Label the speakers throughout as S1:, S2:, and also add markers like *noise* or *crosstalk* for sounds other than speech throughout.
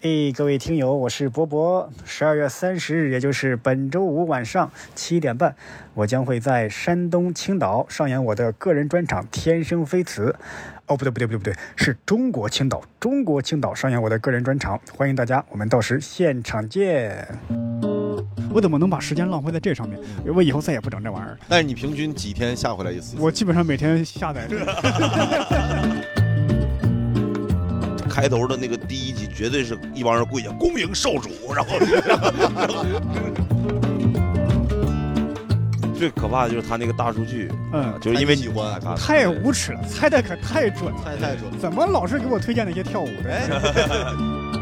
S1: 哎，各位听友，我是博博。十二月三十日，也就是本周五晚上七点半，我将会在山东青岛上演我的个人专场《天生非雌》。哦，不对，不对，不对，不对，是中国青岛，中国青岛上演我的个人专场，欢迎大家，我们到时现场见。我怎么能把时间浪费在这上面？我以后再也不整这玩意儿了。
S2: 但是你平均几天下回来一次？
S1: 我基本上每天下载。
S2: 开头的那个第一集绝对是一帮人跪下恭迎少主，然
S3: *laughs*
S2: 后，然后最可怕的就是他那个大数据，
S1: 嗯，
S2: 就是因为
S4: 太喜欢啊
S2: 他
S1: 太无耻了，猜的可太准了。
S4: 太太准了。
S1: 怎么老是给我推荐那些跳舞的？ *laughs*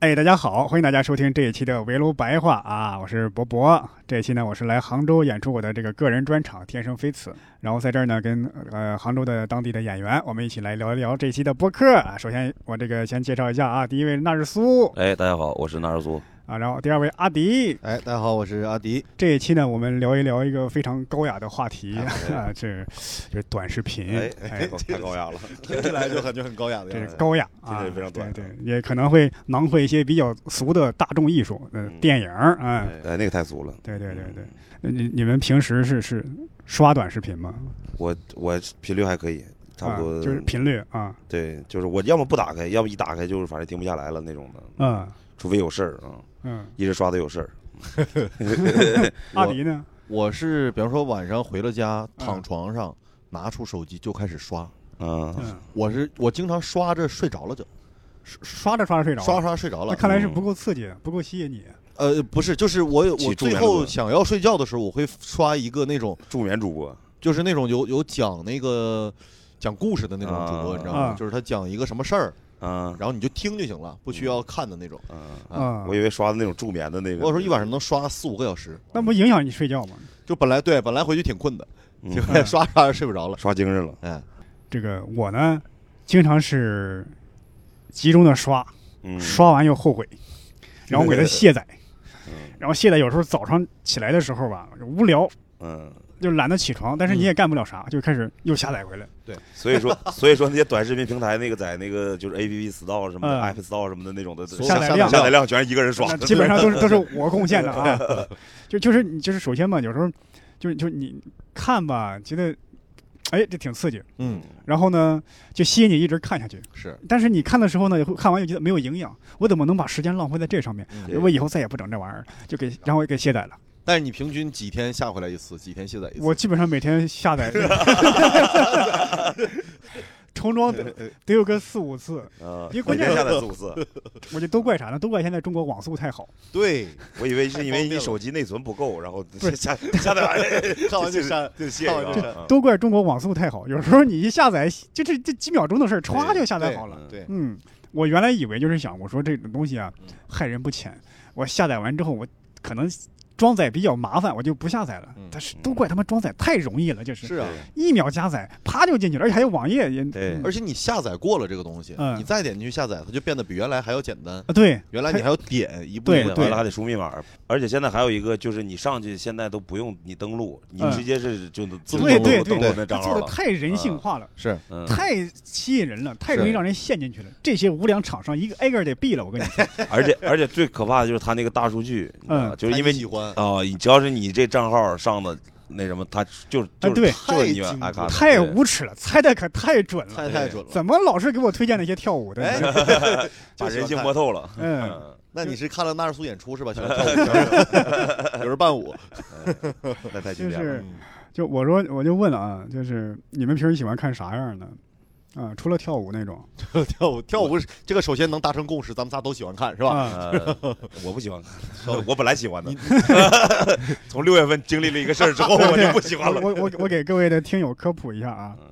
S1: 哎，大家好，欢迎大家收听这一期的围炉白话啊，我是博博。这一期呢，我是来杭州演出我的这个个人专场《天生非此》，然后在这儿呢，跟呃杭州的当地的演员，我们一起来聊一聊这一期的播客啊。首先，我这个先介绍一下啊，第一位纳日苏
S3: 哎，大家好，我是纳尔苏。
S1: 啊，然后第二位阿迪。
S4: 哎，大家好，我是阿迪。
S1: 这一期呢，我们聊一聊一个非常高雅的话题 *laughs* 啊，这这短视频，
S2: 哎
S1: 哎，
S2: 太高雅了，
S4: 听起来就感觉很高雅的
S1: 这
S4: 样 *laughs*
S1: 是
S4: 子。
S1: 高雅
S2: 听
S1: 啊
S2: 着也，非常短
S1: 对对，也可能会囊括一些比较俗的大众艺术，嗯、
S2: 嗯
S1: 电影儿，嗯、
S3: 哎，那个太俗了。
S1: 对对对对。那你你们平时是是刷短视频吗？
S3: 我我频率还可以，差不多
S1: 啊、就是频率啊，
S3: 对，就是我要么不打开，要么一打开就是反正停不下来了那种的，
S1: 嗯
S3: 除非有事儿啊，
S1: 嗯。
S3: 一直刷到有事儿。
S1: 阿迪呢？
S4: 我是比方说晚上回了家，躺床上拿出手机就开始刷。
S3: 嗯，
S1: 嗯，
S4: 我是我经常刷着睡着了就，
S1: 刷着刷着睡着了，
S4: 刷刷睡着
S1: 那
S4: 了。
S1: 看来是不够刺激的，不够吸引你。
S4: 呃，不是，就是我有
S3: 起
S4: 我最
S3: 重点
S4: 后
S3: 了
S4: 想要睡觉的时候，我会刷一个那种
S3: *laughs* 助眠主播，
S4: 就是那种有有讲那个讲故事的那种主播，
S3: 啊
S4: 你知道吗
S1: 啊？
S4: 就是他讲一个什么事儿，
S3: 嗯
S4: 然后你就听就行了，不需要看的那种。
S3: 嗯，
S1: 啊，
S3: 我以为刷的那种助眠的那个。
S4: 我有时候一晚上能刷四五个小时，
S1: 那不影响你睡觉吗？
S4: 就本来对本来回去挺困的，
S3: 嗯
S4: 结果刷刷着睡不着了。
S3: 刷精神了，
S4: 哎，
S1: 这个我呢，经常是集中的刷，
S3: 嗯，
S1: 刷完又后悔，然后我给它卸载，
S3: 嗯，
S1: 然后卸载有时候早上起来的时候吧，无聊
S3: 嗯，
S1: 就懒得起床，但是你也干不了啥，就开始又下载回来。
S3: 所
S1: *laughs*
S3: 以说所以说那些短视频平台那个在那个就是 A P P Store 什么的
S1: 嗯
S3: App Store 什么的那种的
S4: 所有
S1: 下载量
S3: 下载量全是一个人刷
S1: 那
S3: 的，
S1: 基本上都是都是我贡献的
S3: *laughs*
S1: 啊。就就是你就是首先嘛，有时候就就你看吧，觉得哎这挺刺激，
S4: 嗯，
S1: 然后呢就吸引你一直看下去。
S4: 是，
S1: 但是你看的时候呢，也会看完又觉得没有营养，我怎么能把时间浪费在这上面？
S3: 对
S1: 我以后再也不整这玩意儿了，就给然后给卸载了。
S4: 但是你平均几天下回来一次，几天卸载一次？
S1: 我基本上每天下载 *laughs* 重装
S4: 呃
S1: 得得有个四五次，
S3: 啊，
S1: 嗯因为
S3: 每
S1: 关键
S3: 天
S1: 是
S3: 下载四
S1: *laughs*
S3: 五次，
S1: 我就都怪啥呢？都怪现在中国网速太好。
S4: 对，
S3: 我以为是因为你手机内存不够，然后下下载 *laughs* 完
S4: 看完就删，
S3: 就卸
S4: 看完就
S3: 了
S4: 删。
S3: 啊。
S1: 都怪中国网速太好，有时候你一下载，就这这几秒钟的事儿，歘就下载好了。
S4: 对，
S1: 嗯，我原来以为就是想，我说这种东西啊
S4: 嗯，
S1: 害人不浅。我下载完之后，我可能装载比较麻烦，我就不下载了
S4: 嗯。
S1: 但是都怪他们装载太容易了，就是
S4: 是啊。
S1: 一秒加载，啪就进去了，而且还有网页也
S3: 对
S1: 嗯
S4: 而且你下载过了这个东西，
S1: 嗯
S4: 你再点进去下载，它就变得比原来还要简单。
S1: 啊对，
S4: 原来你还要点一步
S1: 对
S4: 一步
S1: 对
S3: 完
S4: 的
S3: 了
S4: 来，
S3: 还得输密码，而且现在还有一个就是你上去现在都不用你登录，你
S1: 嗯
S3: 直接是就能自动
S1: 对
S3: 登
S1: 对
S3: 录登
S1: 对
S3: 录，那
S1: 他
S3: 账
S1: 做的
S3: 号了。
S1: 太人性化了。
S4: 是
S3: 嗯，
S1: 太吸引人了，太容易
S4: 是
S1: 让人陷进去了。这些无良厂商一个挨个儿得毙了，我跟你说。
S3: 而且而且最可怕的就是他那个大数据，你知道吧
S1: 嗯
S3: 就是因为
S4: 太喜欢，
S3: 啊，你只要是你这账号上的那什么，他就就
S1: 啊对
S3: 是就
S4: 太
S3: 是你
S4: 精
S3: 爱看的，
S1: 啊太
S3: 对
S1: 无耻了，猜的可太准了。
S4: 太太准了。
S1: 怎么老是给我推荐那些跳舞的？ *laughs*
S4: 哎，
S3: 把
S4: 就喜欢
S3: 人性
S4: 看
S3: 摸透了。
S1: 嗯，
S3: 嗯，
S4: 那你是看了纳尔苏演出是吧？喜欢跳舞，有人伴舞，嗯
S3: 那太经
S1: 就
S3: 典了。
S1: 是就我说我就问了啊，就是你们平时喜欢看啥样的？啊，除了跳舞那种
S4: 跳舞跳舞是这个，首先能达成共识，咱们仨都喜欢看是吧？
S1: 啊，
S3: 呃，我不喜欢看，
S1: *laughs*
S3: 我本来喜欢的， *laughs* 从六月份经历了一个事儿之后，我就不喜欢
S1: 我
S3: 了。
S1: 我我我给各位的听友科普一下啊
S3: 嗯，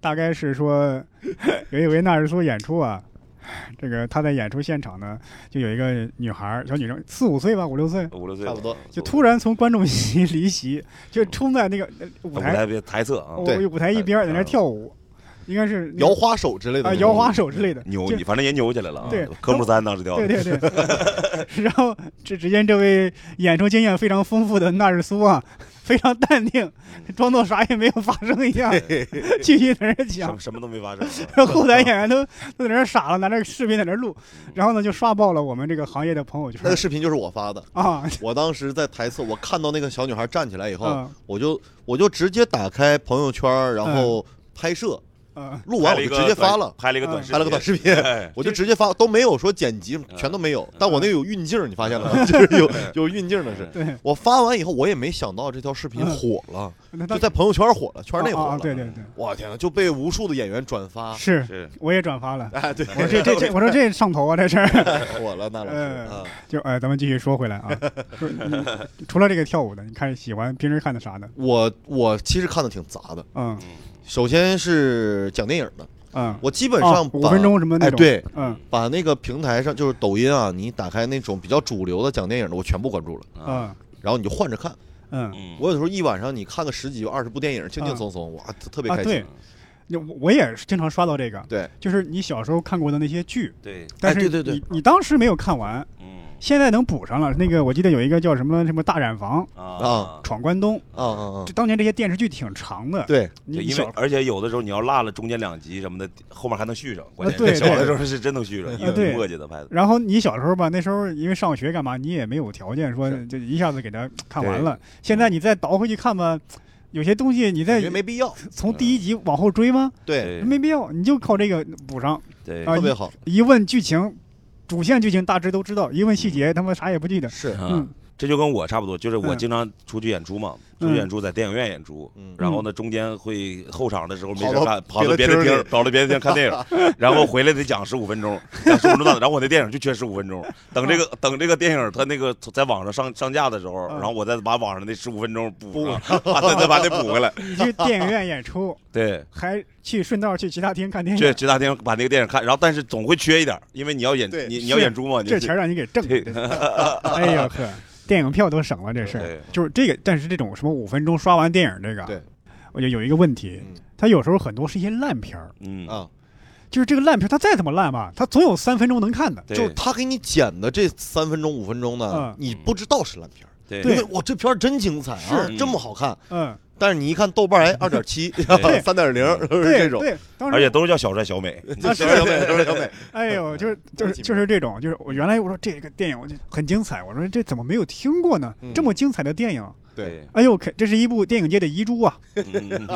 S1: 大概是说 *laughs* 有一维纳日苏演出啊，这个他在演出现场呢，就有一个女孩儿小女生四五岁吧，五六岁，
S3: 五六岁
S4: *laughs* 差不多
S1: 就突然从观众席离席，就冲在那个呃舞
S3: 舞
S1: 台
S3: 台边台侧啊，
S1: 我
S4: 对嗯
S1: 舞台一边儿在那儿跳舞，应该是那
S4: 摇
S1: 个
S4: 花手之类的
S1: 啊
S4: 那种
S1: 摇花手之类的，
S3: 扭
S1: 就
S3: 你，反正也扭起来了啊。
S1: 对
S3: 科目三当时掉
S1: 对
S3: 的，
S1: 对对，然后只只见这位演出经验非常丰富的纳日苏啊，非常淡定，*laughs*
S4: 嗯
S1: 装作啥也没有发生一样，继续在那
S3: 什
S1: 讲
S3: 么。什么都没
S1: *laughs*
S3: 发生啊。
S1: 后台演员都都在那傻了，拿着视频在那录，然后呢就刷爆了我们这个行业的朋友圈
S4: 嗯那个视频就是我发的。
S1: 啊，
S4: 我当时在台侧，我看到那个小女孩站起来以后，
S1: 嗯
S4: 我就我就直接打开朋友圈，然后拍摄，
S1: 嗯
S4: 录完
S3: 拍
S4: 我
S3: 一
S4: 就
S3: 个
S4: 直接发
S3: 短
S4: 了，
S3: 拍了一个短
S1: 嗯
S3: 视频，
S4: 拍了个短视频，
S3: 哎
S4: 我就直接发，都没有说剪辑，全都没有。但我那个有运镜，你发现
S1: 嗯
S4: 了吗？ *laughs* 就是有有运镜的是。
S1: 对，
S4: 我发完以后，我也没想到这条视频
S1: 嗯
S4: 火了，
S1: 那他
S4: 就在朋友圈火了，圈内
S1: 啊啊
S4: 火
S1: 啊对对
S4: 了。
S1: 对，
S4: 我天呐，就被无数的演员转
S1: *laughs*
S4: 发，
S1: 是，
S3: 是
S1: 我也转发了。
S4: 哎，对，
S1: 我说
S4: *laughs*
S1: 这这这，我说这上头啊，这事儿。
S4: 太火了，那老师
S1: 嗯
S4: 啊，
S1: *laughs* 就哎，咱们继续说回来
S4: *laughs*
S1: 啊，说你除了这个跳舞的，你看喜欢平时看的啥的？
S4: 我我其实看的挺杂的，
S1: 嗯
S4: 首先是讲电影的，
S1: 嗯，
S4: 我基本上
S1: 啊五
S4: 把
S1: 分钟什么那
S4: 哎，
S1: 种
S4: 对，
S1: 嗯
S4: 把那个平台上就是抖音啊，你打开那种比较主流的讲电影的，我全部关注了，
S3: 啊，
S1: 嗯
S4: 然后你就换着看。
S1: 嗯，
S3: 嗯，
S4: 我有时候一晚上你看个十几二十部电影，轻轻松松，哇，特特别
S1: 啊
S4: 开
S1: 对
S4: 心。
S1: 那我我也是经常刷到这个，
S4: 对，哎
S1: 就是你小时候看过的那些剧，
S3: 对，
S1: 但是你、
S4: 对对对
S1: 你当时没有看完，
S3: 嗯
S1: 现在能补上了。那个我记得有一个叫什么什么大染坊、
S4: 嗯
S3: 啊，
S1: 闯关东，
S4: 啊啊啊
S1: 就！当年这些电视剧挺长的，
S4: 对，
S1: 你
S3: 就
S1: 你
S3: 因为
S1: 小
S3: 而且有的时候你要落了中间两集什么的，后面还能续上。关键
S1: 啊对
S3: 是有的
S1: 对
S3: 时候是真能续上，一
S1: 啊对
S3: 磨叽的拍的。
S1: 然后你小时候吧，那时候因为上学干嘛，你也没有条件说就一下子给它看完了。现在你再倒回去看吧，有些东西你再
S4: 感觉没必要。
S1: 从第一集往后追吗？
S4: 对，
S1: 没必要，你就靠这个补上。
S3: 对
S1: 啊
S4: 特别好。
S1: 一问剧情，主线剧情大致都知道，一问细节他妈啥也不记得。
S4: 是，
S3: 啊
S1: 嗯，
S3: 这就跟我差不多，就是我
S1: 嗯
S3: 经常出去演出嘛，
S1: 嗯
S3: 出去演出在电影院演出，
S4: 嗯
S3: 然后呢，中间会后场的时候没
S4: 跑
S3: 事
S4: 到
S3: 干，跑
S4: 别
S3: 到
S4: 的
S3: 别的
S4: 厅
S3: 厅
S4: 里，
S3: 跑到别的厅看电
S1: *laughs*
S3: 影，然后回来得讲十五分钟，讲十五分钟到，然后我那电影就缺十五
S1: *laughs*
S3: 分钟，等这个等这个电影它那个在网上上上架的时候，
S1: 嗯
S3: 然后我再把网上那十五分钟补上，
S1: *laughs*
S3: 把它再把它补回来，
S1: 你去电影院演出，
S3: 对。
S1: 还去顺道去其他厅看
S3: *laughs*
S1: 电
S3: 去
S1: 影，
S3: 其他厅把那个电影看，然后但是总会缺一点，因为你要演
S4: 对
S3: 你你要演出嘛，你
S1: 这钱儿让你给挣
S3: 对
S1: 的。哎呦呵，电影票都省了，这事儿
S3: 对
S1: 就是这个。但是这种什么五分钟刷完电影这个，
S4: 对，
S1: 我就有一个问题，
S4: 嗯
S1: 它有时候很多是一些烂片儿，
S3: 嗯
S4: 啊，
S1: 就是这个烂片儿它再怎么烂吧，它总有三分钟能看的。
S3: 对
S4: 就是他给你剪的这三分钟五分钟呢
S1: 嗯，
S4: 你不知道是烂片儿，
S3: 对
S4: 因为我这片儿真精彩啊，
S3: 是
S4: 这么好看。
S1: 嗯，
S4: 但是你一看豆瓣儿，哎，二点七、 *laughs* 三点零
S3: 嗯
S1: 对
S4: 这种，
S1: 对，当时
S3: 而且都是叫小帅小
S4: *laughs*
S3: 美，
S1: 啊
S4: 就是小美，就是
S3: *laughs*
S4: 小美，
S1: 哎
S4: *laughs*
S1: 呦，就是就
S4: 都
S1: 是
S4: 是几
S1: 就是这种，就是我原来我说这个电影我就很精彩，我说这怎么没有听过呢？
S4: 嗯
S1: 这么精彩的电影，
S4: 对，
S1: 哎呦，可这是一部电影界的遗珠啊！
S4: *laughs*
S3: 嗯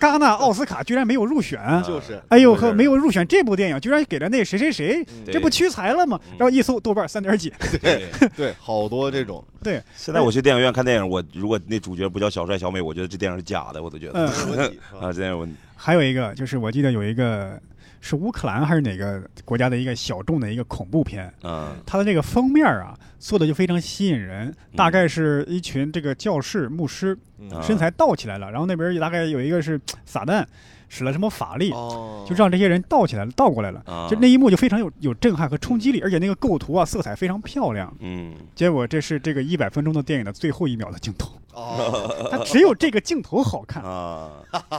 S1: 戛纳奥斯卡居然没有入选，
S4: 呃就是
S1: 哎呦呵，没有入选这部电影，居然给了那谁谁谁，
S3: 对
S1: 这不屈才了吗？
S3: 嗯
S1: 然后一搜豆瓣三点几， *laughs*
S3: 对 *laughs*
S4: 对，好多这种，
S1: 对，
S3: 现在我去电影院看电影，我如果那主角不叫小帅小美，我觉得这电影是假的，我都觉得
S1: 嗯
S4: 没，有问题是吧
S3: 啊，这电影我
S1: 还有一个就是我记得有一个是乌克兰还是哪个国家的一个小众的一个恐怖片，
S3: 嗯
S1: 它的这个封面啊做的就非常吸引人，大概是一群这个教士、牧师
S4: 嗯
S3: 啊
S1: 身材倒起来了，然后那边大概有一个是撒旦使了什么法力，
S4: 哦
S1: 就让这些人倒起来了，倒过来了，
S3: 啊，
S1: 就那一幕就非常有有震撼和冲击力，而且那个构图啊色彩非常漂亮。
S3: 嗯
S1: 结果这是这个一百分钟的电影的最后一秒的镜头，
S4: 哦，
S3: 呃
S1: 它只有这个镜头好看，
S3: 啊，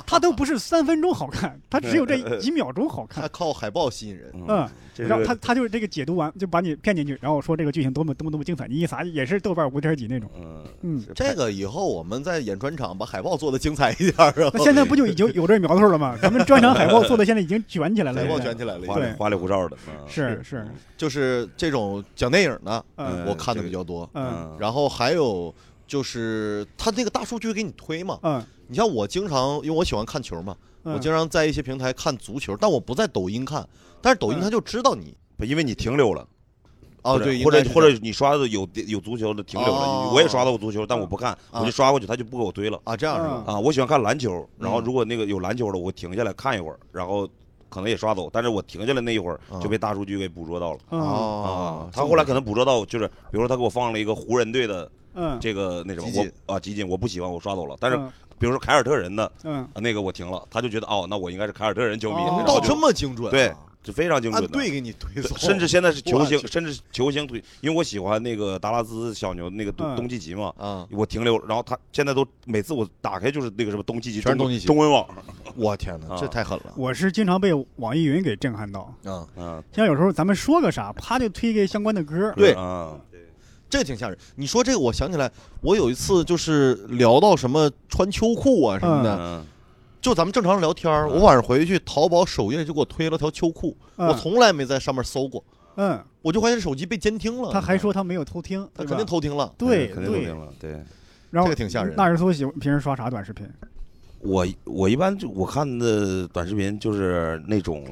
S1: 它都不是三分钟好
S4: *laughs*
S1: 看，它只有这几秒钟好
S4: 他
S1: 看。
S4: 靠海报吸引人，
S1: 嗯，
S3: 这
S1: 然后他
S3: 个
S1: 他就是这个解读完就把你骗进去，然后说这个剧情多么多么多么精彩，你一查也是豆瓣五点几那种。
S3: 嗯
S1: 嗯，
S4: 这个以后我们在演专场把海报做的精彩一点儿，然
S1: 那
S4: 后
S1: 现在不就已经有这苗头了
S4: *laughs*
S1: 吗？咱们专场海报做的现在已经卷起来了，
S4: 海报
S1: 现在
S4: 卷起来了已
S3: 花
S4: 经。
S3: 里花里胡哨的，嗯
S1: 是是，
S4: 就是这种讲电影的，
S1: 嗯
S4: 我看的比较多。
S1: 嗯
S4: 然后还有就是他那个大数据给你推嘛，
S1: 嗯，
S4: 你像我经常因为我喜欢看球嘛，
S1: 嗯
S4: 我经常在一些平台看足球，但我不在抖音看，但是抖音
S1: 嗯
S4: 他就知道你
S3: 不嗯因为你停留了
S4: 哦，
S3: 或者
S4: 对，
S3: 或
S4: 应
S3: 者
S4: 该是
S3: 或者你刷的有有足球的停留
S4: 哦
S3: 了，我也刷到过足球，但我不看，
S4: 啊
S3: 我就刷过去，他就不给我推了
S4: 啊这样是吧？
S3: 啊。我喜欢看篮球，然后
S4: 嗯
S3: 如果那个有篮球的，我停下来看一会儿，然后可能也刷走，但是我停下来那一会儿
S4: 啊
S3: 就被大数据给捕捉到了。啊
S1: 嗯
S4: 哦，
S3: 他后来可
S4: 能
S3: 能捕捉到，就是比如说他给我放了一个湖人队的
S1: 嗯，
S3: 这个那什么，
S4: 集锦
S3: 我啊集锦我不喜欢，我刷走了。但是
S1: 嗯
S3: 比如说凯尔特人的
S1: 嗯
S3: 啊那个我停了，他就觉得哦，那我应该是凯尔特人球迷，
S1: 哦
S3: 然后
S4: 到
S3: 就
S4: 这么精准啊，
S3: 对，就非常精准
S4: 按
S3: 的。
S4: 队给你推
S1: *laughs*
S3: 对
S4: 送，
S3: 甚至现在是球星
S4: 我，去
S3: 甚至球星推，因为我喜欢那个达拉斯小牛那个
S1: 嗯
S3: 东东契奇嘛，
S4: 啊，
S3: 我停留，然后他现在都每次我打开就是那个什么东契奇，
S4: 全是
S3: 中
S4: 东契奇
S3: 中文网，
S4: 我天哪，
S3: 啊
S4: 这太狠了
S1: 我是经常被嗯网易云给震撼到，
S4: 啊！
S3: 嗯，
S1: 像有时候咱们说个啥，啪就推个相关的歌，
S4: 对
S3: 啊，
S4: 这个挺吓人。你说这个，我想起来，我有一次就是聊到什么穿秋裤啊什么的，
S3: 嗯，
S4: 就咱们正常聊天儿，我晚上回去淘宝首页就给我推了条秋裤，
S1: 嗯
S4: 我从来没在上面搜过，
S1: 嗯，
S4: 我就发现手机被监听了，
S1: 他还说他没有偷听，
S4: 他
S1: 对
S4: 嗯肯定
S1: 吧
S4: 偷听了。
S1: 对
S3: 肯定肯定
S1: 对
S3: 有，了，对。
S1: 然后
S4: 这个挺吓人
S1: 纳尔苏喜欢平时刷啥短视频？
S3: 我我一般就我看的短视频就是那种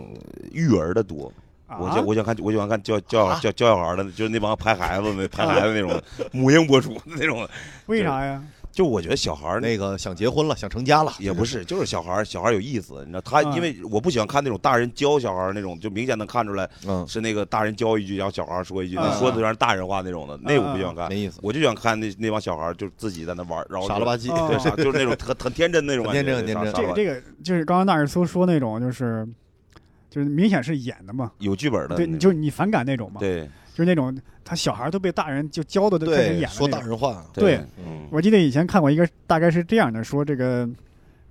S3: 育儿的多，
S1: 啊
S3: 我就我想看我喜欢看教教教教小孩的，就是那帮拍孩子的拍孩子那种
S1: *laughs*
S3: 母婴博主那种。
S1: 为啥呀？
S3: 就我觉得小孩儿
S4: 那个想结婚了，想成家了，
S3: 也不是，就是小孩儿小孩儿有意思，你知道他，
S1: 嗯
S3: 因为我不喜欢看那种大人教小孩儿那种，就明显能看出来
S4: 嗯，
S3: 是那个大人教一句，然后小孩儿说一句，
S1: 嗯
S3: 那说的全是大人话那种的，那我不喜欢看
S4: 嗯没。意思，
S3: 我就想看那那帮小孩儿，就自己在那玩儿， *laughs* 然后
S4: 傻了吧唧
S1: 哦。
S3: 对，傻就是那种很很天真那种感觉，
S4: 很天真很天真
S3: 傻
S1: 这
S3: 傻了
S1: 个
S3: 吧
S1: 这个就是刚刚纳尔苏说那种，就是就是明显是演的嘛，
S3: 有剧本的那种，
S1: 对，你就是你反感那种嘛，
S3: 对
S1: 就是那种他小孩都被大人就教的都开始演
S4: 说
S1: 的那
S4: 大
S1: 种。
S4: 人话，
S1: 对，
S3: 嗯，
S1: 我记得以前看过一个大概是这样的，说这个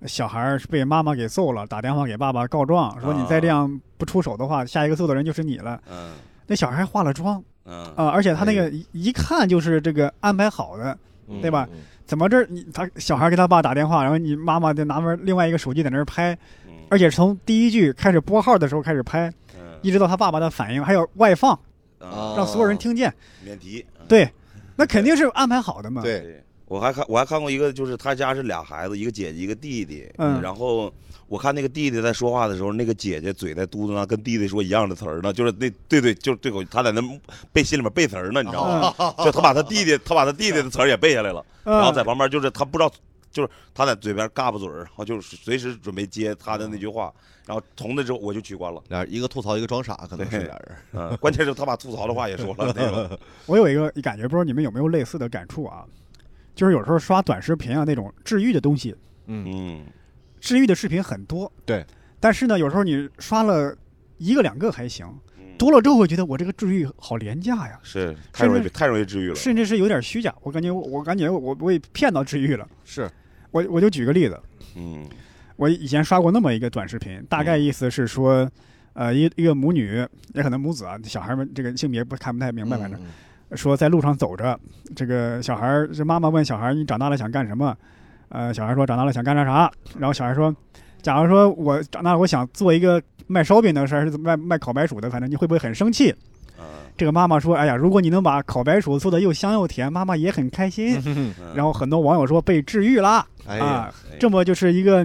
S1: 小孩是被妈妈给揍了，打电话给爸爸告状，说你再
S3: 啊
S1: 这样不出手的话，下一个揍的人就是你了。
S3: 嗯
S1: 那小孩还化了妆
S3: 嗯
S1: 啊、而且他那个一一看就是这个安排好的，
S4: 嗯
S1: 对吧？
S4: 嗯
S1: 怎么这儿你他小孩给他爸打电话，然后你妈妈就拿着另外一个手机在那儿拍，
S3: 嗯
S1: 而且是从第一句开始拨号的时候开始拍，
S3: 嗯
S1: 一直到他爸爸的反应，还有外放，
S3: 啊，
S1: 让所有人听见。
S3: 免提，嗯
S1: 对，那肯定是安排好的嘛。，
S4: 对，
S3: 对，我还看我还看过一个，就是他家是俩孩子，一个姐姐一个弟弟。
S1: 嗯
S3: 然后我看那个弟弟在说话的时候，那个姐姐嘴在嘟囔呢，跟弟弟说一样的词儿呢，就是那对对，就是对口，他在那背心里面背词儿呢，你知道吗？就他把他弟弟，他把他弟弟的词儿也背下来了，然后在
S1: 嗯，
S3: 旁边就是他不知道。就是他在嘴边嘎巴嘴儿，然后就是随时准备接他的那句话，然后从那之后我就取关了。
S4: 俩人一个吐槽一个装傻，可能是
S3: 对
S4: 俩人。
S1: *laughs*
S3: 嗯，关键是他把吐槽的话也说了那种。
S1: 我有一个感觉，不知道你们有没有类似的感触啊？就是有时候刷短视频啊，那种治愈的东西，
S4: 嗯，
S3: 嗯，
S1: 治愈的视频很多。
S4: 对，
S1: 但是呢，有时候你刷了一个两个还行，
S3: 嗯
S1: 多了之后会觉得我这个治愈好廉价呀，
S3: 是太容易
S1: 甚至
S3: 太容易治愈了。
S1: 甚至是有点虚假。我感觉我我感觉我我被骗到治愈了。
S4: 是
S1: 我我就举个例子，
S3: 嗯
S1: 我以前刷过那么一个短视频，大
S4: 嗯
S1: 概意思是说，呃，一一个母女，也可能母子啊，小孩们这个性别不看不太明白，反正
S4: 嗯嗯
S1: 说在路上走着，这个小孩儿，这妈妈问小孩儿你长大了想干什么？呃，小孩说长大了想干啥啥，然后小孩说，假如说我长大了我想做一个卖烧饼的事儿，是卖卖烤白薯的，反正你会不会很生气？
S3: 嗯
S1: 这个妈妈说，哎呀，如果你能把烤白薯做的又香又甜，妈妈也很开心。
S4: 嗯
S3: 嗯，
S1: 然后很多网友说被治愈啦，
S4: 哎呀，
S1: 啊，
S3: 哎
S1: 这么就是一个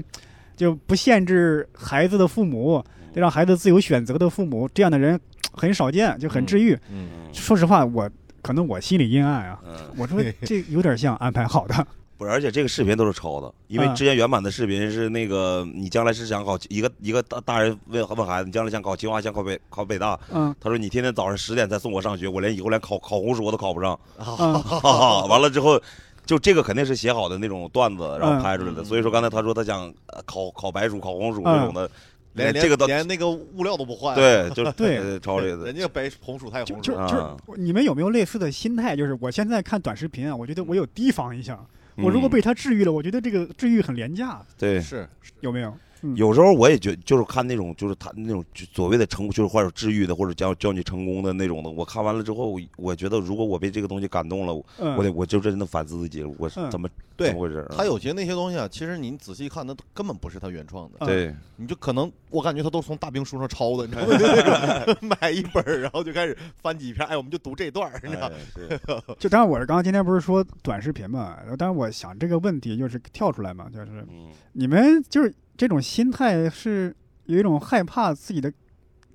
S1: 就不限制孩子的父母，
S3: 嗯
S1: 得让孩子自由选择的父母，这样的人很少见，就很治愈。
S4: 嗯，
S1: *laughs*
S3: 嗯
S1: 说实话，我可能我心里阴暗啊，
S3: 嗯， *laughs*
S1: 我说这有点像安排好的。
S3: 不是，而且这个视频都是抄的，因为
S1: 嗯
S3: 之前原版的视频是那个你将来是想考一个一个大大人问问孩子，你将来想考清华，想考北考北大，
S1: 嗯
S3: 他说你天天早上十点才送我上学，我连以后连烤烤红薯我都考不上， *laughs*
S1: 嗯
S3: 哈哈，完了之后。就这个肯定是写好的那种段子，然
S1: 嗯
S3: 后拍出来的。所以说刚才他说他想呃烤烤白薯、烤红薯这种的，
S4: 连
S3: 这个
S4: 连
S3: 都
S4: 连那个物料都不换，
S3: 对，就是
S1: 嗯对
S3: 呃抄这个
S4: 人
S3: 的。
S4: 家白红薯太
S1: 就
S4: 红
S1: 就
S4: 薯了，
S1: 就是
S3: 啊，
S1: 你们有没有类似的心态？就是我现在看短视频啊，我觉得我有提防一下，
S3: 嗯
S1: 我如果被他治愈了，我觉得这个治愈很廉价，
S3: 对
S4: 是
S1: 有没有？嗯
S3: 有时候我也觉就是看那种就是他那种就所谓的成就是或者治愈的或者教教你成功的那种的，我看完了之后，我我觉得如果我被这个东西感动了，
S1: 嗯，
S3: 我得我就真的反思自己，我是
S1: 嗯
S3: 怎么
S4: 对
S3: 怎么回事儿啊？
S4: 他有些那些东西啊，其实你仔细看，那都根本不是他原创的，
S1: 嗯
S3: 啊对
S4: 你就可能我感觉他都是从大兵书上抄的，你知道吗？就那种买一本儿，然后就开始翻几篇，哎，我们就读这段儿，你知
S1: 嗯
S4: 道吗？
S3: 哎是
S1: 就当然我是刚刚今天不是说短视频嘛，然后当然我想这个问题就是跳出来嘛，就是
S3: 嗯
S1: 你们就是这种心态是有一种害怕自己的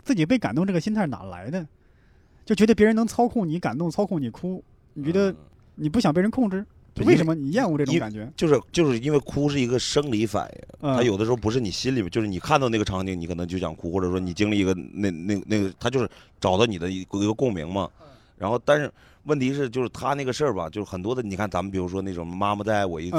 S1: 自己被感动这个心态哪来的？就觉得别人能操控你感动，操控你哭， *laughs* 你觉得
S3: 嗯
S1: 你不想被人控制，
S3: 对
S1: 为
S3: 因
S1: 什么你厌恶这种
S3: 因
S1: 感觉？
S3: 就是就是因为哭是一个生理反应，
S1: 嗯
S3: 他有的时候不是你心里面，就是你看到那个场景，你可能就想哭，或者说你经历一个那那那个，他就是找到你的一个一个共鸣嘛。
S1: 嗯
S3: 然后，但是问题是，就是他那个事儿吧，就是很多的，你看咱们比如说那种《妈妈再爱我一次》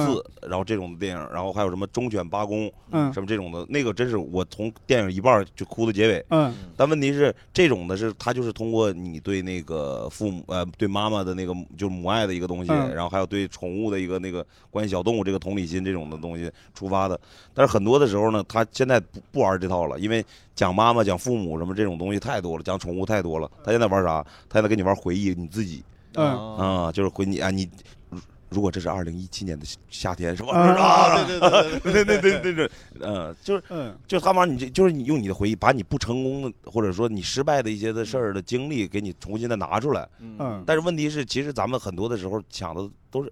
S3: 然后这种的电影，然后还有什么《忠犬八公》
S1: 嗯
S3: 什么这种的，那个真是我从电影一半儿就哭到结尾。
S1: 嗯
S3: 但问题是，这种的是他就是通过你对那个父母呃对妈妈的那个就是母爱的一个东西，
S1: 嗯
S3: 然后还有对宠物的一个那个关系小动物这个同理心这种的东西出发的。但是很多的时候呢，他现在不不玩这套了，因为讲妈妈、讲父母什么这种东西太多了，讲宠物太多了。他现在玩啥？他现在跟你玩回忆你自己。
S1: 嗯
S4: 啊，
S3: 啊，就是回你啊，你如如果这是二零一七年的夏夏天是吧？
S1: 啊
S4: 啊对对对对
S3: *laughs* 对对对对对，嗯，就是
S1: 嗯
S3: 就是他妈你这就是你用你的回忆，把你不成功的或者说你失败的一些的事儿的经历给你重新的拿出来。
S4: 嗯
S1: 嗯，
S3: 但是问题是，其实咱们很多的时候想的都是，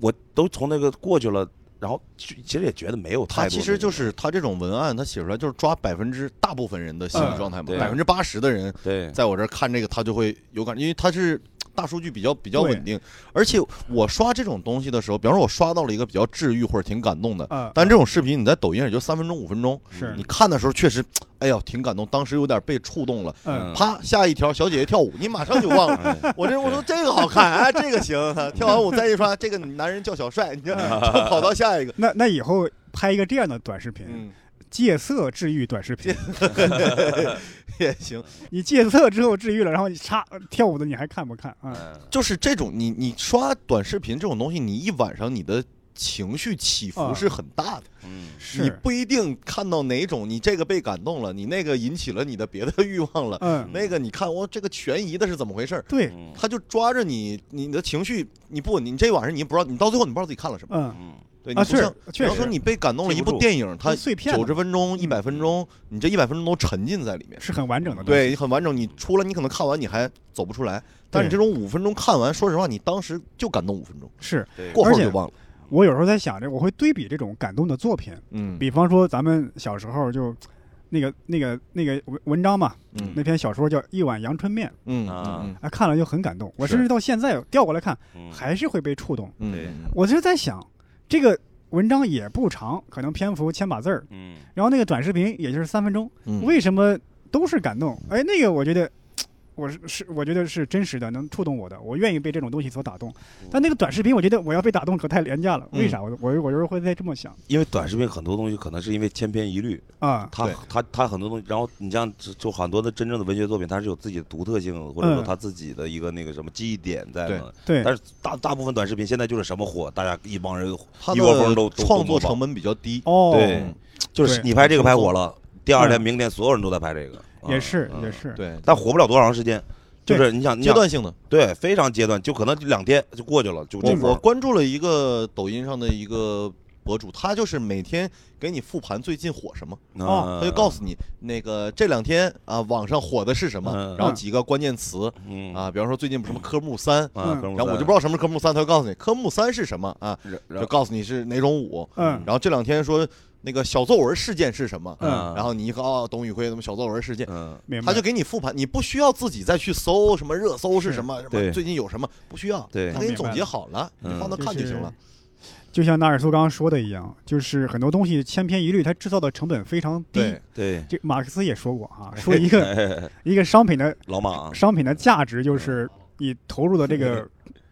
S3: 我都从那个过去了，然后其其实也觉得没有太
S4: 他
S3: 多。
S4: 其实就是是他这种文案，他写出来就是抓百分之大部分人的心理
S1: 嗯
S4: 状态嘛，
S3: 对
S4: 百分之八十的人
S3: 对，
S4: 在我这儿看这个，他就会有感，因为他是大数据比较比较
S1: 对
S4: 稳定，而且我刷这种东西的时候，比方说我刷到了一个比较治愈或者挺感动的，
S1: 嗯
S4: 但这种视频你在抖音上也就三分钟五分钟，
S1: 是
S4: 你看的时候确实，哎呀挺感动，当时有点被触动了，
S1: 嗯
S4: 啪下一条小姐姐跳舞，你马上就忘了。
S3: 哎
S4: 我这我说这个好看，哎，这个行，跳完舞再一刷，这个男人叫小帅，你就跑到下一个，
S1: 那那以后拍一个这样的短视频， *laughs*
S4: 嗯，
S1: 戒色治愈短视频，
S4: 也行。
S1: 你戒色之后治愈了，然后你插跳舞的你还看不看啊？
S3: 嗯
S4: 就是这种，你你刷短视频这种东西，你一晚上你的情绪起
S1: 啊
S4: 伏是很大的，
S3: 嗯
S4: 你
S1: 是，
S4: 不一定看到哪种，你这个被感动了，你那个引起了你的别的 *laughs* 欲望了，
S1: 嗯，
S4: 那个你看我这个悬疑的是怎么回事儿？
S1: 对，
S3: 嗯
S4: 他就抓着你，你的情绪，你不，你这晚上你不知道，你到最后你不知道自己看了什么，
S1: 嗯
S3: 嗯
S4: 对，你
S1: 啊，
S4: 不
S1: 是
S4: 像，比
S1: 确
S4: 方说
S1: 实
S4: 你被感动了
S3: 记
S4: 一部
S3: 不住
S4: 电影，它
S1: 都碎片嗯
S4: 九十
S1: 了
S4: 分钟、一百分钟，你这一百分钟都沉浸在里面，
S1: 是很完整的东西，
S4: 对，很完整。你出来，你可能看完你还走不出来，但是你这
S1: 对
S4: 种五分钟看完，说实话，你当时就感动五分钟，
S1: 是
S3: 对
S4: 过会
S1: 而
S4: 儿
S1: 且
S4: 就忘了。
S1: 我有时候在想着，我会对比这种感动的作品，
S4: 嗯
S1: 比方说咱们小时候就那个那个那个文文章嘛，
S4: 嗯
S1: 那篇小说叫《一碗阳春面》，
S4: 嗯
S3: 啊
S4: 嗯
S1: 啊，看了就很感动。我
S4: 是
S1: 甚至到现在调过来看，
S3: 嗯
S1: 还是会被触动。
S4: 嗯
S3: 对
S4: 嗯
S1: 我就在想，这个文章也不长，可能篇幅千把字儿，
S3: 嗯
S1: 然后那个短视频也就是三分钟，
S4: 嗯，
S1: 为什么都是感动？哎，那个我觉得。我是是，我觉得是真实的，能触动我的，我愿意被这种东西所打动。但那个短视频，我觉得我要被打动可太廉价了。
S4: 嗯
S1: 为啥？我我我有时候会在这么想
S3: 因为短视频很多东西可能是因为千篇一律，
S1: 啊，
S3: 它
S4: 对
S3: 它它很多东西，然后你像就就很多的真正的文学作品，它是有自己的独特性，或者说
S1: 嗯
S3: 它自己的一个那个什么记忆点在
S4: 对
S3: 嘛。
S1: 对，
S3: 但是大大部分短视频现在就是什么火，大家一帮人
S4: 他
S3: 一窝蜂
S4: 的
S3: 都都
S4: 创
S3: 都模
S4: 作
S3: 仿
S4: 成本比较低。
S1: 哦，
S3: 对就是
S1: 对
S3: 你拍这个拍火了，第二
S1: 嗯
S3: 天明天所有人都在拍这个，啊
S1: 也是也，
S3: 嗯
S1: 是，
S4: 对，
S3: 但火不了多长时间，就是你想你
S4: 阶
S3: 想
S4: 段性的。
S3: 对非常阶段，就可能两天就过去了，就
S4: 我
S3: 这
S4: 我
S3: 种
S4: 关注了一个抖音上的一个博主，他就是每天给你复盘最近火什么。
S3: 嗯
S1: 哦
S4: 他就告诉你那个这两天啊，网上火的是什么
S3: 嗯，
S4: 然后几个关键词
S3: 嗯
S4: 啊，比方说最近什么科目三，
S3: 啊，
S1: 嗯
S3: 然
S4: 然后我就不知道什么是科目三，他就告诉你科目三是什么啊，
S3: 然
S4: 就告诉你是哪种舞，
S1: 嗯
S4: 然后这两天说那个小作文事件是什么，
S1: 嗯
S4: 然后你一看啊，董宇辉什么小作文事件。
S3: 嗯
S1: 明白。
S4: 他就给你复盘，你不需要自己再去搜什么热搜是什么，什么
S3: 对
S4: 最近有什么，不需要，
S3: 对
S4: 他给你总结好了，你
S3: 嗯
S4: 放那看就行了。
S1: 就像纳尔苏刚刚说的一样，就是很多东西千篇一律，它制造的成本非常低
S4: 对。， *laughs*
S3: 对
S1: 这马克思也说过啊，说一个一个商品的
S3: 老马啊，
S1: 商品的价值就是你投入的这个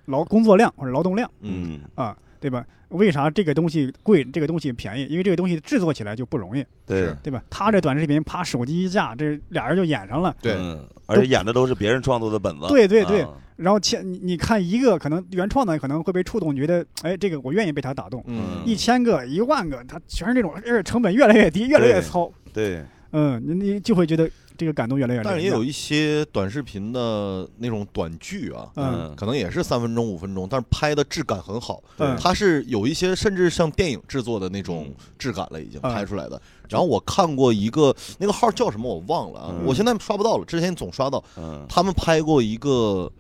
S1: 劳工作量或者劳动量
S4: 嗯，
S3: 嗯
S1: 啊，对吧？为啥这个东西贵，这个东西便宜？因为这个东西制作起来就不容易，
S3: 对嗯
S4: 是。
S1: 对吧？他这短视频，啪，手机一架，这俩人就演上了。
S4: 对，
S3: 嗯，而且演的都是别人创作的本子。
S1: 对对对
S3: 啊，
S1: 然后千，你你看一个可能原创的可能会被触动，你觉得哎，这个我愿意被他打动。
S4: 嗯，
S1: 一千个、一万个，它全是这种，而且成本越来越低，越来越
S3: 对
S1: 糙。
S3: 对，
S1: 嗯，你你就会觉得这个感动越来越。
S4: 但是也有，一些短视频的那种短剧啊，
S1: 嗯
S4: 可能也是三分钟、五分钟，但是拍的质感很好。
S1: 嗯
S4: 它是有一些甚至像电影制作的那种
S3: 嗯
S4: 质感了，已经
S1: 嗯
S4: 拍出来的。然后我看过一个那个号叫什么我忘了啊，
S3: 嗯
S4: 我现在刷不到了，之前总刷到。
S3: 嗯，
S4: 他们拍过一个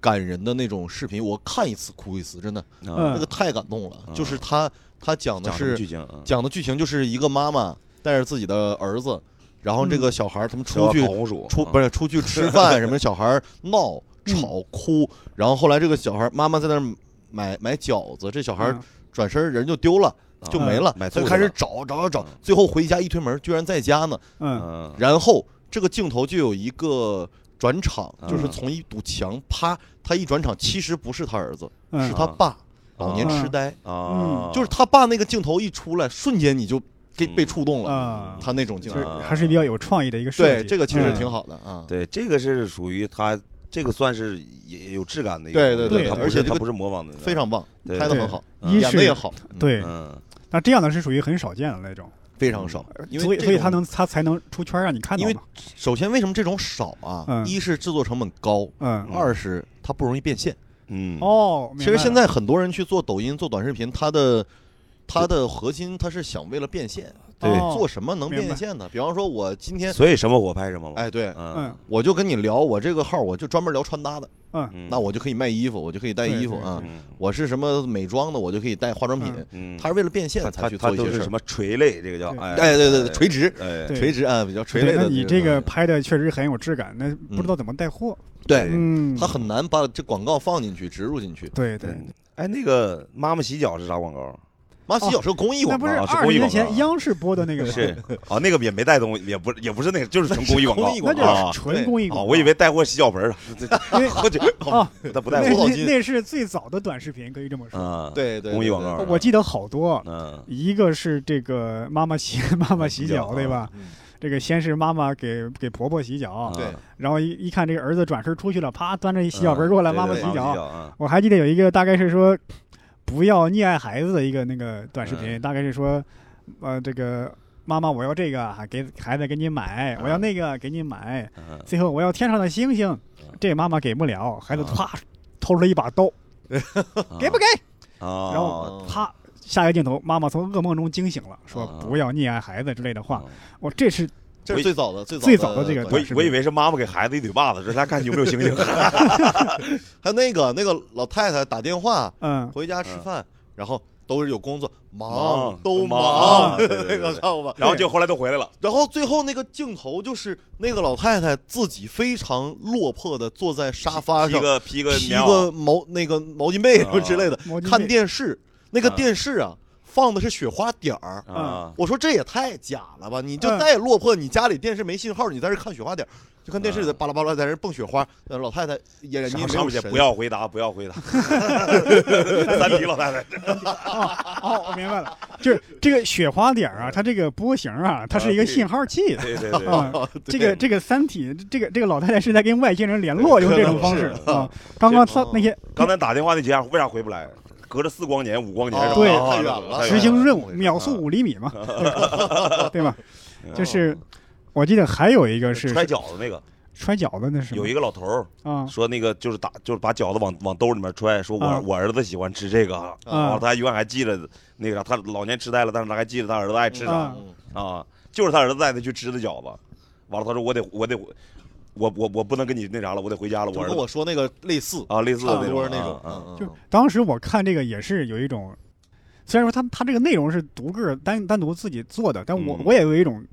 S4: 感人的那种视频，我看一次哭一次，真的
S1: 嗯
S4: 那个太感动了。
S3: 嗯
S4: 就是他他讲的
S3: 讲什么
S4: 是
S3: 剧情啊？
S4: 讲的剧情就是一个妈妈带着自己的儿子，然后
S3: 嗯
S4: 这个小孩儿他们出去
S3: 烤红薯，
S4: 出不
S3: 是
S4: 是出去吃饭什么，小孩
S3: *laughs*
S4: 儿闹
S3: 嗯
S4: 吵哭，然后后来这个小孩儿妈妈在那儿买买饺子，这小孩儿
S1: 嗯
S4: 转身人就丢了。就没了，
S3: 嗯买
S4: 他
S3: 醋
S4: 就开始找找找找
S3: 嗯，
S4: 最后回家一推门，居然在家呢。
S1: 嗯
S3: 嗯，
S4: 然后这个镜头就有一个转场，
S3: 嗯
S4: 就是从一堵墙啪，他一转场，其实不是他儿子，是
S1: 嗯，
S4: 他爸，
S3: 嗯
S4: 老年痴呆，
S3: 啊，
S4: 嗯就是他爸那个镜头一出来，瞬间你就给被
S3: 嗯
S4: 触动了，
S1: 啊，
S4: 他那种镜
S1: 就是
S4: 头。
S1: 还是比较有创意的一个设计。嗯
S4: 对，这个其实
S3: 嗯
S4: 挺好的啊。
S3: 对这个是属于他这个算是也有质感的一
S4: 对
S3: 个
S4: 对
S3: 东西，
S1: 对
S3: 他不
S4: 而
S3: 是
S4: 且这
S3: 他
S4: 个
S3: 不是模仿的，
S4: 非常棒，
S3: 对
S4: 拍的很好，
S1: 嗯。一
S4: 演的也
S1: 是
S4: 好。
S1: 对，
S3: 嗯
S1: 那这样的是属于很少见的那种。
S4: 非常少，因为
S1: 所以
S4: 这
S1: 所以
S4: 种
S1: 他能他才能出圈让你看到
S4: 因为
S1: 嘛。
S4: 首先为什么这种少啊？
S1: 嗯
S4: 一是制作成本高，
S1: 嗯，
S4: 二是它不容易变现。
S3: 嗯，
S1: 哦，
S4: 其
S1: 明白
S4: 实
S1: 了
S4: 现在很多人去做抖音、做短视频，它的它的核心它是想为了变现，
S3: 对
S1: 哦
S4: 做什么能变现呢？比方说，我今天
S3: 所以什么我拍什么嘛。
S4: 哎，对，
S3: 嗯
S1: 嗯
S4: 我就跟你聊，我这个号我就专门聊穿搭的，
S1: 嗯
S3: 嗯
S4: 那我就可以卖衣服，我就可以带衣服
S1: 对对
S4: 啊。
S3: 嗯
S4: 我是什么美妆的，我就可以带化妆品。
S3: 嗯，
S4: 他是为了变现
S3: 他
S4: 才
S3: 他
S4: 去
S3: 他
S4: 做一
S3: 都
S4: 些
S3: 是
S4: 事
S3: 什
S4: 儿。
S3: 么垂类这个叫哎
S4: 哎，对对对，垂直
S3: 哎
S1: 对
S4: 垂直啊，比较垂
S1: 对
S4: 类
S1: 那
S4: 的。嗯
S1: 你这个拍的确实很有质感，那不知道怎么带货。
S4: 对，
S1: 嗯，
S4: 他很难把这广告放进去、植入进去。
S1: 对对
S3: 对，哎那个妈妈洗脚是啥广告？
S4: 马洗脚是公益
S1: 那
S4: 广
S1: 不
S4: 告
S1: 是
S3: 告啊是
S1: 二
S3: 公
S1: 十
S3: 益
S1: 年
S3: 广告
S1: 前央视播的那个吗？
S4: *laughs*
S3: 是啊，那个也没带东西，也不也不是那个，就是纯公益广告
S4: 公益
S1: 那
S4: 广告
S1: 就
S3: 啊
S1: 是纯公益广告。
S3: 啊，我以为带货洗脚盆儿了，
S4: *laughs*
S1: 因为
S3: 喝酒
S1: 啊，
S3: 他不
S1: 那
S3: 带货
S4: 我
S1: 那
S4: 脑筋
S1: 那是最早的短视频，可以这么说。
S3: 啊，，
S4: 对对，
S3: 公益
S4: 对
S3: 广告
S4: 对
S1: 我记得好多，
S3: 嗯
S1: 一个是这个妈妈洗 *laughs* 妈妈洗脚，
S3: 洗脚
S1: 对吧？
S4: 嗯
S1: 这个先是妈妈给给婆婆洗脚，
S3: 嗯
S4: 对，
S3: 啊
S1: 然后一一看这个儿子转身出去了，啪端 *laughs* 着一洗脚盆过来，
S3: 对
S1: 妈妈洗
S3: 嗯对
S1: 脚。
S3: 啊，
S1: 我还记得有一个大概是说不要溺爱孩子的一个那个短视
S3: 嗯
S1: 频，大概是说，呃，这个妈妈我要这个，还啊给孩子给你买，我要那个给你买，
S3: 嗯
S1: 最后我要天上的星星，这妈妈给不了，孩子
S3: 嗯
S1: 啪掏出了一把刀， *laughs* 给不给？
S3: 啊，
S1: 然后
S4: 嗯
S1: 啪。下一个镜头，妈妈从噩梦中惊醒了，说
S3: 啊
S1: 不要溺爱孩子之类的话
S3: 啊。
S1: 我这是
S4: 这是最早的最
S1: 最
S4: 早
S1: 早的这个
S3: 我
S1: 短
S3: 以
S1: 视频
S3: 我以为是妈妈给孩子一嘴巴子，说咱看有没有
S1: *laughs*
S3: 星星。 *laughs*
S4: 还有那个那个老太太打电话
S1: 嗯，
S4: 回家吃
S3: 嗯
S4: 饭，然后都是有工作，忙
S3: 忙
S4: 都
S3: 忙
S4: *laughs*
S3: 对对
S4: 那
S3: 对
S4: 个
S3: 对
S4: 看过吧？
S3: 然后就后来都回
S1: *laughs*
S3: 来了，
S4: 然后最后那个镜头就是那个老太太自己非常落魄的坐在沙
S1: 啊
S4: 发
S3: 披
S4: 上，
S3: 个披个
S4: 披
S3: 棉袄啊
S4: 个毛那个毛巾被什么之类的
S1: 毛巾，被
S4: 看电视。那个
S3: 啊
S4: 电视啊，放的是雪花点儿。
S3: 啊，
S4: 我说这也太假了吧！你就
S1: 嗯
S4: 再落魄，你家里电视没信号，你在这看雪花点儿，就看电视
S3: 嗯
S4: 在巴拉巴拉在那蹦雪花。呃老太太也人家
S3: 上
S4: 没
S3: 上
S4: 有
S3: 去
S4: 神啊
S3: 不要回答，不要
S1: *laughs*
S3: 回答。三题老太太，
S1: 哦，我明白了，就是这个雪花点儿啊，它这个波形啊，它是一个
S3: 啊对
S1: 信号器的。
S3: 对嗯对对，
S1: 啊
S4: 哦
S1: 这
S4: *laughs*
S3: *laughs*
S4: 对
S1: 个这个《三体》，这个这个老太太是在跟外星人联络，用这种方式
S4: 可能是
S3: *laughs*
S1: 啊。刚刚他
S4: 哦
S1: 那些
S3: 刚才打电话那几下为啥回不来？隔着四光年、五光年什
S4: 哦
S3: 么的，
S1: 对
S3: 啊
S4: 太远了
S1: 执行任
S3: 哎
S1: 务，
S4: 哦
S1: 秒速五厘米
S3: *laughs*
S1: 嘛，对吧？就是我记得还有一个是
S3: 哦揣饺子那个，
S1: 揣饺子那是
S3: 有一
S1: 吗
S3: 个老头儿
S1: 啊
S3: 说那个就是打就是把饺子往往兜里面揣，说我、
S1: 啊
S3: 我儿子喜欢吃这个啊，
S1: 啊
S3: 然后他永远还记着那个啥，他老年痴呆了，但是他还记着他儿子爱吃啥
S1: 啊
S3: 啊就是他儿子带他去吃的饺子，完了他说我得我得我我我不能跟你那啥了，我得回家了，
S4: 就
S3: 我儿
S4: 跟
S3: 子
S4: 我说那个类似，
S3: 啊类似
S4: 差
S3: 的
S4: 不
S3: 那
S4: 多
S3: 种
S4: 那种
S3: 啊，啊
S4: 嗯
S1: 就是当时我看这个也是有一种，虽然说他他这个内容是独个儿单单独自己做的，但我、
S3: 嗯
S1: 我也有一种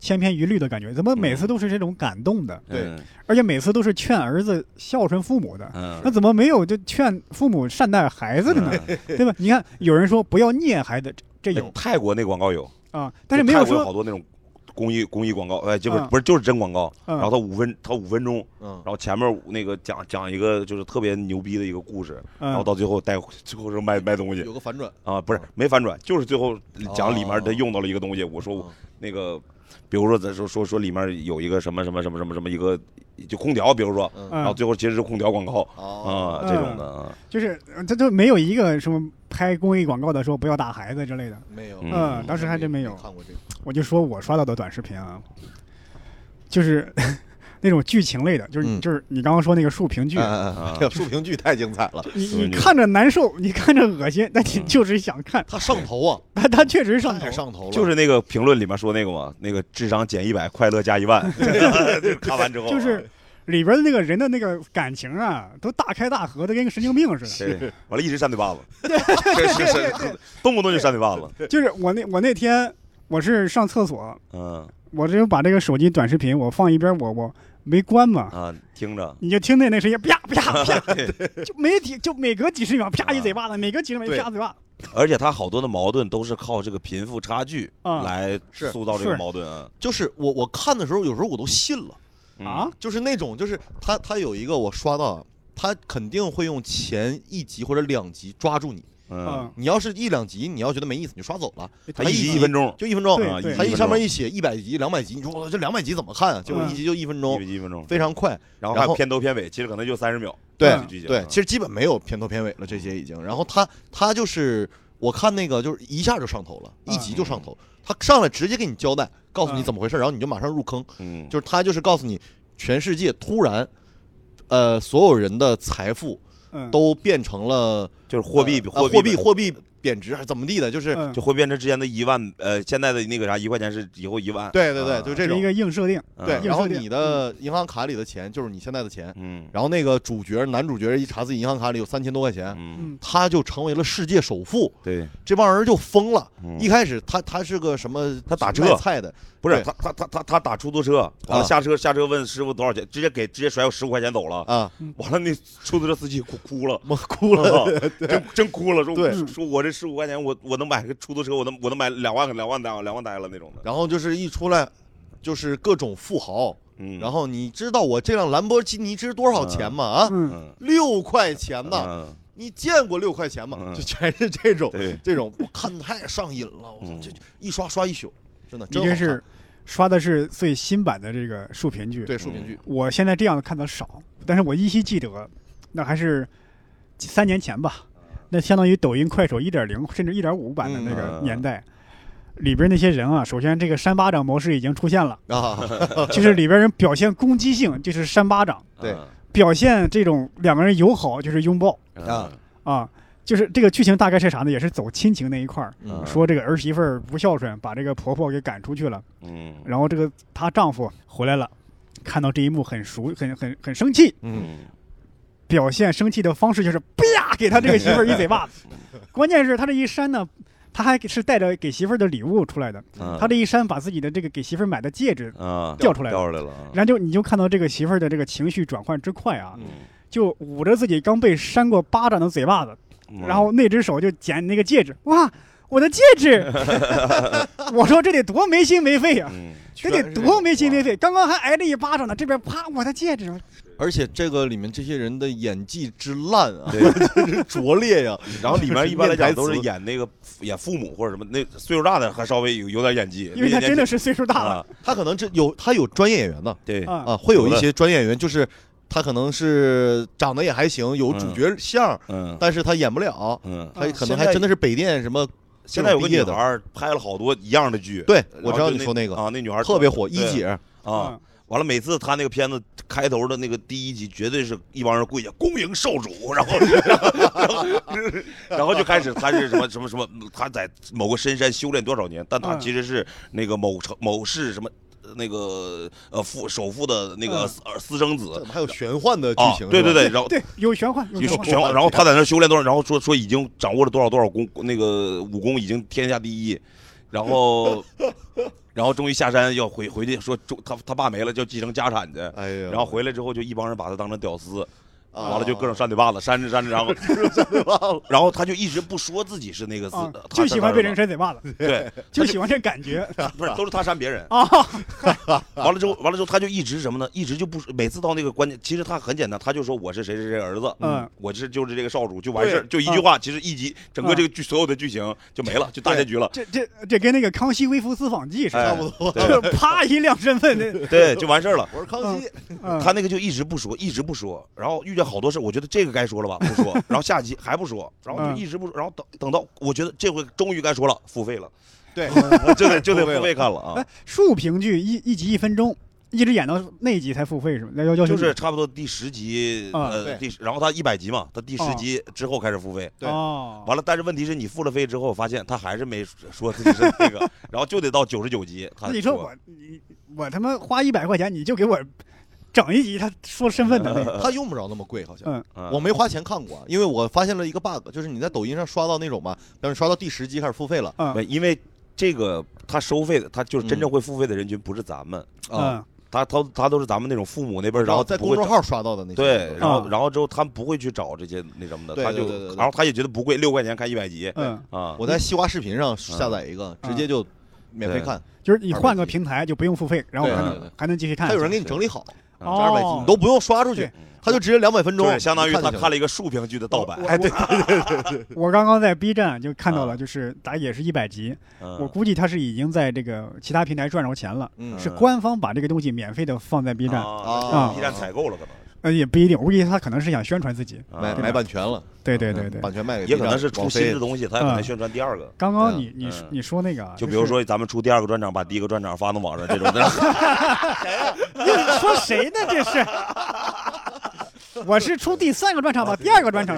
S1: 千篇一律的感觉，怎么每次都是这种感动的，
S4: 对
S3: 嗯
S1: 而且每次都是劝儿子孝顺父母的。那
S3: 嗯
S1: 怎么没有就劝父母善待孩子的呢？对吧？你看，有人说不要溺爱孩子，这这有
S3: 哎泰国那个广告有，
S1: 啊，但是没有
S3: 泰国有
S1: 说
S3: 好多那种公益公益广告，哎，这不是
S1: 嗯
S3: 不是就是真广告，
S1: 嗯
S3: 然后他五分他五分钟。
S4: 嗯
S3: 然后前面那个讲讲一个就是特别牛逼的一个故事，然后
S1: 嗯
S3: 到最后带最后是卖卖东西
S4: 有，个反转。
S3: 啊，不是没反转，就是最后讲里面他
S4: 哦
S3: 用到了一个东西。我说我
S4: 哦
S3: 那个，比如说咱说说说里面有一个什么什么什么什么什么一个就空调，比如说，
S4: 嗯
S3: 然后
S1: 嗯，
S3: 最后其实是空调广告
S4: 哦嗯
S3: 啊这种的啊，
S1: 就是呃这就没有一个什么拍公益广告的说不要打孩子之类的。
S4: 没有，
S3: 嗯
S1: 嗯当时还真没有
S4: 看过这个。
S1: 我就说我刷到的短视频啊，就是 *laughs* 那种剧情类的，就是、
S4: 嗯
S1: 就是你刚刚说那个竖屏
S3: 啊
S1: 剧，
S4: 哎 *laughs* 这竖屏剧太精彩了，
S1: 你
S3: 对
S1: 你看着难受，你看着恶心，但你就是想看，
S4: 他上头啊，
S1: 他他确实上头
S4: 太。上头了，
S3: 就是那个评论里面说那个嘛，那个智商减一百，快乐加
S1: *laughs*
S3: 一万。就是看完之后啊，
S1: 就是里边的那个人的那个感情啊，都大开大合的，跟个神经病似的。
S3: 对，完了，一直扇嘴巴子，是是是，动不动就扇嘴巴子。
S4: *laughs*
S1: 就是我那我那天我是上厕所，
S3: 嗯
S1: 我这把这个手机短视频我放一边，我我没关嘛，
S3: 啊，听着，
S1: 你就听那那声音，啪啪
S4: *laughs*
S1: 啪，就没几就每隔几十秒
S4: 啊
S1: 啪一嘴巴子，每隔几十秒
S4: 对
S1: 啪一嘴巴子。
S3: 而且他好多的矛盾都是靠这个贫富差距
S1: 啊
S3: 来
S4: 是
S3: 塑造这
S1: 是
S3: 个矛盾啊。
S4: 就是我我看的时候，有时候我都信了，
S3: 嗯
S1: 啊，
S4: 就是那种就是他他有一个我刷到啊，他肯定会用前一集或者两集抓住你，
S3: 嗯，
S1: 嗯，
S4: 你要是一两集你要觉得没意思，你刷走了，
S3: 他
S4: 他
S3: 一集
S4: 一
S3: 一分钟，
S4: 就一分钟
S1: 对，
S3: 啊，
S1: 对
S3: 一
S4: 他
S3: 一
S4: 一
S3: 分
S4: 上面
S3: 钟
S4: 一写一百集两百集，你说我这两百集怎么看啊？结果
S1: 嗯
S4: 一集就一分
S3: 一
S4: 钟，
S3: 集一嗯分钟，
S4: 非常快，
S3: 然后
S4: 然
S3: 还
S4: 后
S3: 片头片尾，其实可能就三十秒。
S4: 对
S1: 嗯
S3: 剧情
S4: 对
S3: 啊，
S4: 其实基本没有片头片尾了，这些已经。然后他他就是我看那个就是一下就上头了，一集就
S3: 嗯
S4: 上头，他上来直接给你交代，告诉
S1: 嗯
S4: 你怎么回事，然后你就马上入坑，
S3: 嗯，
S4: 就是他就是告诉你，全世界突然，呃，所有人的财富
S1: 嗯，
S4: 都变成了
S3: 就是货币
S4: 呃
S3: 货
S4: 货
S3: 币
S4: 币货币贬值还是怎么地的，就是
S1: 嗯
S3: 就会变成之前的一万，呃，现在的那个啥一块钱是以后一万，
S4: 对对
S3: 啊
S4: 对，就这
S1: 是
S4: 种
S1: 一个硬设定，
S4: 对，
S1: 硬嗯
S4: 然后
S1: 设定
S4: 你的银行卡里的钱就是你现在的钱，
S3: 嗯
S4: 然后那个主角男主角一查自己银行卡里有三千多块钱，
S3: 嗯，
S1: 嗯
S4: 他就成为了世界首富，
S3: 对，
S4: 这帮人就疯了。
S3: 嗯
S4: 一开始他他是个什么
S3: 他打
S4: 卖
S3: 折
S4: 菜的，
S3: 不是
S4: 对
S3: 他他他他他打出租车，完
S4: 啊
S3: 了下车下车问师傅多少钱，直接给直接甩我十五块钱走了，
S4: 啊，
S3: 完了那出租车司机哭哭了。
S4: 我哭了。 *laughs*
S3: 真真哭了，说
S4: 对
S3: 说我这十五块钱，我我能买个出租车，我能我能买两万个两万单两万单了那种的。
S4: 然后就是一出来，就是各种富豪。
S3: 嗯，
S4: 然后你知道我这辆兰博基尼值多少钱吗？啊，
S1: 嗯
S3: 嗯，
S4: 六块钱呢。
S3: 嗯
S4: 你见过六块钱吗？
S3: 嗯
S4: 就全是这种
S3: 对
S4: 这种，我看太上瘾了，我操
S3: 嗯
S4: 这一刷刷一宿，真的
S1: 你
S4: 真好
S1: 这
S4: 看
S1: 是刷的是最新版的这个竖屏剧，
S4: 对
S3: 嗯
S4: 竖屏剧，
S1: 我现在这样的看的少，但是我依稀记得，那还是几三年前吧，那相当于抖音、快手一点零甚至一点五版的那个
S3: 嗯
S1: 年代，里边那些人啊，首先这个扇巴掌模式已经出现了，
S3: 嗯
S4: 啊，
S3: *laughs*
S1: 就是里边人表现攻击性就是扇巴掌，
S4: 对
S1: 表现这种两个人友好就是拥抱
S3: 啊
S1: 啊，就是这个剧情大概是啥呢？也是走亲情那一块儿。
S4: 嗯
S1: 说这个儿媳妇儿不孝顺，把这个婆婆给赶出去了。
S3: 嗯
S1: 然后这个她丈夫回来了，看到这一幕很熟，很很很生气，
S4: 嗯，
S3: 嗯
S1: 表现生气的方式就是啪给他这个媳妇儿一嘴
S3: *laughs*
S1: 巴子。关键是他这一扇呢，他还是带着给媳妇儿的礼物出来的。
S3: 嗯
S1: 他这一扇把自己的这个给媳妇儿买的戒指，
S3: 啊
S1: 掉出来了
S3: 掉出来了啊，
S1: 然后就你就看到这个媳妇儿的这个情绪转换之快啊，
S3: 嗯
S1: 就捂着自己刚被扇过巴掌的嘴巴子，
S3: 嗯
S1: 然后那只手就捡那个戒指，哇，我的戒
S3: *laughs*
S1: 指！我说这得多没心没肺啊！
S3: 嗯
S1: 这
S4: 全
S1: 得
S4: 是
S1: 多没心没
S4: 哇
S1: 肺！刚刚还挨了一巴掌呢，这边啪，我的戒指！
S4: 而且这个里面这些人的演技之烂 *laughs* 啊，
S3: 对
S4: 之拙劣呀，
S3: 然后里面一般来讲都是
S4: 念
S3: 演那个演父母或者什么，那岁数大的还稍微有有点演技，
S1: 因为他真的
S3: 是
S1: 是岁数大了
S3: 啊，
S4: *laughs* 他可能这有他有专业演员的
S3: 对，
S1: 啊
S4: 啊，会有
S3: 有
S4: 一
S3: 的
S4: 些专业演员，就是他可能是长得也还行，有主角像，
S3: 嗯
S4: 但是他演不了，
S3: 嗯。
S4: 他可
S3: 现
S4: 能还
S3: 在
S4: 真的是北电什么
S3: 现在有个
S4: 毕业
S3: 女
S4: 的
S3: 孩儿拍了好多一样的剧，
S4: 对
S3: 然后
S4: 我知道
S3: 就
S4: 你说那个
S3: 啊，那女孩儿
S4: 特别火，一
S3: 对
S4: 姐嗯
S3: 啊。完了，每次他那个片子开头的那个第一集，绝对是一帮人跪下恭迎少
S4: *laughs*
S3: 主，然后， *laughs* 然后， *laughs* 然后然后就开始他是什么什么什么，他在某个深山修炼多少年，但他
S1: 嗯
S3: 其实是那个某城某市什么呃那个呃父首富的那
S1: 嗯
S3: 个私呃私生子
S4: 这怎么还有玄幻的剧
S3: 啊，
S4: 情，
S3: 对对
S4: 是吧，
S3: 对，然后
S1: 对，有玄幻，有
S3: 你
S1: 玄
S3: 说
S1: 幻。
S3: 全，然后他在那儿修炼多少，然后说说已经掌握了多少多少功，那个武功已经天下第一，然后，
S1: *laughs*
S3: 然后终于下山要回回去说中他他爸没了，就继承家产去，
S4: 哎呀，
S3: 然后回来之后就一帮人把他当成屌丝，
S4: 啊
S3: 完了就各种扇嘴巴子，扇着扇着，然
S1: *laughs*
S3: 后
S4: *laughs*
S3: 然后他就一直不说自己是那个字
S1: 啊，，
S3: 他
S1: 就喜欢被人
S3: 扇
S1: 扇嘴
S3: *laughs*
S1: 巴子，
S3: 嘴巴子，
S1: 就喜欢这感
S3: *laughs*
S1: 觉
S3: 对，不是都是他扇别人，
S1: 啊！
S3: *laughs* 完了之后，完了之后，他就一直什么呢？一直就不每次到那个关键，其实他很简单，他就说我是谁谁谁儿子，
S1: 嗯，
S3: 我是就是这个少主，就完事
S4: 对
S3: 儿，就一句话，其实一集整个这个剧所有的剧情就没了，就大结局了，
S1: 这这这跟那个《康熙微服私访记》似
S3: 哎
S1: 的，
S4: 差不多。
S1: 就是啪一亮身份，
S3: *laughs*
S1: 那
S3: 对，就完事儿了。
S4: 我是康熙，
S1: 嗯
S3: 他那个就一直不说，一直不说，然后遇见好多事，我觉得这个该说了吧，不说，然后下集还不说，然后就一直不说，然后等等到我觉得这回终于该说了，付费了，
S4: *laughs* 对，
S1: *laughs*
S3: 就得就得
S4: 付费了
S3: *laughs* 付费看了啊
S1: 哎，，竖屏剧一一集一分钟，一直演到那一集才付费是吗？要要要求
S3: 就是
S1: 你
S3: 差不多第十集，
S1: 啊
S3: 呃，
S4: 对
S3: 第十然后他一百集嘛，他第
S1: 啊
S3: 十集之后开始付费，
S4: 对
S1: 哦，
S3: 完了，但是问题是你付了费之后，发现他还是没说自己是那个，然后就得到九十九集。他
S1: 那你说我你我他妈花一百块钱你就给我整一集他说身份的那
S3: *laughs*
S1: 个，
S4: 他用不着那么贵，好像
S1: 嗯
S3: 我
S4: 我没花钱看过，啊因为我发现了一个 bug，就是你在抖音上刷到那种嘛，但是刷到第十集开始付费了
S1: 嗯
S3: 因为这个他收费的，他就是
S4: 嗯
S3: 真正会付费的人群不是咱们，
S4: 啊，
S1: 嗯
S3: 他他他都是咱们那种父母那辈儿，然
S4: 然
S3: 后
S4: 后在
S3: 不
S4: 公
S3: 会
S4: 众
S3: 找
S4: 号刷到的那些，
S3: 对，然后
S1: 啊
S3: 然后之后他们不会去找这些那什么的，
S4: 对
S3: 他
S4: 对对对
S3: 就
S4: 对
S3: 然后他也觉得不贵，六块钱看一百集
S1: 嗯。
S3: 啊，
S4: 我在西瓜视频上下载一个，
S1: 嗯
S4: 直接就免费看，
S1: 就是你换个平台就不用付费，然后还
S3: 对
S1: 能
S4: 对对
S1: 还能继续看。
S4: 他有人给你整理好，这
S3: 你
S4: 二百集
S1: 哦
S4: 你都不用刷出去
S1: 对，
S4: 他就直接两百分
S3: 就
S4: 钟，
S3: 是相当于
S4: 你
S3: 他
S4: 就行
S3: 看了一个竖屏剧的盗版，
S4: *laughs*
S3: 哎，对，
S1: *laughs* 我刚刚在 B 站就看到了，
S3: 啊
S1: 就是大概也是一百集，我
S3: 嗯
S1: 估计他是已经在这个其他平台赚着钱了，
S4: 嗯
S1: 是官方把这个东西免费的放在 B 站。
S3: 啊
S4: 啊
S3: ，B 站采购了可能
S1: 呃，也不一定，我估计他可能是想宣传自己。
S3: 啊
S4: 买买版权了，
S1: 对对对对。
S4: 版权卖给
S3: 也可能是出新的
S4: 西。
S3: 东西，他也可能
S1: 嗯
S3: 宣传第二个。
S1: 刚刚
S4: 嗯
S1: 你你
S3: 嗯
S1: 你说那个啊，
S3: 就是比如，说咱们出第二个专场，把第一个专场发到网上这
S1: *laughs*
S3: 种的。
S1: 说谁呢？这是。
S3: *laughs*
S1: 我是出第三个专
S3: 啊
S1: 场，把第二个专场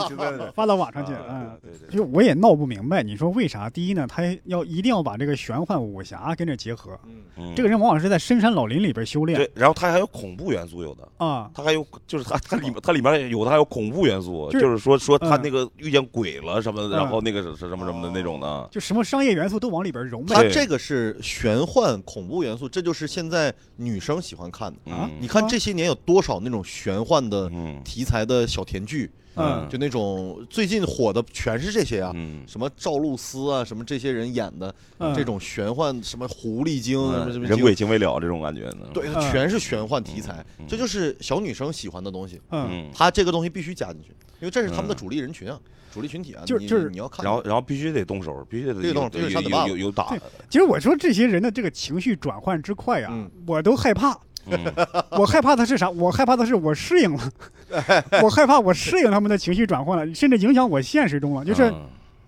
S1: 发到网上去。
S4: *laughs*
S1: 嗯，
S3: 对对对
S1: 就我也闹不明白，你说为啥？第一呢，他要一定要把这个玄幻武侠跟着结合。
S3: 嗯
S1: 这个人往往是在深山老林里边修炼
S3: 对，然后它还有恐怖元素有的，
S1: 啊。
S3: 它还有就是它它里面它里面有的还有恐怖元素，
S1: 就是
S3: 就是说说他
S1: 嗯
S3: 那个遇见鬼了什么的，然
S1: 嗯
S3: 后那个是是什么什么的那种
S4: 哦
S3: 的。
S1: 就什么商业元素都往里边融呗
S4: 它
S3: 对
S4: 这个是玄幻恐怖元素，这就是现在女生喜欢看的。
S1: 啊
S3: 嗯
S4: 你看这些年有多少那种玄幻的
S3: 嗯
S4: 题材的小甜剧，
S1: 嗯
S4: 就那种最近火的全是这些啊，
S3: 嗯，
S4: 什么赵露思啊，什么这些人演的
S1: 嗯
S4: 这种玄幻，什么狐狸精，什么什么
S3: 嗯人鬼情未了这种感觉呢。
S4: 对，
S1: 嗯
S4: 全是玄幻题材
S3: 嗯，
S4: 这就是小女生喜欢的东西。
S1: 嗯，
S3: 嗯，
S4: 她这个东西必须加进去，因为这是他们的
S3: 嗯
S4: 主力人群啊，主力群体啊。
S1: 就
S4: 你
S1: 就是
S4: 你要看，
S3: 然后然后必须得动手，必须得
S4: 对动手
S3: 有
S4: 必须上得
S3: 有
S4: 棒
S3: 有有打
S1: 对。其实我说这些人的这个情绪转换之快呀、
S4: 嗯
S1: 我都害怕。
S3: 嗯
S1: 我害怕的是啥？我害怕的是我适应了，我害怕我适应他们的情绪转换了，甚至影响我现实中了。就是
S3: 嗯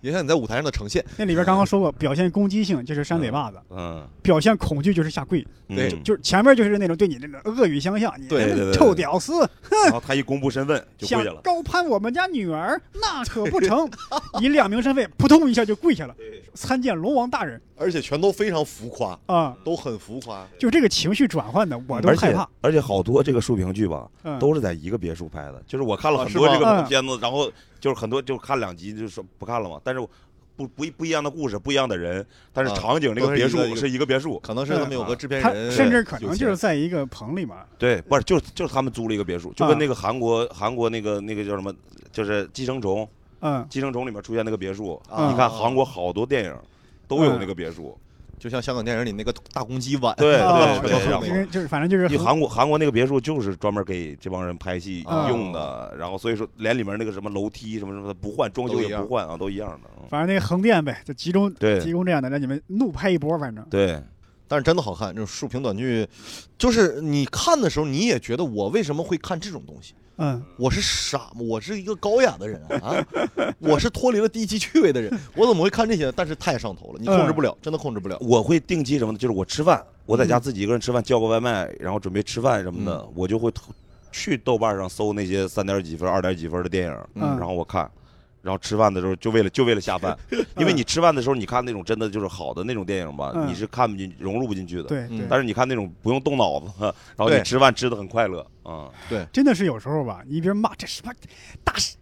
S4: 影响你在舞台上的呈现。
S1: 那里边刚刚说过，表现攻击性就是扇嘴巴子，
S3: 嗯，
S1: 表现恐惧就是下跪，
S4: 对
S3: 嗯
S1: 就是前面就是那种对你这个恶语相向，你
S4: 对
S1: 这
S3: 对对对
S1: 臭屌丝
S3: 然后他一公布身份就
S1: 想
S3: 跪下了。
S1: 高攀我们家女儿，那可不
S3: *laughs*
S1: 成。以两名身份，扑通一下就跪下了，参见龙王大人
S4: 而且全都非常浮夸，
S3: 嗯
S1: 啊、
S4: 都很浮夸。
S1: 就这个情绪转换的，我都
S3: 而
S1: 害
S3: 且
S1: 怕。
S3: 而且好多这个书评剧吧，
S1: 嗯，
S3: 都是在一个别墅拍的。就是我看了
S4: 啊
S3: 很
S4: 是
S3: 多
S4: 吗
S3: 这个
S1: 嗯
S3: 片子，然后就是很多就看两集就说不看了嘛。但是我不不一不一样的故事，不一样的人，但是
S4: 啊
S3: 场景那
S4: 都
S3: 个
S4: 是
S3: 别
S4: 一个一
S3: 墅
S4: 个
S3: 是一个别墅。
S4: 可能是他们有个制片
S1: 啊他
S4: 人，
S1: 甚至可能
S4: 有
S1: 就
S4: 钱
S1: 是在一个棚里面，
S3: 对，不是就是就是他们租了一个别墅，就跟
S1: 嗯
S3: 那个韩国韩国那个那个叫什么，就是《寄生虫》《
S1: 嗯，
S3: 寄生虫》里面出现那个别墅，
S4: 啊
S3: 你看韩国好多电影。都有那个别墅，
S4: 就像香港电影里那个大公鸡碗，
S3: *laughs* 对
S1: 啊
S3: 对
S4: 就
S3: 对，
S4: 是
S3: 然后
S1: 因为就是反正就是
S4: *laughs*
S3: 因为
S1: 很
S3: 韩国韩国那个别墅就是专门给这帮人拍戏
S1: 啊
S4: 嗯
S3: 用的，然后所以说连里面那个什么楼梯什么什么的不换，装修
S4: 都一
S3: 也
S4: 样
S3: 不换啊，都一样的。嗯
S1: 反正那个横店呗，就集中
S3: 对
S1: 集中这样的，让你们怒拍一波，反正
S3: 对，
S4: 但是真的好看。这种竖屏短剧，就是你看的时候，你也觉得我为什么会看这种东西？
S1: 嗯，
S4: 我是傻吗？我是一个高雅的人啊，啊我是脱离了低级趣味的人，我怎么会看这些？但是太上头了，你控制不
S1: 嗯
S4: 了，真的控制不了。
S3: 我会定期什么的，就是我吃饭，我在家自己一个人吃饭，叫个外卖，然后准备吃饭什么
S4: 嗯
S3: 的，我就会去豆瓣上搜那些三点几分、二点几分的电影，
S1: 嗯
S3: 然后我看。然后吃饭的时候，就为了就为了下
S4: *laughs*
S3: 饭，因为你吃饭的时候，你看那种真的就是好的那种电影吧，
S1: 嗯
S3: 你是看不进、融入不进去的。。
S1: 对
S4: 嗯
S1: 对。
S3: 但是你看那种不用动脑子，然后你
S4: 对
S3: 吃饭吃的很快乐啊。
S1: 真的是有时候吧，一边骂这什么大师，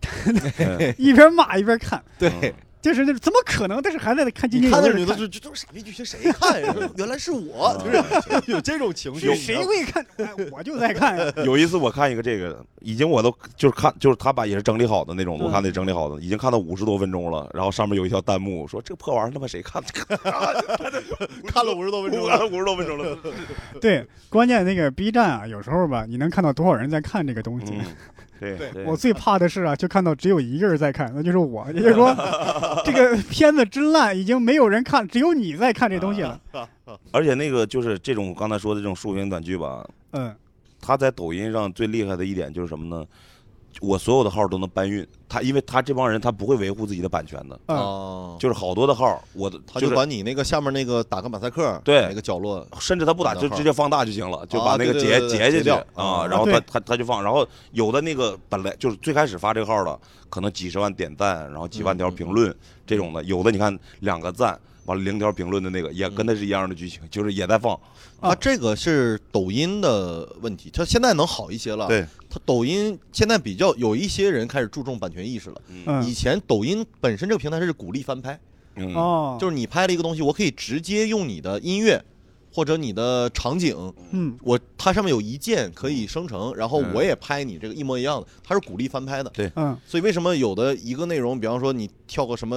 S3: 嗯
S1: 一边骂一边看，
S4: 对，
S1: 就是那种怎么可能？但是还在看津
S4: 你
S1: 津
S4: 看
S1: 有
S4: 那
S1: 味
S4: 女
S1: 地
S4: 的
S1: 看，
S4: 就就这种傻逼剧情谁看呀？原来是我，就是有这种情
S1: 是
S4: 绪。
S1: 嗯谁会看？哎我就在看呀，
S3: 有一次我看一个这个，已经我都就是看就是他把也是整理好的那种，我看那整理好的，已经看到五十多分钟了，然后上面有一条弹幕说这破玩意儿他妈谁看？
S4: 看了五十多分钟
S3: *laughs* 我
S4: 了
S3: 看了五十多分钟了。
S1: 对，关键那个 B 站啊，有时候吧，你能看到多少人在看这个东西。
S3: 嗯，对
S4: 对
S3: 对，
S1: 我最怕的是啊，就看到只有一个人在看，那就是我。 *laughs* 也就是说，这个片子真烂，已经没有人看，只有你在看这东西啊了。
S4: *laughs*
S3: 而且那个就是这种刚才说的这种竖屏短剧吧，
S1: 嗯
S3: 它在抖音上最厉害的一点就是什么呢？我所有的号都能搬运，他因为他这帮人他不会维护自己的版权的，
S1: 嗯
S4: 啊！
S3: 就是好多的号我的
S4: 他
S3: 就
S4: 就是管你那个下面那个打个马赛克，
S3: 对
S4: 那个角落，
S3: 甚至他不打，
S4: 打
S3: 就
S4: 号
S3: 直接放大就行了，就
S4: 啊
S3: 把那个
S4: 对
S3: 截
S4: 对对对
S3: 截下
S4: 截
S3: 去
S4: 掉
S3: 啊，
S4: 啊
S3: 然后
S1: 对
S3: 他他他就放，然后有的那个本来就是最开始发这个号的，可能几十万点赞，然后几万条评论这种的，有的你看两个赞，完了零条评论的那个，也跟他是一样的剧情，就是也在放，
S1: 啊
S4: 啊，这个是抖音的问题，它现在能好一些了。，
S3: 对，
S4: 它抖音现在比较有一些人开始注重版权意识了。哦以
S1: 嗯
S4: 前抖音本身这个平台是鼓励翻拍，
S3: 嗯，
S1: 哦，
S4: 就是你拍了一个东西，我可以直接用你的音乐或者你的场景，
S1: 嗯
S4: 我它上面有一键可以生成，然后
S3: 嗯
S4: 我也拍你这个一模一样的，它是鼓励翻拍的。
S1: 嗯
S4: 所以为什么有的一个内容，比方说你跳个什么，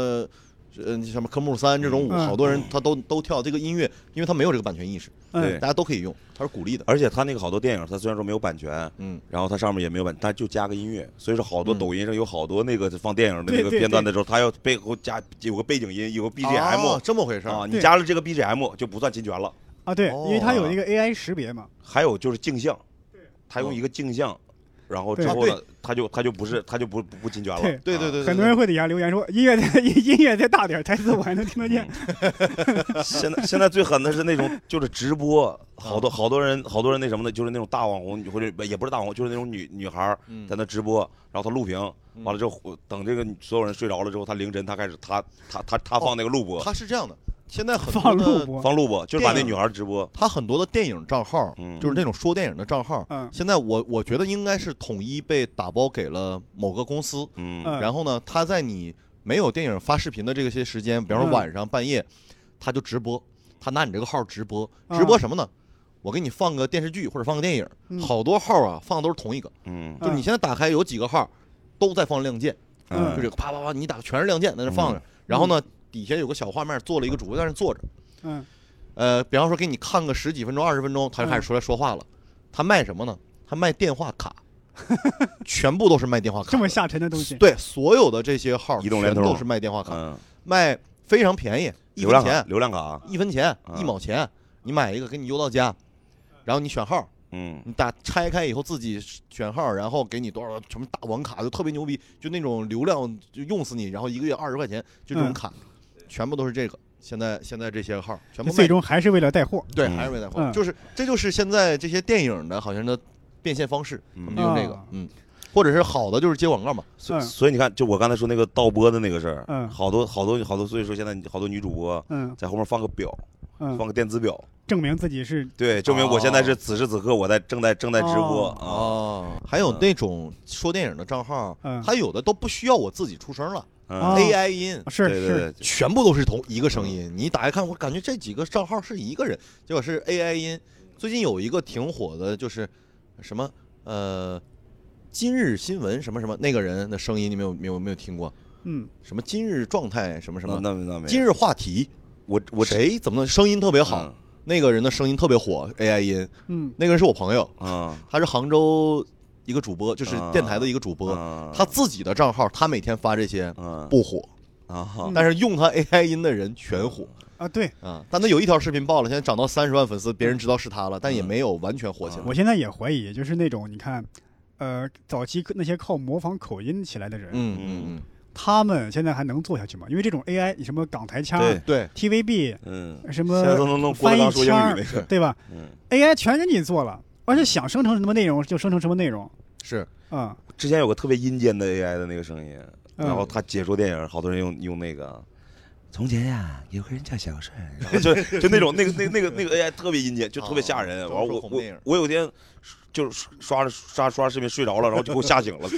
S4: 呃，什么科目三这种舞，
S1: 嗯
S4: 好多人他都都跳这个音乐，因为他没有这个版权意识，
S1: 嗯
S3: 对
S4: 大家都可以用，它是鼓励的。
S3: 而且他那个好多电影，他虽然说没有版权。
S4: 嗯，
S3: 然后它上面也没有版，它就加个音乐，所以说好多
S4: 嗯
S3: 抖音上有好多那个放电影的
S1: 对
S3: 那个
S1: 对
S3: 片段
S1: 对
S3: 的时候，它要背后加有个背景音，有个 BGM
S4: 哦这么回事
S3: 啊，
S4: 儿。
S3: 你
S1: 对
S3: 加了这个 BGM 就不算侵权了。
S1: 啊，对，因为它有
S4: 哦
S1: 一个 AI 识别嘛，
S3: 还有就是镜像，他用一个镜像然后
S1: 对
S3: 之后
S4: 啊
S3: 呢，他就他就不是他就不不不进捐了。
S1: 对
S4: 对对对，
S1: 很多人会底下留言说音乐再 *laughs* 音乐再大点儿，台词我还能听得见。
S3: 啊现在现在最狠的是那种就是直
S4: 啊
S3: 播，好多好多人好多人那什么的，就是那种大网红或者也不是大网红，就是那种女女孩儿
S4: 嗯
S3: 在那直播，然后她录屏，
S4: 嗯
S3: 完了之后等这个所有人睡着了之后，她凌晨她开始她她她
S4: 哦
S3: 她放那个录播，
S4: 他是这样的，现在 *laughs* 很
S1: 放
S4: 多
S1: 录
S4: 的
S1: 播，
S3: 放录播，就是把那
S4: 电影
S3: 女孩儿直播，
S4: 他很多的电影账号，
S3: 嗯
S4: 就是那种说电影的账号，
S1: 嗯
S4: 现在我我觉得应该是统一被打包给了某个公司，
S3: 嗯
S1: 嗯
S4: 然后呢，他在你没有电影发视频的这个些时间，比方说
S1: 嗯
S4: 晚上半夜，他就直播，他拿你这个号直播，
S1: 啊
S4: 直播什么呢？我给你放个电视剧或者放个电
S1: 嗯
S4: 影，好多号啊放的都是同一个，
S3: 嗯
S1: 嗯
S4: 就是你现在打开有几个号都在放《亮剑》，
S1: 嗯
S4: 就这个啪啪啪，你打全是《亮剑》在那放着，然后呢底下有个小画面做了一个主播在那坐着，
S1: 嗯
S4: 呃，比方说给你看个十几分钟、二十分钟，他就开始出来说话了。他卖什么呢？他卖电话卡，全部都是卖电话卡。
S1: 这么下沉的东西，
S4: 对，所有的这些号
S3: 移动联
S4: 全
S3: 通
S4: 都是卖电话卡，
S3: 嗯，
S4: 卖非常便宜，一
S3: 流
S4: 分
S3: 量卡
S4: 钱，
S3: 流量卡，
S4: 一分钱，
S3: 啊
S4: 一毛钱，你买一个给你邮到家，然后你选号，
S3: 嗯
S4: 你打拆开以后自己选号，然后给你多少什么大网卡，就特别牛逼，就那种流量就用死你，然后一个月二十块钱，就这种
S1: 嗯
S4: 卡，全部都是这个。现在现在这些号全部卖
S1: 最终还是为了带货。
S4: 对，
S3: 嗯
S4: 还是为带货，
S1: 嗯
S4: 就是这就是现在这些电影的好像的变现方式，我们就
S3: 嗯，
S4: 用这个
S1: 啊，
S4: 嗯，或者是好的就是接广告嘛，
S1: 嗯
S3: 所以你看，就我刚才说那个倒播的那个事儿，
S1: 嗯
S3: 好多好多好多，所以说现在好多女主播
S1: 嗯
S3: 在后面放个表，放
S1: 嗯，
S3: 个电子表，
S1: 证明自己是
S4: 哦
S3: 对，证明我现在是此时此刻我在正在正在直播
S1: 哦
S3: 啊，
S4: 哦，还有那种说电影的账号 *laughs*
S1: 嗯，
S4: 它有的都不需要我自己出声了
S1: 哦
S3: 嗯，
S4: ，AI 音
S1: 是
S3: 对对
S1: 是
S3: 对，
S4: 全部都是同一个声
S3: 嗯
S4: 音，你打开看，我感觉这几个账号是一个人，结果是 AI 音。最近有一个挺火的，就是什么呃，今日新闻什么什么那个人的声音，你们有没有没有听过？
S1: 嗯
S4: 什么今日状态什么什么？
S3: 啊那那那没有，
S4: 今日话题，
S3: 我我
S4: 嗯谁怎么声音特别好？
S3: 嗯
S4: 那个人的声音特别火，AI 音。
S1: 嗯
S4: 那个人是我朋友，
S3: 啊
S4: 他是杭州一个主播，就是电台的一个主播，
S3: 啊
S4: 他自己的账号，他每天发这些
S3: 嗯
S4: 不火，
S3: 啊哈
S1: 嗯
S4: 但是用他 AI 音的人全火
S1: 啊对。
S4: 啊。但他有一条视频爆了，现在涨到三十万粉丝，别人知道是他了，但也没有完全火起来。
S1: 我现在也怀疑，就是那种你看，呃，早期那些靠模仿口音起来的人，
S4: 嗯
S3: 嗯
S4: 嗯
S1: 他们现在还能做下去吗？因为这种 AI，你什么港台腔、
S3: 对
S4: 嗯，对
S1: TVB
S3: 嗯，
S1: 什
S3: 现在都
S1: 么
S3: 能弄郭
S1: 翻
S3: 德纲
S1: 译
S3: 说英
S1: 腔
S3: 语那
S1: 儿
S3: 个，，
S1: 对吧
S3: 嗯，
S1: ？AI 全给你做了，而且想生成什么内容就生成什么内容
S4: 是。
S1: 啊。
S3: 之前有个特别阴间的 AI 的那个声音，
S1: 嗯
S3: 然后他解说电影，好多人用用那个。从前呀，有个人叫小顺， *laughs* 然后就就那种那个那那个那个 AI 特别阴间，就特别吓人。
S4: 哦
S3: 完了
S4: 都
S3: 我
S4: 是恐怖
S3: 我
S4: 电影
S3: 我有一天就是刷着刷刷着视频睡着了，然后就给我吓醒了。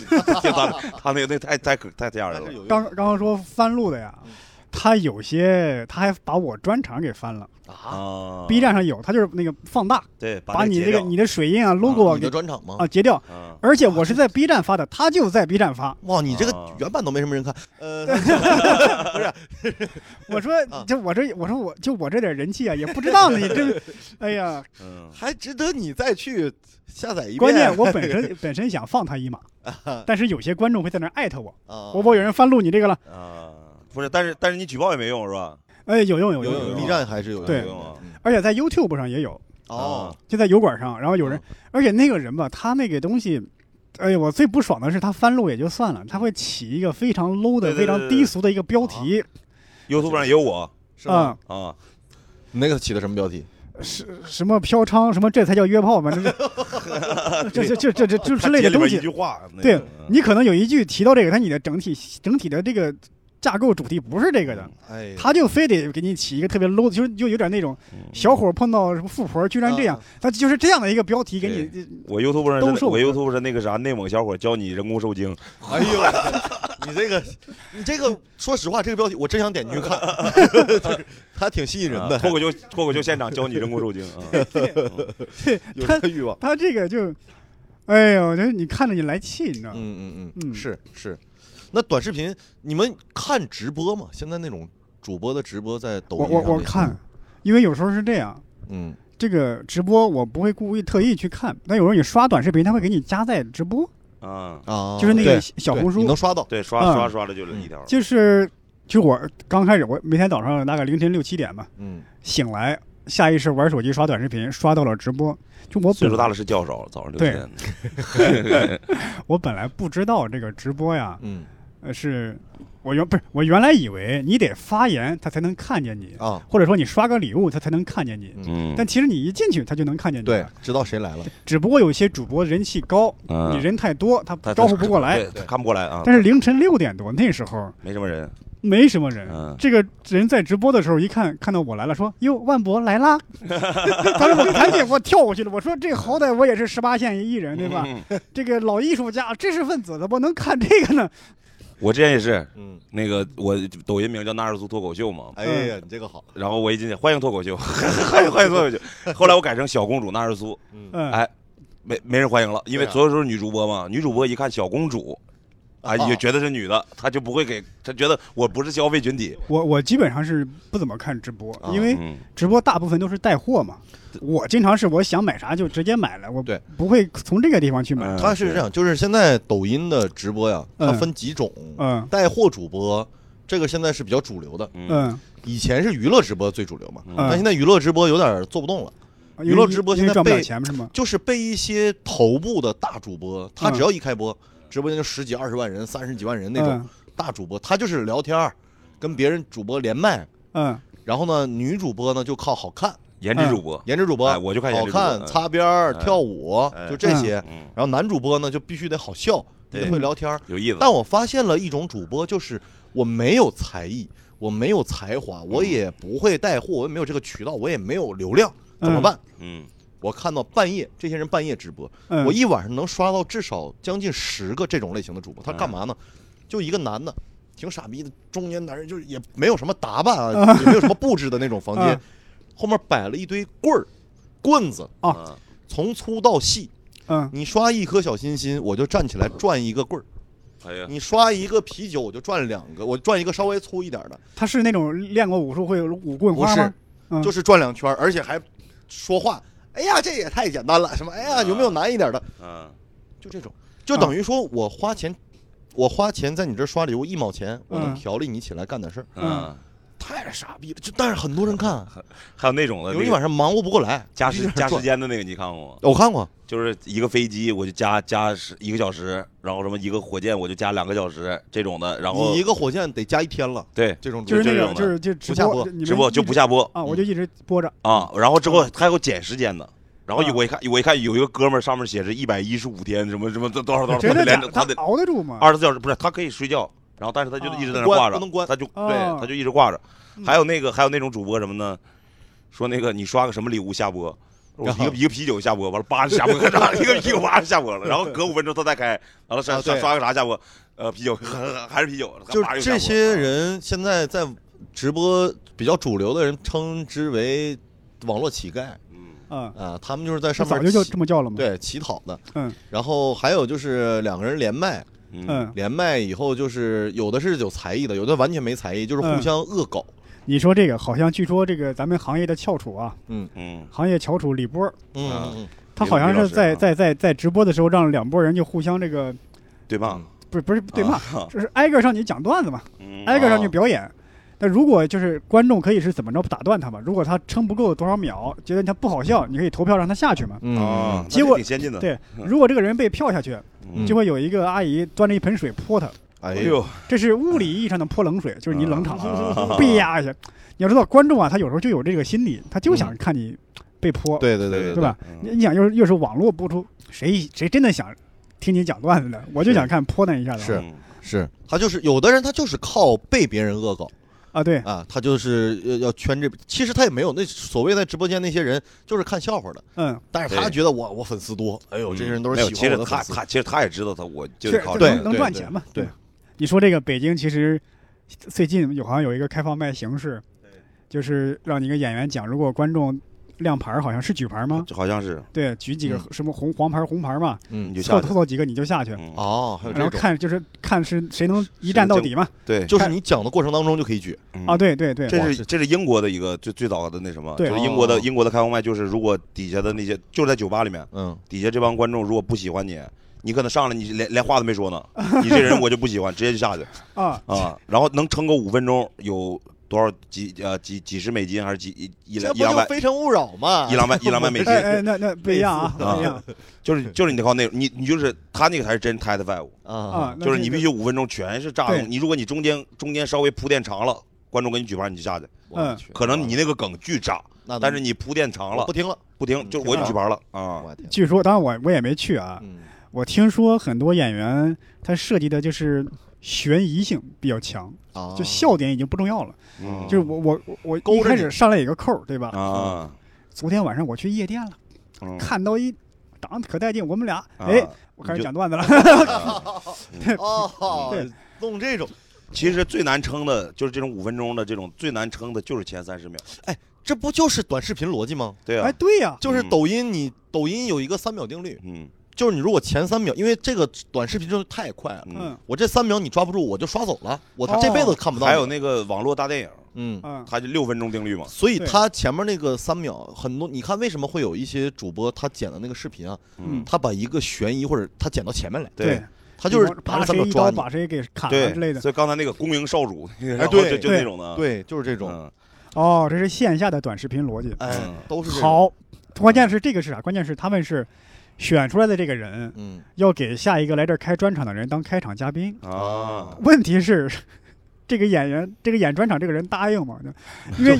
S3: 他他那个那太太可太吓人
S4: 但是
S3: 了。
S4: 有一
S1: 刚刚刚说翻录的呀
S4: 嗯，
S1: 他有些他还把我专场给翻了
S4: 啊，
S3: 啊
S1: ，B 站上有，他就是那个放大，
S3: 对，
S1: 把
S3: 那
S1: 你
S3: 截
S1: 这个
S3: 掉
S1: 你的水印啊、logo 啊
S4: 你的
S1: 给
S4: 专场吗？
S1: 啊截掉。
S3: 啊，
S1: 而且我是在 B 站发的，他就在 B 站发。
S4: 哇，你这
S3: 啊
S4: 个原版都没什么
S1: *laughs*
S4: 人看，呃， *laughs* 不是，
S3: *laughs*
S1: 我说
S3: 嗯
S4: 啊，
S1: 就我这，我说我就我这点人气啊，也不知道你这，
S3: *laughs*
S1: 哎呀，
S3: 嗯
S4: 还值得你再去下载一遍。
S1: 关键我本
S3: *laughs*
S1: 身本身想放他一马，
S3: 啊
S1: 但是有些观众会在那儿艾特我，
S4: 啊，
S3: 哦
S1: 我我有人翻录你这个了，
S3: 啊，不是，但是但是你举报也没用是吧？
S1: 哎，有用有
S4: 有
S1: 用
S4: 有有
S1: 用
S4: B，站还是有
S1: 对
S4: 有用啊嗯
S1: 而且在 YouTube 上也有，
S3: 啊
S4: 哦，
S1: 就在油管上，然后有人，
S3: 哦
S1: 而且那个人吧，他那个东西。哎呀，我最不爽的是他翻录也就算了，他会起一个非常 low 的、
S3: 对对
S1: 非常
S3: 对对哦
S1: 低俗的一个标题
S3: YouTube 上也有我
S4: 是吗？
S1: 啊、
S3: 啊，
S4: 你那个起的什么标题？
S1: 是什么嫖娼，什么这才叫约炮嘛，这这这
S3: *laughs*
S1: 这这这这之类的东
S3: 他接里边
S1: 西
S3: 一句，话，那
S1: 对
S3: 个
S4: 啊
S3: 嗯
S1: 你可能有一句提到这个，但你的整体整体的这个架构主题不是这个的，
S4: 哎呀，
S1: 他就非得给你起一个特别 low，就是就有点那种
S4: 嗯
S1: 小伙碰到什么富婆居然这样，
S4: 啊
S1: 他就是这样的一个标题给你，
S3: 我 YouTube 上
S1: 兜
S3: 是
S1: 售
S3: 我 YouTube 上那个啥内蒙小伙教你人工受精，
S4: 哎呦，你这个，你这个，说实话，这个标题我真想点进去看，就是它挺吸引人
S3: 啊
S4: 的，
S3: 脱口秀脱口秀现场教你人
S1: *laughs*
S3: 工受精啊，
S4: 有
S1: 他
S4: 这个欲望。
S1: 他这个就，哎呦，就是你看着你来气，你知道吗？
S4: 嗯嗯
S1: 嗯
S4: 嗯，是是。那短视频，你们看直播吗？现在那种主播的直播在抖
S1: 我
S4: 音
S1: 我
S4: 上
S1: 我
S4: 面
S1: 看，，因为有时候是这样，
S4: 嗯，
S1: 这个直播我不会故意特意去看，但有时候你刷短视频，他会给你加在直播，
S3: 啊，
S4: 啊，
S1: 就是那个
S4: 对
S1: 小
S4: 对
S1: 红
S4: 你
S1: 书
S4: 能，刷到，
S3: 对，刷
S1: 嗯
S3: 刷刷的就一条，
S1: 就是就我刚开始我每天早上大概凌晨六七点吧
S4: 嗯
S1: 醒来，下意识玩手机刷短视频，刷到了直播。就我
S3: 岁
S1: 本
S3: 数大
S1: 来
S3: 了是觉少，早上六
S1: 对
S3: 点。
S1: 我本来不知道这个直播呀，
S4: 嗯
S1: 呃，是我原不是我原来以为你得发言他才能看见你，
S4: 啊，
S1: 或者说你刷个礼物他才能看见你。
S3: 嗯，
S1: 但其实你一进去，他就能看见你。啊
S4: 对，，知道谁来了，
S1: 只不过有些主播人气高，
S3: 嗯
S1: 你人太多，他
S3: 他
S1: 招呼不过来。
S3: 对他看不过来啊，
S1: 但是凌晨六点多那时候
S3: 没什么人。
S1: 没什么人，
S3: 嗯
S1: 这个人在直播的时候一看看到我来了，说：“哟，万博来啦！” *laughs* 当时我赶紧我跳过去了，我说：“这好歹我也是十八线艺人对吧？
S4: 嗯
S3: 嗯
S1: 这个老艺术家、知识分子，怎么能看这个呢
S3: 我之前也是，
S4: 嗯，
S3: 那个我抖音名叫纳尔苏脱口秀嘛，
S4: 哎呀，你这个好，
S3: 然后我一进去欢迎脱口秀， *laughs* 欢迎欢迎脱口秀，后来我改成小公主纳尔苏，？”
S4: 嗯，
S1: 嗯，
S3: 哎没没人欢迎了，因为
S4: 对啊
S3: 所有都是女主播嘛，女主播一看小公主。啊，
S1: 哦
S4: 啊
S3: 也觉得是女的，她就不会给，她觉得我不是消费群体，
S1: 我我基本上是不怎么看直播，
S4: 啊
S1: 因为
S3: 嗯，
S1: 直播大部分都是带货嘛。我经常是我想买啥就直接买了，我
S4: 对
S1: 不会从这个地方去买。
S3: 嗯
S4: 他是这，样，就是现在抖音的直播呀，它
S1: 嗯
S4: 分几种，
S1: 嗯
S4: 带货主播，这个现在是比较主流的，
S3: 嗯，
S1: 嗯，
S4: 以前是娱乐直播最主流嘛，
S1: 嗯
S4: 但现在娱乐直播有点做不动了，
S1: 因为
S4: 娱乐直播
S1: 因为
S4: 现在
S1: 赚不了
S4: 被
S1: 钱是吗？
S4: 就是被一些头部的大主播，他
S1: 嗯
S4: 只要一开播，直播间就十几二十万人、三十几万人那种
S1: 嗯
S4: 大主播，他就是聊天儿，跟别人主播连麦，
S1: 嗯
S4: 然后呢，女主播呢就靠好看，
S3: 颜值主播，
S4: 颜值主播，
S3: 哦哎我就看颜
S4: 好
S3: 值主播
S4: 看、
S3: 嗯
S4: 擦边儿、跳舞，
S3: 哎
S4: 就这些。
S3: 嗯，
S4: 然后男主播呢就必须得好笑，
S3: 对
S4: 得会聊天儿。
S3: 有意思，
S4: 但我发现了一种主播，就是我没有才艺，我没有才华，
S3: 嗯
S4: 我也不会带货，我也没有这个渠道，我也没有流量，怎么办？
S3: 嗯，
S4: 我看到半夜这些人半夜直播，
S1: 嗯，
S4: 我一晚上能刷到至少将近十个这种类型的主
S3: 嗯
S4: 播，他干嘛呢？就一个男的，挺傻逼的中年男人，就是也没有什么打扮
S1: *laughs*
S4: 啊，也没有什么布置的那种房间
S1: 嗯，
S4: 后面摆了一堆棍儿、棍子，
S1: 哦
S3: 嗯
S4: 从粗到细。
S1: 嗯
S4: 你刷一颗小心心，我就站起来转一个棍儿；*laughs*
S3: 哎呀，
S4: 你刷一个啤酒，我就转两个，我转一个稍微粗一点的，
S1: 他是那种练过武术会有武棍花吗？嗯
S4: 就是转两圈儿，而且还说话。哎呀，这也太简单了，什么？哎呀，有没有难一点的？
S3: 嗯，
S4: 就这种，就等于说我花钱，我花钱在你这儿刷礼物一毛钱，我能调理你起来干点事儿，
S3: 嗯，
S4: 太傻逼了。就但是很多人 *laughs* 看，
S3: 还有那种的，
S4: 有
S3: 那
S4: 一
S3: 个
S4: 晚上忙活不过来，
S3: 加
S4: 必须
S3: 时
S4: 得
S3: 加时
S4: 转，
S3: 间的那个，你看过吗？
S4: *laughs* 我看过，
S3: 就是一个飞机，我就加加十一个小时，然后什么一个火箭，我就加两个小时这种的，然后
S4: 你一个火箭得加一天了，
S3: 对
S4: 这种
S1: 就是那
S3: 这
S1: 个
S3: 种的
S1: 就是就直
S4: 不下
S1: 播
S4: 播
S1: 你们
S3: 直播
S1: 一
S3: 就
S1: 直
S3: 不下播
S1: 啊，我就一直播着。
S3: 啊，然后之后还有减时间的。然后
S1: 啊
S3: 我一看，我一看有一个哥们儿上面写着一百一十五天，什么什么多少多少，
S1: 真
S3: 他
S1: 的
S3: 得
S1: 假
S3: 嗯连
S1: 的？
S3: 着，
S1: 他
S3: 他得
S1: 熬得住吗？
S3: 二十四小时，不是他可以睡觉，然后但是他就
S1: 啊
S3: 一直在那
S4: 关
S3: 挂着，
S4: 不能关
S3: 他就
S1: 哦
S3: 对，他就一直挂着
S1: 嗯。
S3: 还有那个还有那种主播什么呢？说那个你刷个什么礼物下播，我
S4: 然
S3: 一
S4: 后
S3: 个一个啤酒下播，完了八十下播， *laughs* 然后一个啤酒八十下播了，然后隔五分钟他再开，完了刷
S4: 啊
S3: 刷
S4: 对
S3: 刷个啥下播？呃，啤酒 *laughs* 还是啤酒，他
S4: 就
S3: 马上又
S4: 这
S3: 下播啊
S4: 些人现在在直播比较主流的人称之为网络乞丐
S3: 嗯
S1: 嗯，
S4: 啊，他们就是在
S1: 这
S4: 上
S1: 早
S4: 面
S1: 就就
S4: 乞
S1: 这么叫了嘛。，
S4: 对乞讨的，
S1: 嗯
S4: 然后还有就是两个人连麦，
S3: 嗯
S1: 嗯，
S4: 连麦以后就是有的是有才艺的，有的完全没才艺，就是互
S1: 嗯
S4: 相恶搞。
S1: 你说这个好像据说这个咱们行业的翘楚啊，
S3: 嗯
S1: 行业翘楚李波儿，
S4: 嗯
S3: 啊
S4: 嗯
S1: 他好像
S3: 李老
S1: 是
S3: 师
S1: 在
S3: 啊
S1: 在在在直播的时候让两拨人就互相这个
S3: 对吧？
S1: 不是不是对骂，
S3: 啊
S1: 就是挨个上去讲段子嘛，
S3: 嗯
S1: 挨个上去表演。那如果就是观众可以是怎么着打断他嘛？如果他撑不够多少秒，觉得他不好笑，你可以投票让他下去嘛。
S4: 嗯
S3: 啊，那
S1: 结
S3: 这
S1: 果
S3: 挺先进的，
S1: 对，如果这个人被票下去，
S3: 嗯
S1: 就会有一个阿姨端着一盆水泼他，
S4: 哎
S3: 哎
S4: 呦，
S3: 呦，
S1: 这是物理意义上的泼冷水，就是你冷场， *laughs*
S3: 啊
S1: 哔呀一下。你要知道，观众啊，他有时候就有这个心理，他就想看你被泼，
S4: 对对对
S1: 对吧？你
S3: 嗯
S1: 你想，又是又是网络播出，谁谁真的想听你讲段子呢？我就想看泼那一下的。啊
S4: 是
S3: 嗯
S4: 是他就是有的人他就是靠被别人恶搞
S1: 啊，对，
S4: 啊，他就是要要圈这，其实他也没有那所谓在直播间那些人就是看笑话的，
S1: 嗯，
S4: 但是他
S3: 对嗯
S4: 觉得我我粉丝多，哎呦，这些人都
S3: 没
S4: 是
S3: 有
S4: 喜
S3: 其
S4: 欢
S3: 实
S4: 我的粉
S3: 他
S4: 丝。
S3: 他其实他也知道他，我就是靠
S4: 对
S3: 这
S1: 能
S3: 个
S1: 能
S4: 对
S1: 赚
S4: 对
S1: 钱嘛？
S4: 对，
S1: 你说这个北京其实最近有好像有一个开放麦形式，就是让你个演员讲，如果观众亮牌儿，好像是举牌儿吗？
S3: 啊就好像是
S1: 对，举几个
S4: 嗯
S1: 什么红黄牌儿、红牌儿嘛，
S3: 你
S4: 嗯，
S3: 就
S1: 凑
S3: 下去
S1: 凑，凑几个你就下去，
S3: 嗯
S4: 哦，还有
S1: 然
S4: 这
S1: 后
S4: 种，
S1: 看就是看是谁能一战到底嘛？
S3: 对
S4: 就是你讲的过程当中就可以举，
S3: 嗯
S1: 啊，对对对，
S4: 哇
S3: 这
S4: 这
S3: 是这是英国的一个最最早的那什么，
S1: 对
S3: 就是英国的
S4: 哦
S3: 英国的开放麦，就是如果底下的那些就是在酒吧里面，
S4: 嗯，
S3: 底下这帮观众如果不喜欢你，你可能上来你连连话都没说呢，你这人我就不喜欢，直接就下去
S1: 啊，
S3: 啊，然后能撑个五分钟，有多少几呃几几十美金还是几一一
S4: 这
S3: 两
S4: 不
S3: 一两
S4: 就
S3: 百
S4: 《非诚勿扰》吗？
S3: 一两百一两
S4: *laughs*
S3: 百美金
S1: 哎，哎，那那不一样啊，不一样
S3: 就是就是你得靠内容，你你就是他那个才是真 TED Five，
S1: 啊
S4: 啊，，
S1: 那
S3: 就是
S1: 这
S3: 你
S1: 个
S3: 必须五分钟全是炸
S1: 对
S3: 动，你如果你中间中间稍微铺垫长了，观众给你举报你就下去，
S4: 我的去
S3: 可能你那个梗巨炸，
S4: 那
S3: 但是你铺垫长
S4: 我
S3: 了
S4: 不听了，
S3: 不
S4: 嗯
S3: 停，就
S4: 听
S3: 我就
S1: 到
S3: 举
S4: 了
S3: 牌了啊。
S4: 我天，
S1: 据说，当然我我也没去啊，
S4: 嗯，
S1: 我听说很多演员他涉及的就是悬疑性比较强，
S4: 啊，
S1: 就笑点已经不重要了。
S3: 嗯
S1: 就是我我我
S4: 勾着
S1: 我一开
S4: 你
S1: 始上来有个扣儿，对吧？
S3: 啊，
S1: 昨天晚上我去夜店了，
S3: 嗯
S1: 看到一档可带劲，我们俩 *laughs*
S3: 啊
S1: 哎，我开
S3: 你
S1: 始
S3: 就
S1: 讲段子了。 *laughs*
S4: *laughs* 哦
S1: 对，
S4: 弄这种，
S3: 啊其实最难撑的就是这种五分钟的这种最难撑的就是前三十秒。
S4: 这不就是短视频逻辑吗？
S3: 对
S1: 哎，
S3: 啊，
S1: 对呀，
S4: 就是抖音，你抖音有一个三秒定律，
S3: 嗯
S4: 就是你如果前三秒，因为这个短视频真的太快了，
S1: 嗯
S3: 嗯。
S4: 我这三秒你抓不住，我就刷走了，我
S1: 哦
S4: 这辈子看不到。
S3: 还有，那个网络大电影，
S4: 嗯，
S1: 嗯
S3: 它就六分钟定律嘛。
S4: 所以
S1: 对
S4: 他前面那个三秒，很多你看为什么会有一些主播他剪的那个视频啊，
S1: 嗯
S4: 他把一个悬疑或者他剪到前面来，
S1: 对，
S4: 他就是
S1: 啪
S4: 把这
S1: 谁
S4: 三秒
S1: 一
S4: 抓
S1: 刀
S4: 你。
S1: 把谁给砍了之类
S3: 对，
S1: 的。
S3: 所以刚才那个恭迎少主，
S4: 哎
S3: 然后
S4: 对
S3: *laughs* 就就
S1: 对
S3: 那种的，
S4: 对，就是这种，
S3: 嗯，
S1: 哦，这是线下的短视频逻辑。
S4: 哎
S3: 嗯，
S4: 都是这种，
S1: 好，关键是这个是啥？关键是他们是选出来的这个人
S4: 嗯，
S1: 要给下一个来这儿开专场的人当开场嘉宾。
S3: 啊，
S1: 问题是，这个演员，这个演专场这个人答应吗？因
S4: *laughs*
S1: 为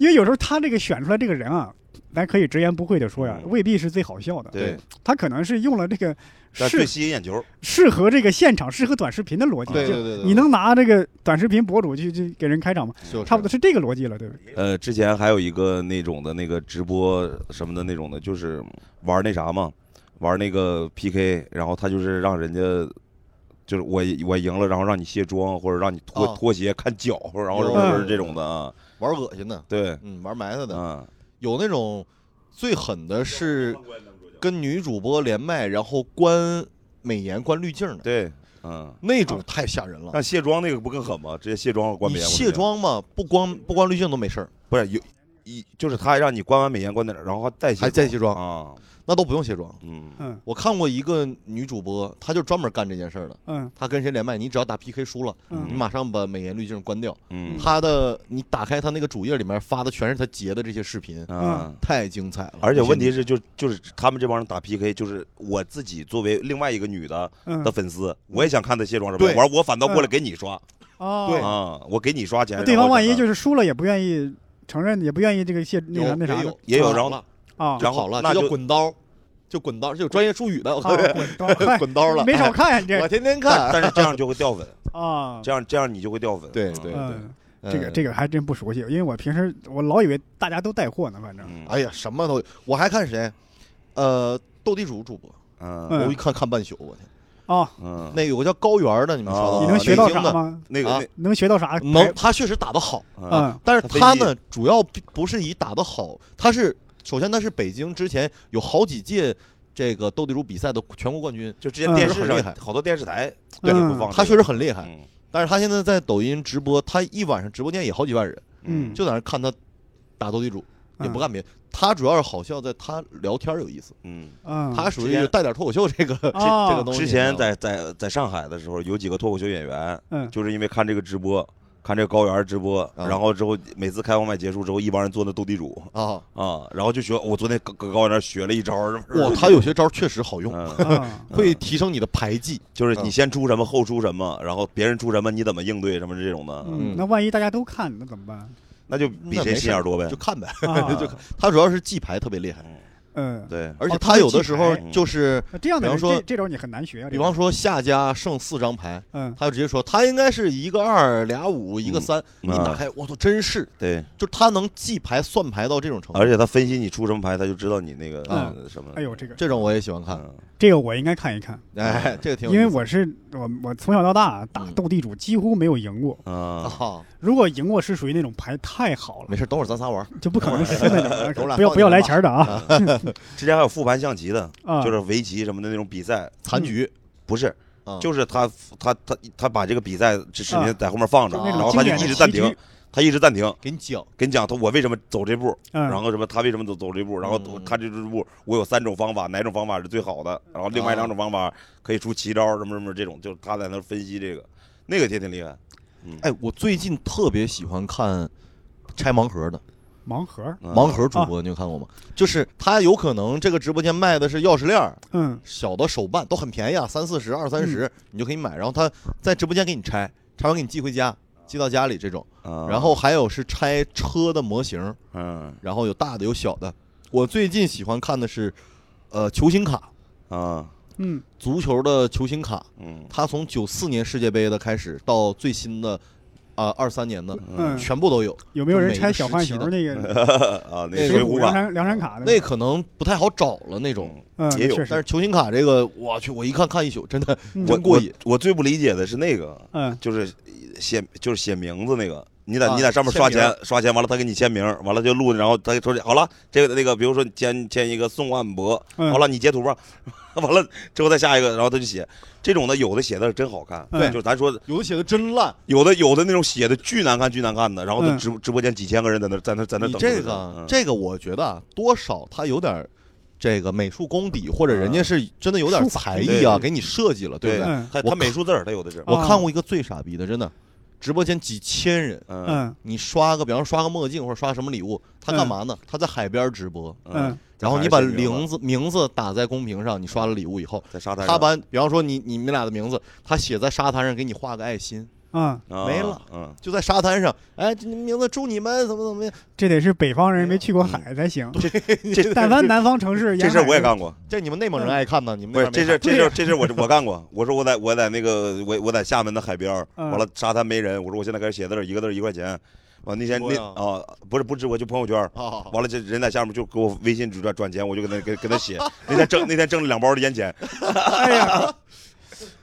S1: 因为有时候他这个选出来这个人啊，咱可以直言不讳的说呀，
S3: 嗯
S1: 未必是最好笑的。
S3: 对，
S1: 他可能是用了这个
S3: 但最
S1: 适
S3: 吸引眼球，
S1: 适合这个现场、适合短视频的逻
S3: 嗯
S1: 辑。
S4: 对
S1: 就
S4: 对对对
S1: 你能拿这个短视频博主去去给人开场吗？
S4: 就是
S1: 差不多是这个逻辑了，对不对？
S3: 呃，之前还有一个那种的那个直播什么的那种的，就是玩那啥嘛，玩那个 PK，然后他就是让人家，就是我我赢了，然后让你卸妆或者让你脱、
S4: 啊
S3: 脱鞋看脚，然后
S4: 有
S3: 什么是这种的啊？
S4: 玩恶心的，
S3: 对，
S4: 嗯，玩埋汰的，
S3: 嗯，
S4: 有那种最狠的是跟女主播连麦，然后关美颜、关滤镜的，
S3: 对，嗯，
S4: 那种太吓人了。
S3: 但卸妆那个不更狠吗？直接卸妆关
S4: 你
S3: 啊别人。
S4: 卸妆嘛，不光不光滤镜都没事儿，
S3: 不是有一就是他让你关完美颜关那，然后再卸
S4: 还再卸妆
S3: 啊，
S4: 那都不用卸妆。
S3: 嗯
S1: 嗯
S4: 我看过一个女主播，她就专门干这件事儿的。
S1: 嗯
S4: 她跟谁连麦，你只要打 PK 输了，你
S1: 嗯
S4: 马上把美颜滤镜关掉。
S3: 嗯
S4: 她的，你打开她那个主页里面发的全是她截的这些视频，
S3: 啊。
S4: 太精彩了。
S3: 而且问题
S4: 是，
S3: 是，就就是他们这帮人打 PK，就是我自己作为另外一个女的
S1: 嗯
S3: 的，粉丝，我也想看她卸妆什么
S4: 对
S3: 样，完我反倒过来给你刷
S1: 哦，
S4: 对
S3: 啊，我给你刷钱
S1: 那。对方万一就是是输了，也不愿意承认，也不愿意这个卸那啥
S4: 有
S1: 那啥
S4: 也
S1: 的
S4: 有
S3: 也有然后
S4: 了，
S1: 啊
S3: 然
S4: 就
S3: 后
S4: 好了，
S3: 那
S4: 这叫
S3: 就
S4: 滚刀，就滚刀，这有专业术语的，我
S1: 啊，滚刀，嗨
S4: *laughs* 滚刀了，
S1: 没少看呀你
S4: 哎，
S1: 这
S4: 我天天
S3: 但
S4: 看。
S3: 但是这样就会掉粉，
S1: 啊，
S3: 这样这样你就会
S1: *laughs*
S3: 掉粉。
S4: 对对
S1: 嗯，
S4: 嗯
S1: 这个这个还真不熟悉，因为我平时我老以为大家都带货呢，反正
S3: 嗯
S4: 哎呀，什么都有，我还看谁？呃，斗地主主播，
S3: 嗯
S1: 嗯
S4: 我一看看半宿，我天，
S1: 啊，
S3: 嗯，
S4: 那有个叫高原的，你们
S3: 哦
S4: 说
S1: 你能
S4: 到
S3: 啊
S1: 学
S3: 那
S1: 到
S3: 已
S4: 北京
S1: 啥
S4: 的？
S1: 吗？
S3: 那
S4: 啊
S3: 个
S1: 能学到啥？
S4: 能，他确实打得好，
S3: 那啊
S1: 嗯
S4: 但是
S3: 他飞
S4: 他呢，主要并不是以打得好，他是首先他是北京之前有好几届这个斗地主比赛的全国冠军，
S3: 就之前电
S4: 嗯
S3: 视
S4: 很厉
S3: 上
S4: 害
S3: 好多电视台
S1: 对
S3: 就会放这个，
S4: 他确实很厉害，
S3: 哦嗯
S4: 但是他现在在抖音直播，他一晚上直播间也好几万人，
S1: 嗯
S4: 就在那看他打斗地主，也不干别的。他主要是好笑，在他聊天有意思，
S3: 嗯。
S1: 嗯，
S4: 他属
S3: 之
S4: 于
S3: 前
S4: 带点脱口秀这个
S1: 哦
S4: 这这个东西。啊
S3: 之前在在在上海的时候，有几个脱口秀演员，
S1: 嗯
S3: 就是因为看这个直播，看这个高原直播，
S4: 啊
S3: 然后之后每次开放麦结束之后，一帮人坐那斗地主
S4: 啊，
S3: 啊，然后就学我昨天搁搁高原那学了一招，是不是 *laughs*
S4: 哇，他有些招确实好用，
S3: 嗯，
S1: 啊
S4: *laughs* 会提升你的牌技。
S3: 就是
S4: 嗯
S3: 你先出什么后出什么，然后别人出什么你怎么应对什么这种的，
S1: 嗯，那万一大家都看，那怎么办？
S3: 那就嗯比
S4: 那
S3: 谁
S4: 没事
S3: 心眼多呗
S4: 就。看呗。
S1: 啊，
S4: *laughs* 就他主要是记牌特别厉害，
S1: 嗯，
S3: 对，
S4: 而且
S1: 哦
S4: 他有的时候
S1: 他
S3: 记牌
S4: 就是，
S1: 那这样的人
S4: 比方说
S1: 这这招你很难学啊。这
S4: 比
S1: 个
S4: 方说下家剩四张牌，
S1: 嗯
S4: 他就直接说他应该是一个二俩五一个
S3: 嗯
S4: 三，一
S3: 啊
S4: 打开，我操，真是，
S3: 对，
S4: 就他能记牌算牌到这种程度
S3: 而。且他分析你出什么牌，他就知道你那个
S1: 啊
S3: 呃什么。
S1: 哎呦，这个
S4: 这种我也喜欢看，
S3: 嗯，
S1: 这个我应该看一看，
S4: 哎，这个挺有
S1: 因为
S4: 意思
S1: 我是我我从小到大打
S4: 嗯
S1: 斗地主几乎没有赢过，
S3: 啊，
S4: 啊，
S1: 如果赢过是属于那种牌太好了
S4: 没，事，等会儿咱仨玩儿。
S1: 就不可能输那
S4: 咱
S1: 种的，
S4: 俩
S1: 不要
S4: 放
S1: 不要
S4: 你吧
S1: 来钱儿的啊
S3: 之前还有复盘象棋的，
S1: 啊！
S3: 就是围棋什么的那种比赛，
S4: 残局，
S3: 不是
S4: 啊
S1: 嗯
S3: 就是他他他他把这个比赛这视
S1: 啊
S3: 频在后面放着，
S1: 就那
S3: 然
S1: 种
S3: 后
S1: 经
S3: 他就
S1: 典的
S3: 一直
S1: 棋
S3: 暂
S1: 局
S3: 停，，他一直暂停，
S4: 给你讲，
S3: 跟你讲他我为什么走这步，
S1: *laughs* 嗯，
S3: 然后什么他为什么走走这步，然后
S4: 嗯嗯
S3: 他这步我有三种方法，哪种方法是最好的，然后
S1: 啊
S3: 另外两种方法可以出奇招什么什么这种，就是他在那分析这个，那个也挺厉害，嗯
S4: 哎，我最近特别喜欢看拆盲盒的，
S1: 盲盒，
S3: 嗯
S4: 盲盒主播你有看过吗？就是他有可能这个直播间卖的是钥匙链儿、
S1: 嗯，
S4: 小的手办，都很便宜啊，三四十、二三十你就可以买。然后他在直播间给你拆，拆完给你寄回家，寄到家里这种。
S3: 啊
S4: 然后还有是拆车的模型，
S3: 嗯
S4: 然后有大的有小的。我最近喜欢看的是，呃，球星卡，
S3: 啊
S1: 嗯，
S4: 足球的球星卡，
S3: 嗯
S4: 它从九四年世界杯的开始到最新的，啊二三年的，
S1: 嗯
S4: 全部都有。
S1: 有没有人
S4: 就每
S1: 拆
S4: 个
S1: 小
S4: 时
S1: 浣
S4: 期
S1: 熊
S4: 的
S1: 那个
S3: 啊，那
S4: 呃那
S3: 水
S1: 水
S3: 浒
S1: 浒梁
S3: 吧，
S1: 山梁山卡的
S4: 那可能不太好找了那种，
S1: 嗯，
S3: 也有
S1: 确
S4: 但
S1: 实
S4: 是，球星卡这个，我去，我一看看一宿，真的
S1: 嗯
S3: 我
S4: 真过瘾。
S3: 我我最不理解的是那个，
S1: 嗯
S3: 就是写就是写名字那个，你在
S4: 啊
S3: 你在上面
S4: 签
S3: 刷
S4: 名
S3: 钱刷钱，完了他给你签名，完了就录，然后他说好了，这个那个，比如说你签签一个宋万博，
S1: 嗯
S3: 好了你截图吧， *laughs* 完了之后再下一个，然后他就写这种的，有的写的是真好看，
S1: 对
S3: 就是咱说
S4: 有的写的真烂，
S3: 有的有的那种写的巨难看巨难看的，然后他
S1: 嗯
S3: 直直播间几千个人在那在那在那
S4: 你
S3: 等
S4: 这
S3: 着
S4: 个
S3: 呢
S4: 啊
S3: 嗯
S4: 这个，我觉得啊，多少它有点儿这个美术功底，或者人家是真的有点
S1: 书
S4: 儿
S1: 法
S4: 才
S3: 对
S4: 艺啊，
S3: 对
S4: 给你设计了，对
S3: 对
S4: 不对？
S1: 嗯
S3: 他
S4: 我
S3: 他美术字儿他有的是，
S1: 啊
S4: 我看过一个最傻逼的，真的，直播间几千人，
S3: 嗯
S1: 嗯
S4: 你刷个，比方说刷个墨镜或者刷什么礼物，他干
S1: 嗯
S4: 嘛呢？他在海边直播，
S1: 嗯，
S4: 然后你把
S3: 在海边
S4: 名字名字打在公屏上，你刷了礼物以后，
S3: 在沙滩
S4: 他
S3: 上
S4: 把比方说你你们俩的名字，他写在沙滩上给你画个爱心，
S1: 啊，
S3: 啊
S4: 没了
S3: 嗯。
S4: 就在沙滩上，哎，这名字祝你们怎么怎么样，
S1: 这得是北方人没去过海才行。
S3: 这
S1: 但凡南方城市，
S3: *laughs* 这
S1: 沿
S3: 事儿
S1: 海
S3: 我也
S1: 的
S3: 干过，
S4: 这你们内蒙人爱看吗？你们
S3: 嗯不是
S4: 那边
S3: 这
S4: 没
S3: 事儿，
S4: 看
S3: 这事儿，这事儿我我干过。我说我在我在那个我我在厦门的海边儿，
S1: 嗯
S3: 完了沙滩没人，我说我现在开始写字儿，一个字儿一块钱。完那天
S4: 直播
S3: 那
S4: 呀
S3: 啊不是不直播就朋友圈儿，
S4: 啊，
S3: 完了这人在下面就给我微信转转钱，我就跟他给给他写。那天挣那天挣了两包的烟钱。
S1: 哎呀，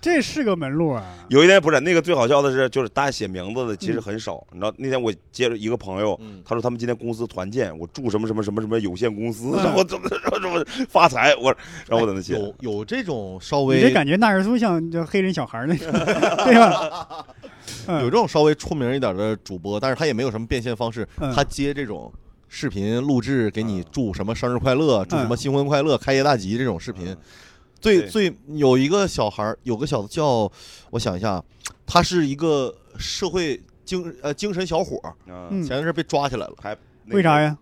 S1: 这是个门路啊。
S3: 有一天不是那个最好笑的是，就是大家写名字的其实很少。你知道那天我接着一个朋友
S4: 嗯，
S3: 他说他们今天公司团建，我祝什么什么什么什么有限公司，
S1: 嗯
S3: *laughs* 然后怎么怎么怎么发财，我然后我在那写。
S4: 哎
S3: 嗯
S4: 有有这种稍
S1: 你
S4: 微
S1: 这感觉纳尔苏像就黑人小孩儿那种，对吧？
S4: 有这
S1: 嗯
S4: 种稍微出名一点的主播，但是他也没有什么变现方式，
S1: 嗯
S4: 他接这种视频录制，给你祝什么生日快乐，祝什么新婚快乐，开业大吉这种视频
S3: 嗯。
S4: 最
S3: 对
S4: 最有一个小孩儿，有个小子叫，我想一下，他是一个社会精呃精神小伙儿，
S3: 嗯，
S1: 嗯
S4: 前，一阵被抓起来了。
S3: 还那
S1: 为啥
S3: 个？
S1: 呀？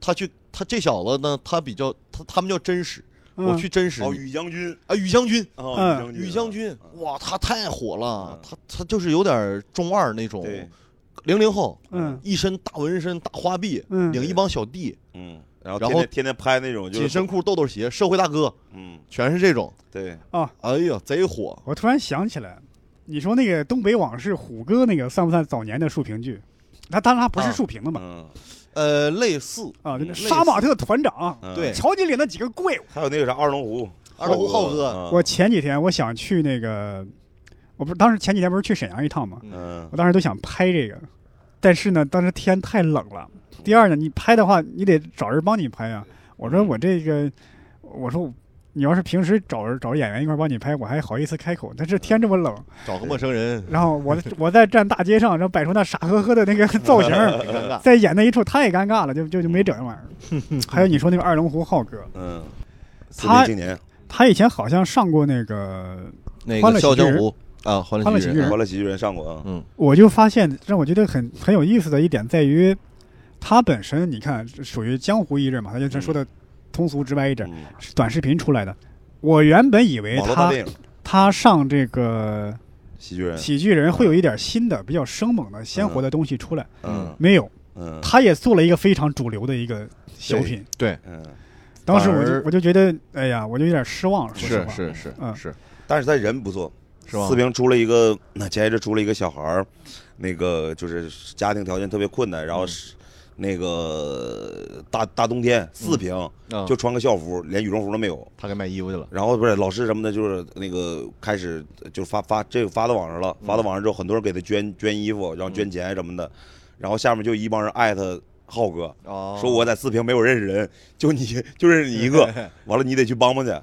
S4: 他去他这小子呢，他比较他他们叫真实，
S1: 嗯
S4: 我去真实
S3: 哦，
S4: 你
S3: 宇将军。
S4: 啊，宇将军，
S1: 嗯
S3: 啊，
S4: 宇将军，
S3: 嗯
S4: 哇，他太火了
S3: 嗯，
S4: 他他就是有点中二那种，
S3: 对，
S4: 零零后，
S1: 嗯
S4: 一身大纹身、大花臂，
S1: 嗯
S4: 领一帮小弟，
S3: 嗯，然后
S4: 然
S3: 天
S4: 后
S3: 天天天拍那种就是
S4: 紧身，裤、豆豆鞋，社会大哥，
S3: 嗯，
S4: 全是这种。
S3: 对，
S4: 哎呀，贼火！
S1: 我突然想起来，你说那个《东北往事》虎哥那个算不算早年的竖屏剧？他当然他不是
S4: 啊
S1: 竖屏的嘛，
S3: 嗯，
S4: 呃，类似
S1: 啊，就
S3: 嗯
S1: 是杀马特团长，
S3: 嗯
S4: 对
S1: 瞧你领的几个怪物。
S3: 还有那个啥二龙湖，
S4: 二龙湖浩哥
S3: 嗯
S1: 我前几天我想去那个，我不是当时前几天不是去沈阳一趟嘛，
S3: 嗯
S1: 我当时都想拍这个，但是呢，当时天太冷了。第二呢，你拍的话，你得找人帮你拍啊。我说我这个，我说你要是平时找人找演员一块儿帮你拍，我还好意思开口，但是天这么冷，
S4: 找个陌生人，
S1: 然后我我在站大街上，然后摆出那傻呵呵的那个 *laughs* 造型儿，
S4: 很
S3: *laughs*
S4: 尴尬。
S1: 再演那一处太尴尬了，就就就没整那玩意儿。
S3: *laughs*
S1: 还有你说那个二龙湖浩哥，
S3: 嗯，四
S1: 他
S3: 零青年，
S1: 他以前好像上过那个，
S4: 那
S1: 欢乐
S4: 个《
S1: 喜
S4: 笑傲
S1: 剧
S4: 江
S1: 人
S4: 湖》啊，《欢
S1: 欢乐
S4: 乐喜
S1: 喜
S4: 剧
S1: 剧人
S4: 人》
S3: 欢乐喜剧人上过啊，
S4: 嗯，
S1: 我就发现让我觉得很很有意思的一点在于，他本身你看属于江湖艺人嘛，他就咱说的通俗直白一点，
S3: 嗯
S1: 是短视频出来的。我原本以为
S3: 网络大
S1: 他
S3: 电影，嗯
S1: 他上这个
S3: 喜剧人，
S1: 喜剧人会有一点新的、比较生猛的、鲜活的东西出来，
S3: 嗯
S1: 没有，
S3: 嗯，
S1: 他也做了一个非常主流的一个小品。
S4: 对，
S3: 嗯，
S1: 当时我
S4: 反
S1: 就
S4: 而
S1: 我就觉得，哎呀，我就有点失望了。说实
S4: 是
S1: 话，
S4: 是是
S1: 嗯
S4: 是
S3: 但是他人不错，
S4: 是吧
S3: 四？平出了一个，那前一阵出了一个小孩儿，那个就是家庭条件特别困难，然后
S4: 嗯
S3: 是那个大大冬天四平
S4: 啊
S3: 就穿个校服，连羽绒服都没有。
S4: 他给买衣服去了，
S3: 然后不是老师什么的，就是那个开始就发发这个发到网上了，发到网上之后，很多人给他捐捐衣服，然后捐钱什么
S4: 嗯
S3: 的，然后下面就一帮人艾特浩哥，
S4: 哦，
S3: 说我在四平没有认识人， *laughs* 就你就认识你一个，
S4: *laughs*
S3: 完了你得去帮帮去。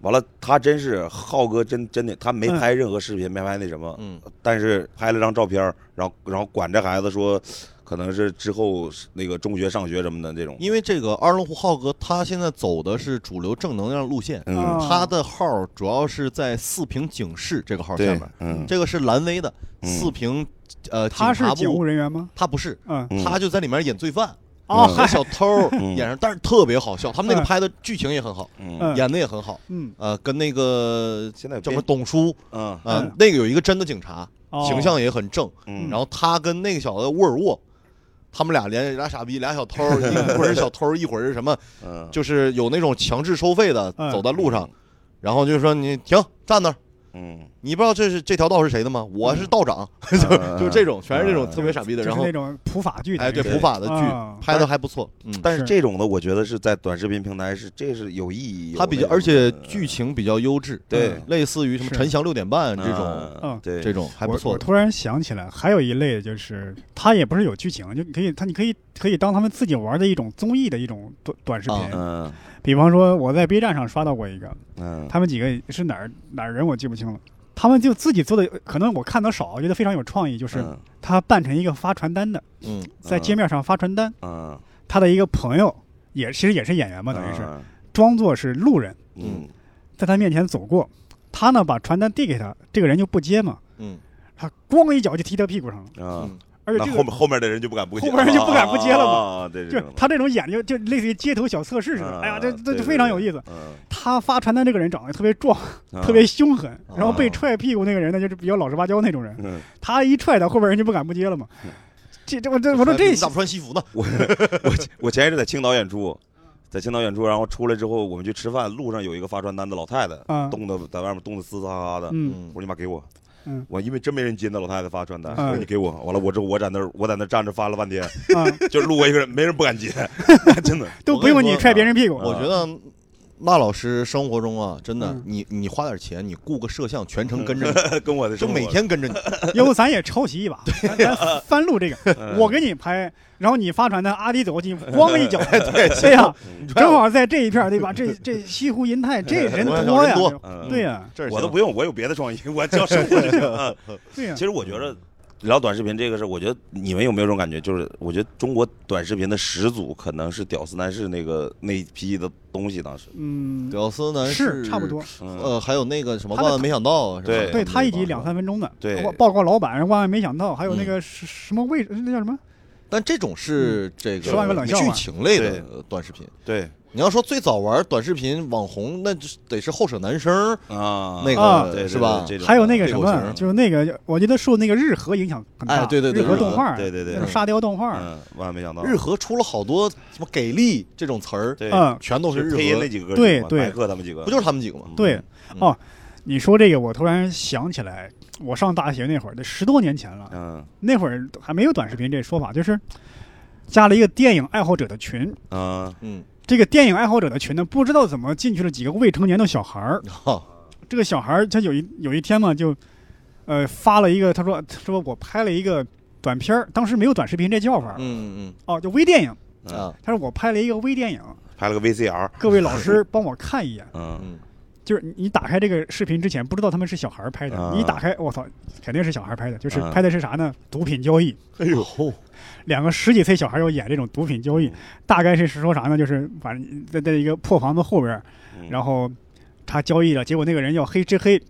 S3: 完了，他真是浩哥真真的，他没
S1: 嗯
S3: 拍任何视频，没拍那什么，
S4: 嗯，
S3: 但是拍了张照片儿，然后然后管这孩子说，可能是之后是那个中学上学什么的这种，
S4: 因为这个二龙湖浩哥他现在走的是主流正能量路线，
S3: 嗯，
S4: 他的号主要是在四平警视这个号下
S3: 对
S4: 面，，
S3: 嗯，
S4: 这个是蓝威的
S3: 嗯
S4: 四平呃
S1: 他是
S4: 察
S1: 警务
S4: 部，
S1: 人员吗？
S4: 他不是，
S1: 嗯，
S3: 嗯
S4: 他就在里面演罪犯。
S1: 哦，
S4: 演
S1: 嗨，
S4: 小偷
S3: 嗯
S4: 演上，但是特别好笑。他们
S1: 嗯
S4: 那个拍的剧情也很好，
S3: 嗯
S1: 嗯
S4: 演的也很好。
S1: 嗯，
S4: 呃，跟那个
S3: 现在有
S4: 叫什哦
S3: 变
S4: 么董叔，
S3: 嗯
S4: 呃
S1: 嗯，
S4: 那个有一个真的警察，
S1: 哦
S4: 形象也很正。
S3: 嗯
S4: 然后他跟那个小子沃尔沃，他们俩连俩傻逼，俩小偷，一会儿是小偷，一会儿是
S1: *laughs*
S4: 什么，
S3: 嗯，
S4: 就是有那种强制收费的，
S1: 嗯
S4: 走在路上，然后就说你停站那儿。
S3: 嗯，
S4: 你不知道这是这条道是谁的吗？我是道长，就 *laughs* 就这种，全是这种特别傻逼
S1: 嗯
S4: 的。
S1: 就
S4: 然
S1: 是
S4: 后
S1: 那，种普法剧的
S4: 哎，
S1: 那
S4: 对
S1: 种，
S4: 普法的
S1: 啊
S4: 剧拍的还不错，嗯，
S3: 但是
S1: 是
S3: 这种的，我觉得是在短视频平台是这是有意义有那种的，
S4: 它比较，而且剧情比较优质，
S3: 对
S4: 嗯类似于什么
S1: 是
S4: 《沉降六点半》这种，
S3: 嗯
S1: 嗯
S3: 对
S4: 这种还不
S1: 我
S4: 错
S1: 我。突然想起来，还有一类就是，它也不是有剧情，就你可以，它你可以可以当他们自己玩的一种综艺的一种短短视频。
S4: 啊
S3: 嗯
S1: 比方说，我在 B 站上刷到过一个，
S3: 嗯，
S1: 他们几个是哪儿哪儿人我记不清了，他们就自己做的，可能我看的少，我觉得非常有创意，就是
S3: 嗯
S1: 他扮成一个发传单的，
S4: 嗯，
S1: 在街面上发传单，
S3: 嗯，
S1: 他的一个朋友也其实也是演员嘛，等于是
S3: 嗯
S1: 装作是路人，
S3: 嗯
S1: 在他面前走过，他呢把传单递给他，这个人就不接嘛，
S4: 嗯
S1: 他咣一脚就踢他屁股上了，*laughs*
S3: 嗯，
S4: 嗯，
S1: 而且
S3: 那
S1: 这
S3: 后
S1: 个
S3: 面后面的人就不敢不接，
S1: 后面人就不敢不接了嘛
S3: 嘛，啊对，
S1: 就
S3: 这种
S1: 他这种演就就类似于街头小测试似的，
S3: 嗯
S1: 哎呀，这这
S3: 对
S1: 这
S3: 对
S1: 非常有
S3: 对
S1: 意思。
S3: 嗯
S1: 他发传单这个人长得特别壮，
S3: 嗯
S1: 特别凶狠，然后被
S3: 啊
S1: 踹屁股那个人呢，就是比较老实巴交那种人。
S3: 嗯，
S1: 他一踹他，后边人就不敢不接了嘛
S3: 嗯。
S1: 这这我这我说这
S4: 你咋不穿西服呢？
S3: 我我我前一阵在青岛演出，在青岛演出，然后出来之后，我们去吃饭，路上有一个发传单的老太太，
S1: 啊
S3: 冻得在外面冻得嘶嘶哈哈的。
S1: 嗯
S3: 我说你妈给我，
S1: 嗯
S3: 我因为真没人接那老太太发传单，
S1: 嗯
S3: 我说你给我，完了我之后我在那儿我在那儿站着发了半天，
S1: 啊
S3: *laughs* 就路过一个人，没人不敢接，真的，
S1: 都不用你踹别人屁股
S3: 啊
S4: 我觉得那老师生活中啊，真的
S1: 嗯，
S4: 你你花点钱，你雇个摄像，全程跟
S3: *laughs*
S4: 着你，
S3: 跟我的
S4: 就
S3: 嗯生活
S4: 每天跟着
S3: *laughs*
S4: 你。
S1: 要不咱也抄袭一把，咱咱翻录这个，
S3: 嗯
S1: 我给你拍，然后你发传单，阿迪走过去，咣一脚， *laughs* 对呀，嗯正好在这一片儿对吧？这这西湖银泰这人
S4: 嗯
S1: 多呀
S4: 人多，
S3: 嗯
S1: 对呀，
S4: 这是
S3: 我都不用，我有别的创意， *laughs* 我只要生活就行。嗯
S1: 对呀
S3: 其，实我觉得聊短视频这个事儿，我觉得你们有没有这种感觉？就是我觉得中国短视频的始祖可能是屌丝男士那个那一批的东西，当时。
S1: 嗯，
S4: 屌丝男
S1: 是差不多。。
S3: 嗯，
S4: 呃，还有那个什么，
S1: 他的
S4: 万万没想到啊，是吧
S3: 对嗯
S1: 对他一集两，三分钟的，
S3: 对
S1: 报报告老板，万万没想到，还有那
S4: 嗯
S1: 个什什么位置，那叫什么？
S4: 但这种是这个
S1: 十嗯万个冷笑话
S4: 剧情类
S3: 对
S4: 的呃短视频。
S3: 对
S4: 你要说最早玩短视频网红，那就是得是后舍男生
S3: 啊，
S4: 那
S1: 啊
S4: 个
S3: 对
S4: 是吧？
S3: 这种
S1: 还有那个
S4: 这
S1: 什
S4: 个我觉
S1: 么，
S4: 得
S1: 就是那个，我觉得受那个日和影响很大。
S4: 哎对对对
S1: 日和动画，
S3: 对对对
S1: 那种沙雕动画，
S3: 嗯，万万没想到
S4: 日和出了好多什么给力这种词儿，
S3: 对，
S1: 嗯，
S4: 全都是
S3: 配音
S4: 日
S3: 那
S4: 和，
S3: 几个歌
S1: 对
S3: 手嘛
S1: 对
S3: 白客他们几个
S4: 不就是他们几个吗？
S1: 对
S3: 嗯
S1: 哦。你说这个，我突然想起来，我上大学那会儿，得十多年前了，
S3: 嗯
S1: 那会儿还没有短视频这说法，就是加了一个电影爱好者的群。
S3: 啊
S4: 嗯，
S1: 这个电影爱好者的群呢，不知道怎么进去了几个未成年的小孩儿。
S4: 嗯哈，
S1: 这个小孩儿他有一有一天嘛，就呃发了一个，他说他说我拍了一个短片儿，当时没有短视频这叫
S3: 啊
S1: 法儿，
S4: 嗯
S1: 哦，就微电影。
S4: 嗯啊，
S1: 他说我拍了一个微电影，
S3: 拍了个 VCR，
S1: 各位老
S3: *laughs*
S1: 师帮我看一眼。
S3: 嗯
S4: 嗯，
S1: 就是你你打开这个视频之前，不知道他们是小孩儿拍的，
S3: 啊
S1: 你一打开，我操，肯定是小孩儿拍的。就是
S3: 啊
S1: 拍的是啥呢？毒品交易，
S4: 哎呦，
S1: 两个十几岁小孩儿要演这种毒品交易
S3: 嗯，
S1: 大概是是说啥呢？就是反正在在一个破房子后边儿，
S3: 嗯
S4: 嗯
S1: 然后他交易了，结果那个人要黑吃黑，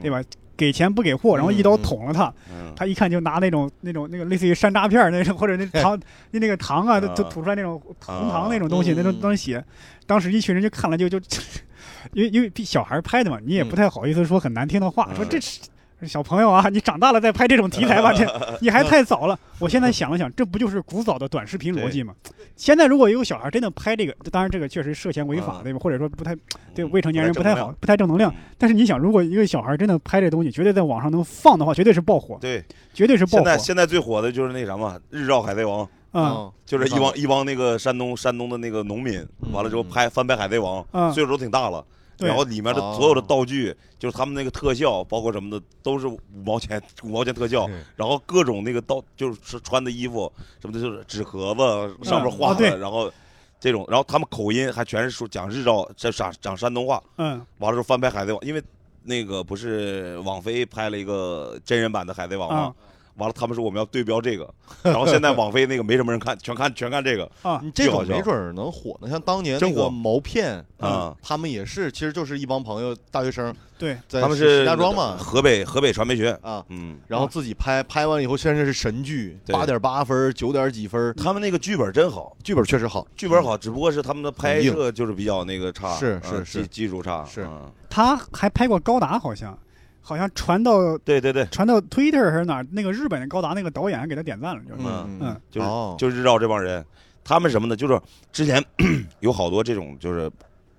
S1: 对
S3: 吧？
S1: 吧？给钱不给货，然后一刀
S4: 嗯嗯
S1: 捅了他。
S3: 嗯
S1: 他一看就拿那种那种那个类似于山楂片儿那种，或者那糖那那个糖啊，
S3: 啊嗯
S1: 都都吐出来那种红糖那种东西，
S4: 啊
S1: 那种东西。当时一群人就看了就就， *laughs* 因为因为毕小孩拍的嘛，你也不太好意思说很难听的话，
S3: 嗯
S1: 说这是。小朋友啊，你长大了再拍这种题材
S3: *laughs*
S1: 吧，这你还太早了。我现在想了想，这不就是古早的短视频逻辑吗？现在如果有小孩真的拍这个，当然这个确实涉嫌违法，
S3: 啊
S1: 对吧？或者说不太对
S3: 嗯
S1: 未成年人不太
S3: 正能
S1: 好
S3: 量，
S1: 不太正能量
S3: 嗯。
S1: 但是你想，如果一个小孩真的拍这东西，绝对在网上能放的话，绝对是爆火。
S3: 对，
S1: 绝对是爆
S3: 现在
S1: 火
S3: 现在最火的就是那什么《日照海贼王》，
S1: 啊！
S3: 就是一帮一帮那个山东山东的那个农民，完了之后拍翻拍《海贼王
S1: 嗯》，
S3: 岁数都挺大了。
S1: 对
S3: 然后里面的
S4: 哦
S3: 所有的道具，就是他们那个特效，包括什么的，都是五毛钱五毛钱特效
S4: 嗯。
S3: 然后各种那个道，就是穿的衣服什么的，就是纸盒子上
S1: 嗯
S3: 面画
S1: 啊对
S3: 的，然后这种，然后他们口音还全是说讲日照，这讲讲山东话。
S1: 嗯
S3: 完了之后翻拍《海贼王》，因为那个不是网飞拍了一个真人版的《海贼王》
S1: 啊
S3: 吗？完了他们说我们要对标这个， *laughs* 然后现在网飞那个没什么人看，全看全看这个
S1: 啊
S4: 你这
S3: 巨好
S4: 种
S3: 笑
S4: 没准儿能火呢，像当年
S3: 真
S4: 那个
S3: 火
S4: 毛片嗯
S3: 啊，嗯
S4: 他们也是，其实就是一帮朋友大学生
S1: 对，
S4: 在
S3: 他们
S4: 石
S3: 是
S4: 石家庄嘛
S3: 河北河北传媒学院，
S4: 啊，
S3: 嗯，
S4: 然后自己拍，拍完了以后现在是神剧，
S3: 对
S4: 八点八分儿，九点几分儿，
S3: 他们那个剧本真好，
S4: 剧本确实好，
S3: 剧本好，只不过是他们的拍
S4: 很硬
S3: 摄就是比较那个差，
S4: 是
S3: 嗯
S4: 是是
S3: 技技术差，
S4: 是
S3: 嗯
S1: 他还拍过高达，好像好像传到
S3: 对对对，
S1: 传到 Twitter 还是哪儿，那个日本的高达那个导演还给他点赞了，就是。
S4: 嗯
S1: 嗯
S3: 就是
S4: 哦
S3: 就是日照这帮人，他们什么呢？就是之前 *clears throat* 有好多这种就是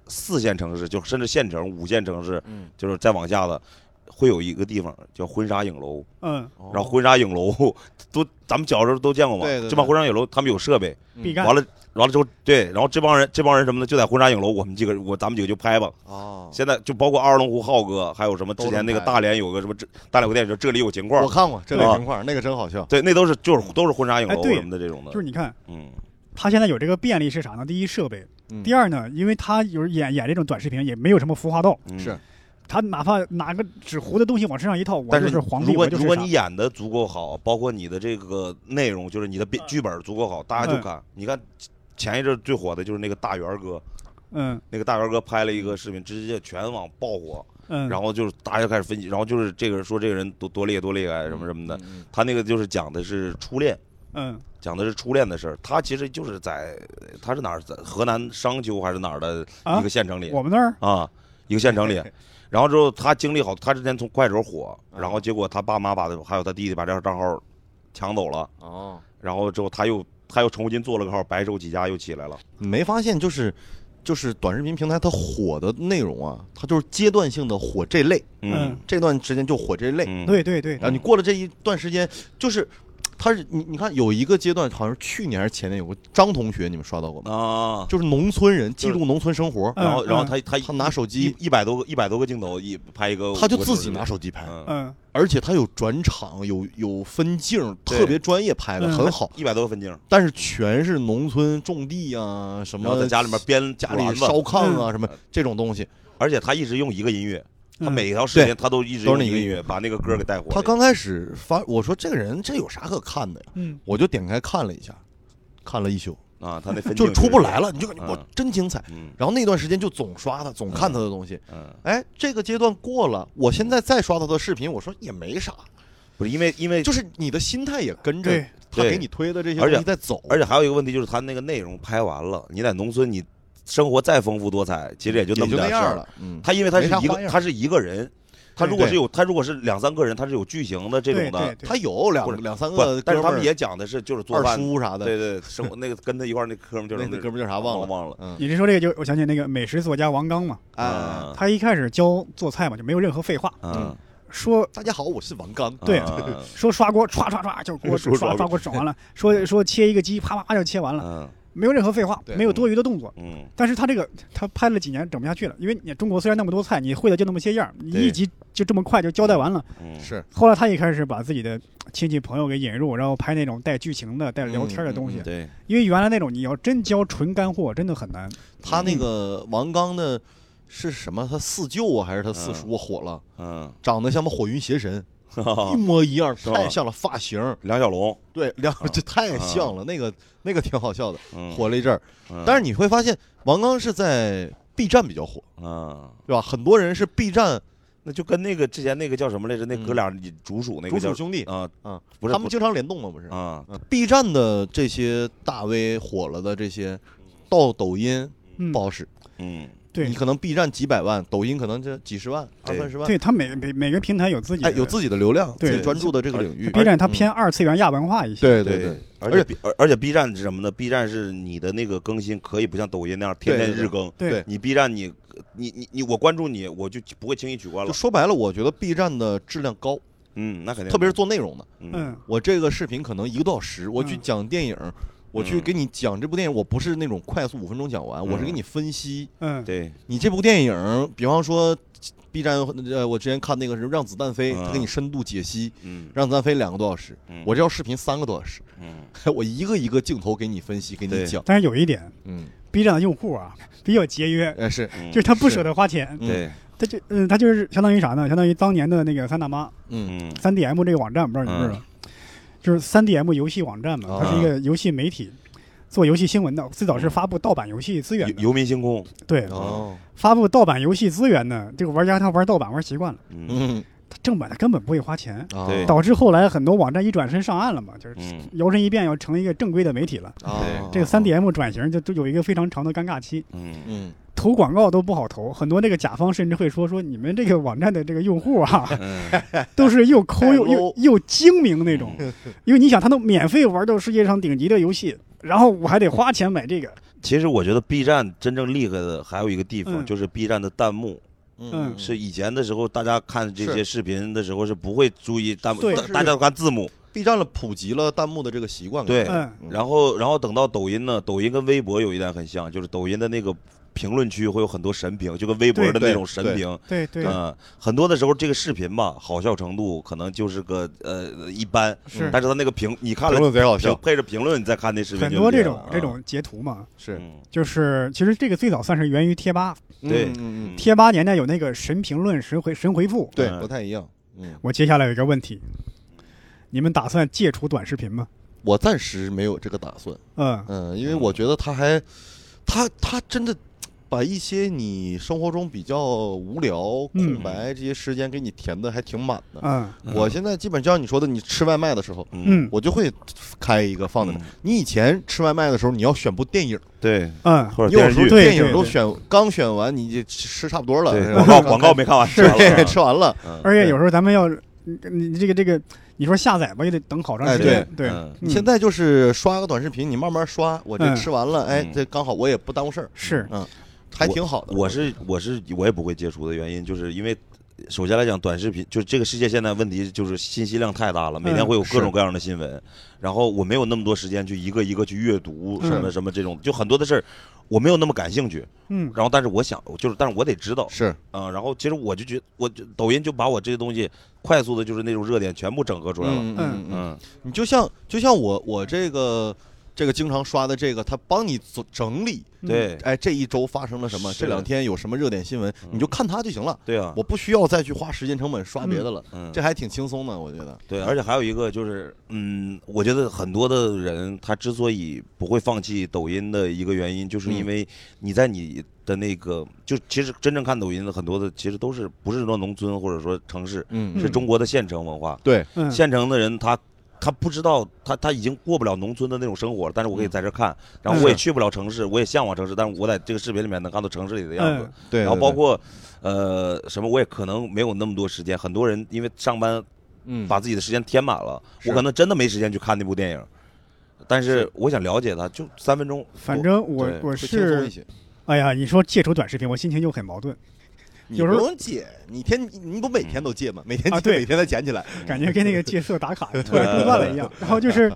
S3: 四线城市，就甚至县城、五线城市，
S4: 嗯，
S3: 就是再往下的，会有一个地方叫婚纱影楼，
S1: 嗯，
S4: 哦
S3: 然后婚纱影楼都咱们小时候都见过嘛，
S4: 对对对
S3: 这帮婚纱影楼他们有设备，
S4: 嗯
S1: 必干
S3: 完了完了之后，对，然后这帮人这帮人什么的就在婚纱影楼，我们几个我咱们几个就拍吧。
S4: 哦，
S3: 现在就包括二龙湖浩哥，还有什么之前那个
S4: 都能拍
S3: 大连有个什么这大连有个电影叫《这里有情况
S4: 我》，看过这
S3: 对
S4: 个
S3: 吧
S4: 情况，那个真好笑，
S3: 对，那都是就是都是婚纱影
S1: 哎
S3: 楼
S1: 对
S3: 什么的这种
S1: 就是
S3: 的，
S1: 你看
S3: 嗯，
S1: 他现在有这个便利是啥呢？第一设备，
S4: 嗯
S1: 第二呢，因为他有时演演这种短视频也没有什么服化道，
S3: 嗯
S4: 是
S1: 他哪怕拿个纸糊的东西往身上一套，我
S3: 但
S1: 就是是皇帝，
S3: 如果
S1: 我就是
S3: 如果
S1: 啥
S3: 你演的足够好，包括你的这个内容，就是你的编剧本足够好，大家就
S1: 嗯
S3: 看。你看前一阵最火的就是那个大元哥，
S1: 嗯
S3: 那个大元哥拍了一个视频，直接全网爆火，
S1: 嗯，
S3: 然后就是大家就开始分析，然后就是这个人说这个人多多厉害多厉害什么什么的。
S4: 嗯
S3: 他那个就是讲的是初恋，
S1: 嗯
S3: 讲的是初恋的事儿。他其实就是在他是哪儿，在河南商丘还是哪儿的
S1: 啊
S3: 一个县城里
S1: 我们那儿
S3: 啊，一个
S1: *laughs*
S3: 县城里。然后之后他经历好，他之前从快手火，
S1: 嗯
S3: 然后结果他爸妈把他还有他弟弟把这个账号抢走了，
S4: 哦，
S3: 然后之后他又他又重新做了个号，白手起家又起来了。
S4: 你没发现就是就是短视频平台它火的内容啊，它就是阶段性的火这类，
S1: 嗯
S4: 这段时间就火这类，
S3: 嗯，
S1: 对对对
S4: 然后你过了这一段时间，就是它是你你看有一个阶段，好像是去年还是前年有个张同学，你们刷到过吗？
S3: 啊，
S4: 就是农村人记
S3: 就是
S4: 录农村生活，
S1: 嗯
S3: 然后然后他他
S4: 他拿手
S3: 一
S4: 机，
S3: 一百多个一百多个镜头一拍一个，
S4: 他就自己拿，手机拍，
S3: 嗯，
S1: 嗯
S4: 而且他有转场，有有分镜，
S3: 对
S4: 特别专业拍的
S1: 嗯
S4: 很好。
S3: 一百多个分镜，
S4: 但是全是农村种地啊，什
S3: 然后
S4: 么
S3: 在家里面编
S4: 家
S3: 家
S4: 里烧炕
S3: 嗯
S4: 啊，什么这种东西。
S3: 而且他一直用一个音乐，他
S1: 嗯
S3: 每条视
S4: 对
S3: 频他都一直
S4: 都是
S3: 用
S4: 那
S3: 一个
S4: 个
S3: 音
S4: 音
S3: 乐把那个歌给带火了。
S4: 他刚开始发，我说这个人这有啥可看的呀？
S1: 嗯
S4: 我就点开看了一下，看了一宿，
S3: 啊，他那分镜
S4: 就是出不来了，你就感觉
S3: 嗯
S4: 我真精彩。
S3: 嗯
S4: 然后那段时间就总刷他，总看他的东西。
S3: 嗯，
S4: 哎，这个阶段过了，我现在再刷他的视频，我说也没啥，
S3: 不是因为因为
S4: 就是你的心态也跟着
S1: 对
S4: 他
S3: 哎对
S4: 给你推的这些
S3: 而且
S4: 东西在走。
S3: 而且还有一个问题就是，他那个内容拍完了，你在农村，你生活再丰富多彩，其实也就那
S4: 也
S3: 么
S4: 就那
S3: 点事
S4: 样
S3: 儿。
S4: 了，嗯，
S3: 他因为他是
S4: 没啥
S3: 一
S4: 花
S3: 个，
S4: 样
S3: 他是一个人，他
S1: 对
S3: 如果是
S4: 对
S3: 有他如果是两三个人，他是有剧情的这种的
S1: 对，对
S4: 他有两
S3: 不是
S4: 两三
S3: 不
S4: 个，，
S3: 但是他们也讲的是就是做
S4: 二
S3: 饭，
S4: 叔啥的，
S3: 对对，生活那个跟他一块儿那哥们儿叫什
S4: 那
S3: 么
S4: 那哥们儿叫啥忘了
S3: 忘了，
S4: 嗯，
S1: 你这说这个就我想起那个美食作家王刚嘛，
S4: 哎，
S3: 啊
S1: 他一开始教做菜嘛，就没有任何废话，
S3: 嗯，
S1: 说
S4: 大家好，我是王
S3: *laughs*
S4: 刚，
S1: 对
S3: 啊
S1: 说刷锅唰唰唰就锅
S3: 说
S1: 刷
S3: 刷
S1: 刷锅整完了，说说切一个鸡啪啪啪就切完了，
S3: 嗯
S1: 没有任何废话，
S4: 对
S1: 没有多余的动作。
S3: 嗯，
S1: 但是他这个他拍了几年整不下去了，因为你中国虽然那么多菜，你会的就那么些样儿，你
S3: 对
S1: 一集就这么快就交代完了。
S3: 嗯
S4: 是
S1: 后来他也开始把自己的亲戚朋友给引入，然后拍那种带剧情的、带聊天的东西。
S4: 嗯嗯
S3: 对，
S1: 因为原来那种你要真教纯干货，真的很难。
S4: 他那个王刚的是什么？他四舅啊，还是他四叔啊火了？
S3: 嗯，
S4: 长得像妈火云邪神，
S3: 哈哈
S4: 一
S3: 哈
S4: 模一样，
S3: 啊是吧
S4: 太像了，发型，
S3: 梁小龙，
S4: 对，两这太像了，那个那个挺好笑的，
S3: 嗯，
S4: 火了一阵儿。
S3: 嗯，
S4: 但是你会发现，王刚是在 B 站比较火，
S3: 啊，
S4: 对吧？很多人是 B 站
S3: 那就跟那个之前那个叫什么来着，那哥俩主属那
S4: 嗯竹
S3: 个叫
S4: 鼠兄弟，
S3: 啊
S4: 啊，
S3: 不是
S4: 他们经常联动嘛，不是？
S3: 啊，
S4: 嗯 B 站的这些大 V 火了的这些，到抖音
S1: 嗯
S4: 不，好使。
S3: 嗯，
S1: 对
S4: 你可能 B 站几百万，抖音可能就几十万、二
S3: 对
S4: 三十万。
S1: 对他每每每个平台有自己
S4: 哎，
S1: 的
S4: 有自己的流量，
S1: 对
S4: 自己专注的这个领域。
S1: B 站，它
S4: 嗯
S1: 偏二次元亚文化一些。
S4: 对对对，而
S3: 而
S4: 且
S3: 且 B- 而而且 B 站是什么呢？B 站是你的那个更新可以不像抖音那样天
S4: 对
S3: 天
S4: 对对
S3: 日更，
S1: 对
S4: 对
S3: 你 B 站你你你你我关注你，我就不会轻易取关
S4: 就
S3: 了。
S4: 说白了，我觉得 B 站的质量高，
S3: 嗯，那肯定，
S4: 特别是做内容的。
S1: 嗯
S3: 嗯，
S4: 我这个视频可能一个多小时，我去
S1: 嗯
S4: 讲电影，我去
S3: 嗯
S4: 给你讲这部电影，我不是那种快速五分钟讲完，我是给你分析
S1: 嗯，
S3: 对，
S4: 你这部电影。比方说，B 站有很呃，我之前看那个什么《让子弹飞》，
S3: 嗯
S4: 它给你深度解析，
S3: 嗯
S4: 《让子弹飞》两个多小时
S3: 嗯，
S4: 我这条视频三个多小时， *laughs*
S3: 嗯，
S4: 我一个一个镜头给你分析，给你
S3: 对
S4: 讲。
S1: 但是有一点
S4: 嗯，
S1: ，B 站的用户啊 *laughs* 比较节约，
S4: 呃是，
S3: 嗯
S1: 就是他不
S4: 是
S1: 舍得花钱，
S4: 嗯
S3: 对，
S1: 他就嗯，他就是相当于啥呢？相当于当年的那个三大妈
S4: 嗯
S3: 嗯
S1: 三 DM 这个网站，不知道你们知道吗？就是 3DM 游戏网站
S3: 哦
S1: 嘛，它是一个游戏媒体，做游戏新闻的，最
S3: 嗯
S1: 早是发布盗版游戏资源
S3: 游
S1: 的。
S3: 游民星空，
S1: 对，
S4: 哦，
S1: 发布盗版游戏资源呢，这个玩家他玩盗版玩习惯了，
S3: 嗯
S4: 嗯，
S1: 他正版他根本不会花钱，
S4: 啊
S3: 哦对
S1: 导致后来很多网站一转身上岸了嘛，就是
S3: 嗯，哦
S1: 摇身一变要成一个正规的媒体了。
S4: 啊
S1: 这个 3DM 转型就就有一个非常长的尴尬期，
S3: 嗯，
S4: 嗯，
S1: 投广告都不好投，很多这个甲方甚至会说说你们这个网站的这个用户啊，
S3: *laughs* 嗯，
S1: 都是又抠又
S4: 太 low
S1: 又又精明那种，因为你想他能免费玩到世界上顶级的游戏，然后我还得花钱买这个，
S3: 其实我觉得 B 站真正厉害的还有一个地方，
S1: 嗯
S3: 就是 B 站的弹幕
S1: 嗯
S3: 是以前的时候，大家看这些视频的时候是不会注意弹幕，
S1: 对
S3: 大
S1: 是
S3: 大家都看字幕，
S4: B 站了普及了弹幕的这个习惯，
S3: 对
S1: 嗯，
S3: 然后，然后等到抖音呢，抖音跟微博有一点很像，就是抖音的那个评论区会有很多神评，就跟微博
S1: 对
S3: 的
S4: 对
S3: 那种神
S4: 对
S3: 评。
S1: 对对
S3: 嗯，很多的时候这个视频吧，好笑程度可能就是个呃一般，
S1: 是
S3: 但是他那个评你看
S4: 评
S3: 了
S4: 论贼好
S3: 评
S4: 笑，
S3: 配着评论，你再看那视频
S1: 很
S3: 就啊
S1: 多
S3: 厉害
S1: 这种
S3: 了
S1: 这，种截图嘛，
S4: 是
S3: 嗯
S1: 就是其实这个最早算是源于贴吧，
S3: 对
S4: 嗯嗯嗯
S1: 贴吧年代有那个神评论、神回神回复。
S4: 对
S3: 嗯
S4: 不太一样，嗯，
S1: 我接下来有一个问题，你们打算戒除短视频吗？
S4: 我暂时没有这个打算，
S1: 嗯，
S4: 嗯，因为我觉得他还，他他真的把一些你生活中比较无聊、
S1: 嗯
S4: 空白这些时间给你填的还挺满的。
S1: 嗯
S4: 我现在基本就像你说的，你吃外卖的时候，
S1: 嗯
S4: 我就会开一个放在那
S3: 嗯。
S4: 你以前吃外卖的时候，你要选部电影，
S3: 对，
S1: 嗯，
S3: 或者
S4: 你有
S3: 电
S4: 时候
S3: 视
S1: 对
S3: 剧，
S4: 电影
S1: 对
S4: 都
S1: 对
S4: 选刚选完，你就吃差不多了，
S3: 对
S4: 是吧
S3: 广告广告没看完，
S4: 是
S3: 完了
S4: 吃完了，
S3: 嗯
S1: 而且有时候咱们要你你这个这个，你说下载吧，也得等好长时间
S4: 哎。
S1: 对
S3: 嗯
S1: 嗯
S4: 你现在就是刷个短视频，你慢慢刷，我这
S1: 嗯
S4: 吃完了，哎
S3: 嗯，
S4: 这刚好我也不耽误事儿，嗯
S1: 是
S4: 还挺好的。
S3: 我是我是我也不会接触的原因，就是因为首先来讲，短视频就是这个世界现在问题就是信息量太大了，每天会有各
S4: 嗯是
S3: 种各样的新闻，然后我没有那么多时间去一个一个去阅读
S1: 嗯
S3: 什么什么这种，就很多的事儿我没有那么感兴趣。
S1: 嗯
S3: 然后但是我想就是，但是我得知道
S4: 是
S3: 啊、然后其实我就觉我就抖音就把我这些东西快速的，就是那种热点全部整合出来了。
S4: 嗯嗯嗯，
S3: 嗯
S4: 你就像就像我我这个这个经常刷的这个，它帮你做整理，
S1: 嗯
S3: 对
S4: 哎，这一周发生了什么，
S3: 是
S4: 这两天有什么热点新闻，你就看它就行了。
S3: 对啊，
S4: 我不需要再去花时间成本刷别的了，
S3: 嗯
S4: 这还挺轻松的，我觉得。
S3: 对，而且还有一个就是，嗯，我觉得很多的人他之所以不会放弃抖音的一个原因，就是因
S4: 嗯
S3: 为你在你的那个，就其实真正看抖音的很多的，其实都是不是说农村或者说城市，
S4: 嗯
S3: 是中国的县城文化。
S4: 对，
S1: 嗯
S3: 县城的人他他不知道，他他已经过不了农村的那种生活了，但是
S4: 嗯
S3: 我可以在这看，然后我也
S4: 是
S3: 去不了城市，我也向往城市，但是我在这个视频里面能看到城市里的样子
S1: 嗯。
S4: 对，
S3: 然后包括，呃，什么我也可能没有那么多时间，很多人因为上班
S4: 嗯
S3: 把自己的时间填满了，
S4: 是
S3: 我可能真的没时间去看那部电影，但是
S4: 是
S3: 我想了解它，就三分钟。
S1: 反正我
S3: 对
S1: 我
S4: 会轻松
S1: 是，
S4: 一些。
S1: 哎呀，你说戒除短视频，我心情就很矛盾，
S4: 你
S1: 有
S4: 不
S1: 时候
S4: 用戒，你天你不每天
S3: 嗯
S4: 都戒吗？每天
S1: 啊
S4: 戒，
S1: 对
S4: 每天再捡起来。
S1: 感觉跟那个戒色打卡突然中断了一样。然后就是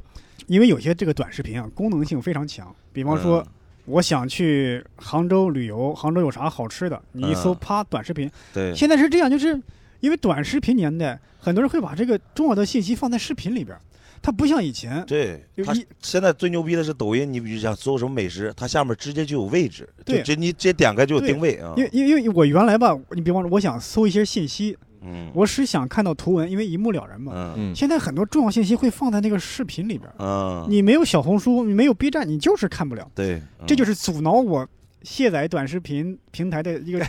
S1: 因为有些这个短视频啊，功能性非常强，比
S3: 比
S1: 方说我想去杭州旅游，杭州有啥好吃的，你一搜，
S3: 嗯
S1: 啪，短视频。
S3: 对，
S1: 现在是这样，就是因为短视频年代，很多人会把这个重要的信息放在视频里边儿，它不像以前。
S3: 对
S1: 有，
S3: 它
S1: 一
S3: 现在最牛逼的是抖音，你比如想搜什么美食，它下面直接就有位置，就
S1: 对
S3: 直你直接点开就有
S1: 对
S3: 定位啊。
S1: 因为因为因为我原来吧，你比方说我想搜一些信息，
S3: 嗯
S1: 我是想看到图文，因为一目了然嘛。
S3: 嗯
S4: 嗯
S1: 现在很多重要信息会放在那个视频里边儿，
S3: 嗯，
S1: 你没有小红书，你没有 B 站，你就是看不了。
S3: 对，嗯
S1: 这就是是阻挠我卸载短视频平台的一
S3: *laughs*
S1: 个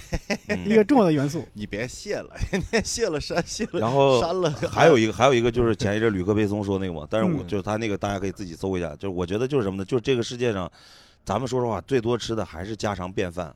S4: 嗯
S1: 一个重要的元素。
S4: 你别卸了，天天卸了删，卸了
S3: 然后
S4: 删了，
S3: *laughs* 还有一个，还有一个 *laughs* 就是前一阵吕克贝松说那个嘛，但是我
S1: 嗯
S3: 就是他那个，大家可以自己搜一下。就是我觉得就是什么呢？就是这个世界上，咱们说实话，最多吃的还是家常便饭，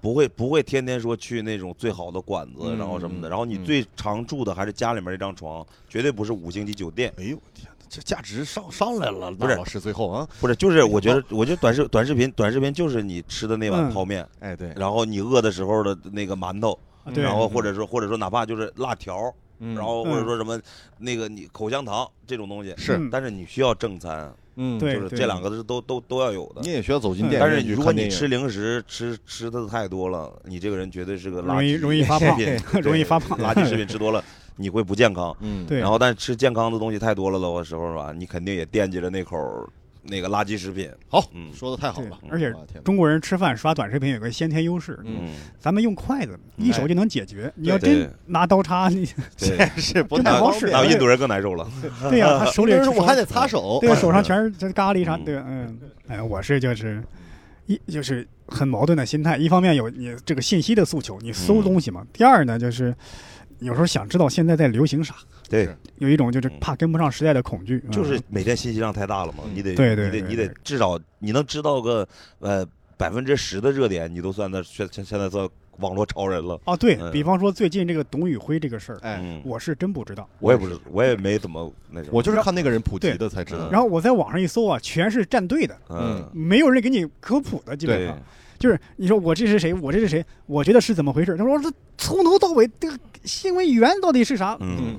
S3: 不会不会天天说去那种最好的馆子，
S4: 嗯
S3: 然后什么的。
S4: 嗯
S3: 然后你
S4: 嗯
S3: 最常住的还是家里面那张床，绝对不是五星级酒店。
S4: 哎呦我天哪，这价值上上来了，
S3: 不是
S4: 那老师最后啊，
S3: 不是，就是我觉得，我觉得短视短视频，短视频就是你吃的那碗
S1: 嗯
S3: 泡面，
S4: 哎对，
S3: 然后你饿的时候的那个馒头，
S1: 啊对
S3: 然后或者说或者说哪怕就是辣条，
S4: 然
S3: 然后或者说什么那个你口香糖这种东西。
S4: 是
S1: 嗯
S3: 但是你需要正餐，
S4: 嗯
S1: 对
S3: 就是这两个是都都都要有
S4: 你
S3: 的。
S4: 也需要走进
S1: 嗯
S4: 电
S3: 但
S4: 影院
S3: 是你
S4: 去
S3: 如果
S4: 看
S3: 你
S4: 电
S3: 吃
S4: 影。
S3: 零食吃吃的太多了，你这个人绝对是个垃
S1: 容易
S3: 圾，
S1: 容易发胖
S3: 食
S1: *laughs*
S3: 品
S1: 容易发胖
S3: 对垃圾食品吃多了，你会不健康。
S4: 嗯，
S1: 对
S3: 然后，但是吃健康的东西太多了的时候吧，你肯定也惦记着那口那个垃圾食品。
S4: 好，
S3: 嗯
S4: 说的太好
S1: 对
S4: 了，
S1: 而且
S4: 我的天哪
S1: 中国人吃饭刷短视频有个先天优势，
S4: 嗯
S3: 嗯，
S1: 咱们用筷子一手就能解决。你要
S3: 对
S1: 真拿刀叉，你 *laughs*
S3: 对， *laughs*
S4: 是不
S1: 真的
S4: 太
S3: 那
S1: 好
S4: 方
S1: 使
S4: 便
S1: 啊
S3: 那印度人更难受了。
S1: 对呀，他手
S3: *laughs*
S1: 里
S4: 我还得擦手，啊
S1: 对，手上全是这咖喱啥，
S3: 哦嗯
S1: 对，嗯，哎，我是就是一就是很矛盾的心态，一方面有你这个信息的诉
S3: 嗯
S1: 求，你搜东西嘛；第二呢，就是有时候想知道现在在流行啥，
S3: *laughs* 对
S4: 是，
S1: 有一种就是
S3: 嗯
S1: 怕跟不上时代的恐惧，嗯
S3: 就是每天信息量太大了嘛，
S4: 嗯
S3: 你得
S1: 对对
S3: 你得
S1: 对
S3: 你得
S1: 对
S3: 至少你能知道个呃百分之十的热点，你都算在现现现在算网络超人了。
S1: 哦，对
S3: 嗯
S1: 比方说最近这个董宇辉这个事儿，
S4: 哎，
S3: 嗯，
S1: 我是真不知道。
S3: 我也不知，我也没怎么那什么。
S4: 我就是看那个人普及的才知道
S3: 嗯。
S1: 然后我在网上一搜啊，全是站队的，
S3: 嗯，
S1: 没有人给你科普的，基本
S3: 对
S1: 上。就是你说我这是谁，我这是谁，我觉得是怎么回事？他说这从头到尾这个新闻源到底是啥？
S3: 嗯，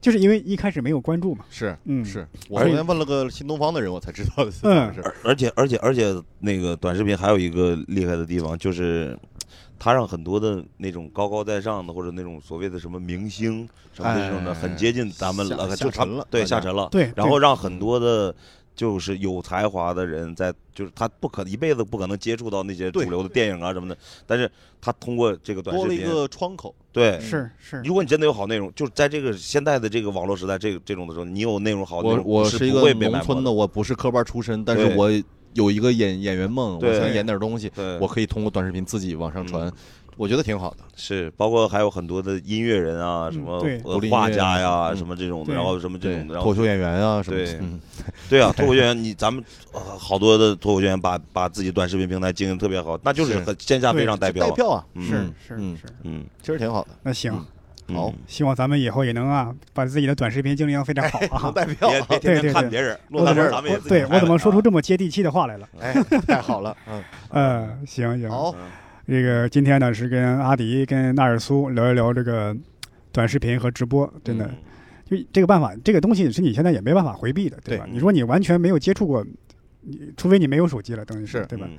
S1: 就是因为一开始没有关注嘛。
S4: 是，
S1: 嗯，
S4: 是我昨天问了个新东方的人，我才知道的是怎么
S1: 嗯
S4: 回事。
S3: 而而且而且而且那个短视频还有一个厉害的地方就是。它让很多的那种高高在上的，或者那种所谓的什么明星什么的这种的，
S4: 哎
S3: 很接近咱们
S4: 下
S3: 呃，
S4: 下
S3: 就他
S4: 沉了
S3: 对，
S4: 反
S3: 下
S4: 正
S3: 沉了。
S1: 对，
S3: 然后
S1: 对
S3: 让很多的，就是有才华的人在，就是他不可一辈子不可能接触到那些主
S4: 对
S3: 流的电影啊什么的，但是他通过这个短
S4: 多
S3: 视
S4: 了一
S3: 频，
S4: 个窗口，
S3: 对，
S1: 是是，
S3: 如果你真的嗯有好内容，就是在这个现在的这个网络时代，这个这种的时候，你有内容好，内
S4: 我
S3: 容
S4: 我
S3: 是
S4: 一
S3: 不
S4: 个
S3: 会被
S4: 农
S3: 埋
S4: 村
S3: 没
S4: 的，
S3: 的，
S4: 我不是科班出身，但是
S3: 对
S4: 我有一个演演员梦，我
S3: 对
S4: 想演点东西，
S3: 对，嗯
S4: 我可以通过短视频自己往上传，我觉得挺好的。
S3: 是包括还有很多的音乐人啊，什么
S1: 嗯对
S3: 呃
S4: 独立音
S3: 画
S4: 乐
S3: 家呀，
S4: 嗯
S3: 什么这种的，
S1: 对
S3: 然后什么这
S4: 对
S3: 种，的，然
S4: 脱
S3: 后
S4: 口秀演员啊什么的
S3: 对，
S4: 嗯
S3: 对啊，脱口秀演员，你咱们呃好多的脱口秀演员把把自己短视频平台经营特别好，那就是
S4: 是
S3: 很线下非
S1: 对
S3: 常代
S4: 就代
S3: 表，
S4: 票啊，
S3: 嗯
S1: 是
S4: 嗯
S1: 是
S4: 嗯
S1: 是，
S3: 嗯，
S4: 其实挺好的。
S1: 那行，
S4: 好
S3: 嗯
S1: 希望咱们以后也能啊，把自己的短视频经营非常好啊。
S4: 代
S3: 别别天
S1: 对对
S3: 天看
S1: 对
S3: 别人，
S1: 我
S3: 落到
S1: 怎
S3: 这
S1: 么
S3: 儿咱们也
S1: 我
S3: 自己
S1: 对
S3: 拍
S1: 我怎么
S3: 了
S1: 说出
S3: 啊
S1: 这么接地气的话来了？
S4: 哎，太好了，嗯，
S1: 嗯，行行，
S4: 好，
S1: 这个今天呢是跟阿迪、跟纳尔苏聊一聊这个短视频和直播，真的、
S3: 嗯
S1: 就这个办法，这个东西是你现在也没办法回避的，对吧？
S3: 对
S1: 你说你完全没有接触过，你除非你没有手机了，等于
S4: 是
S1: 对吧？
S3: 嗯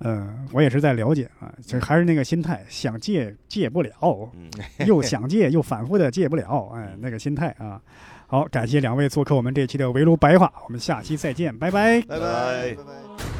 S1: 嗯、我也是在了解啊，就还是那个心态，想戒戒不了，
S3: 嗯，
S1: 又想戒又反复的戒不了，哎，那个心态啊。好，感谢两位做客我们这期的围炉白话，我们下期再见，拜拜。
S4: 拜
S3: 拜
S4: 拜拜。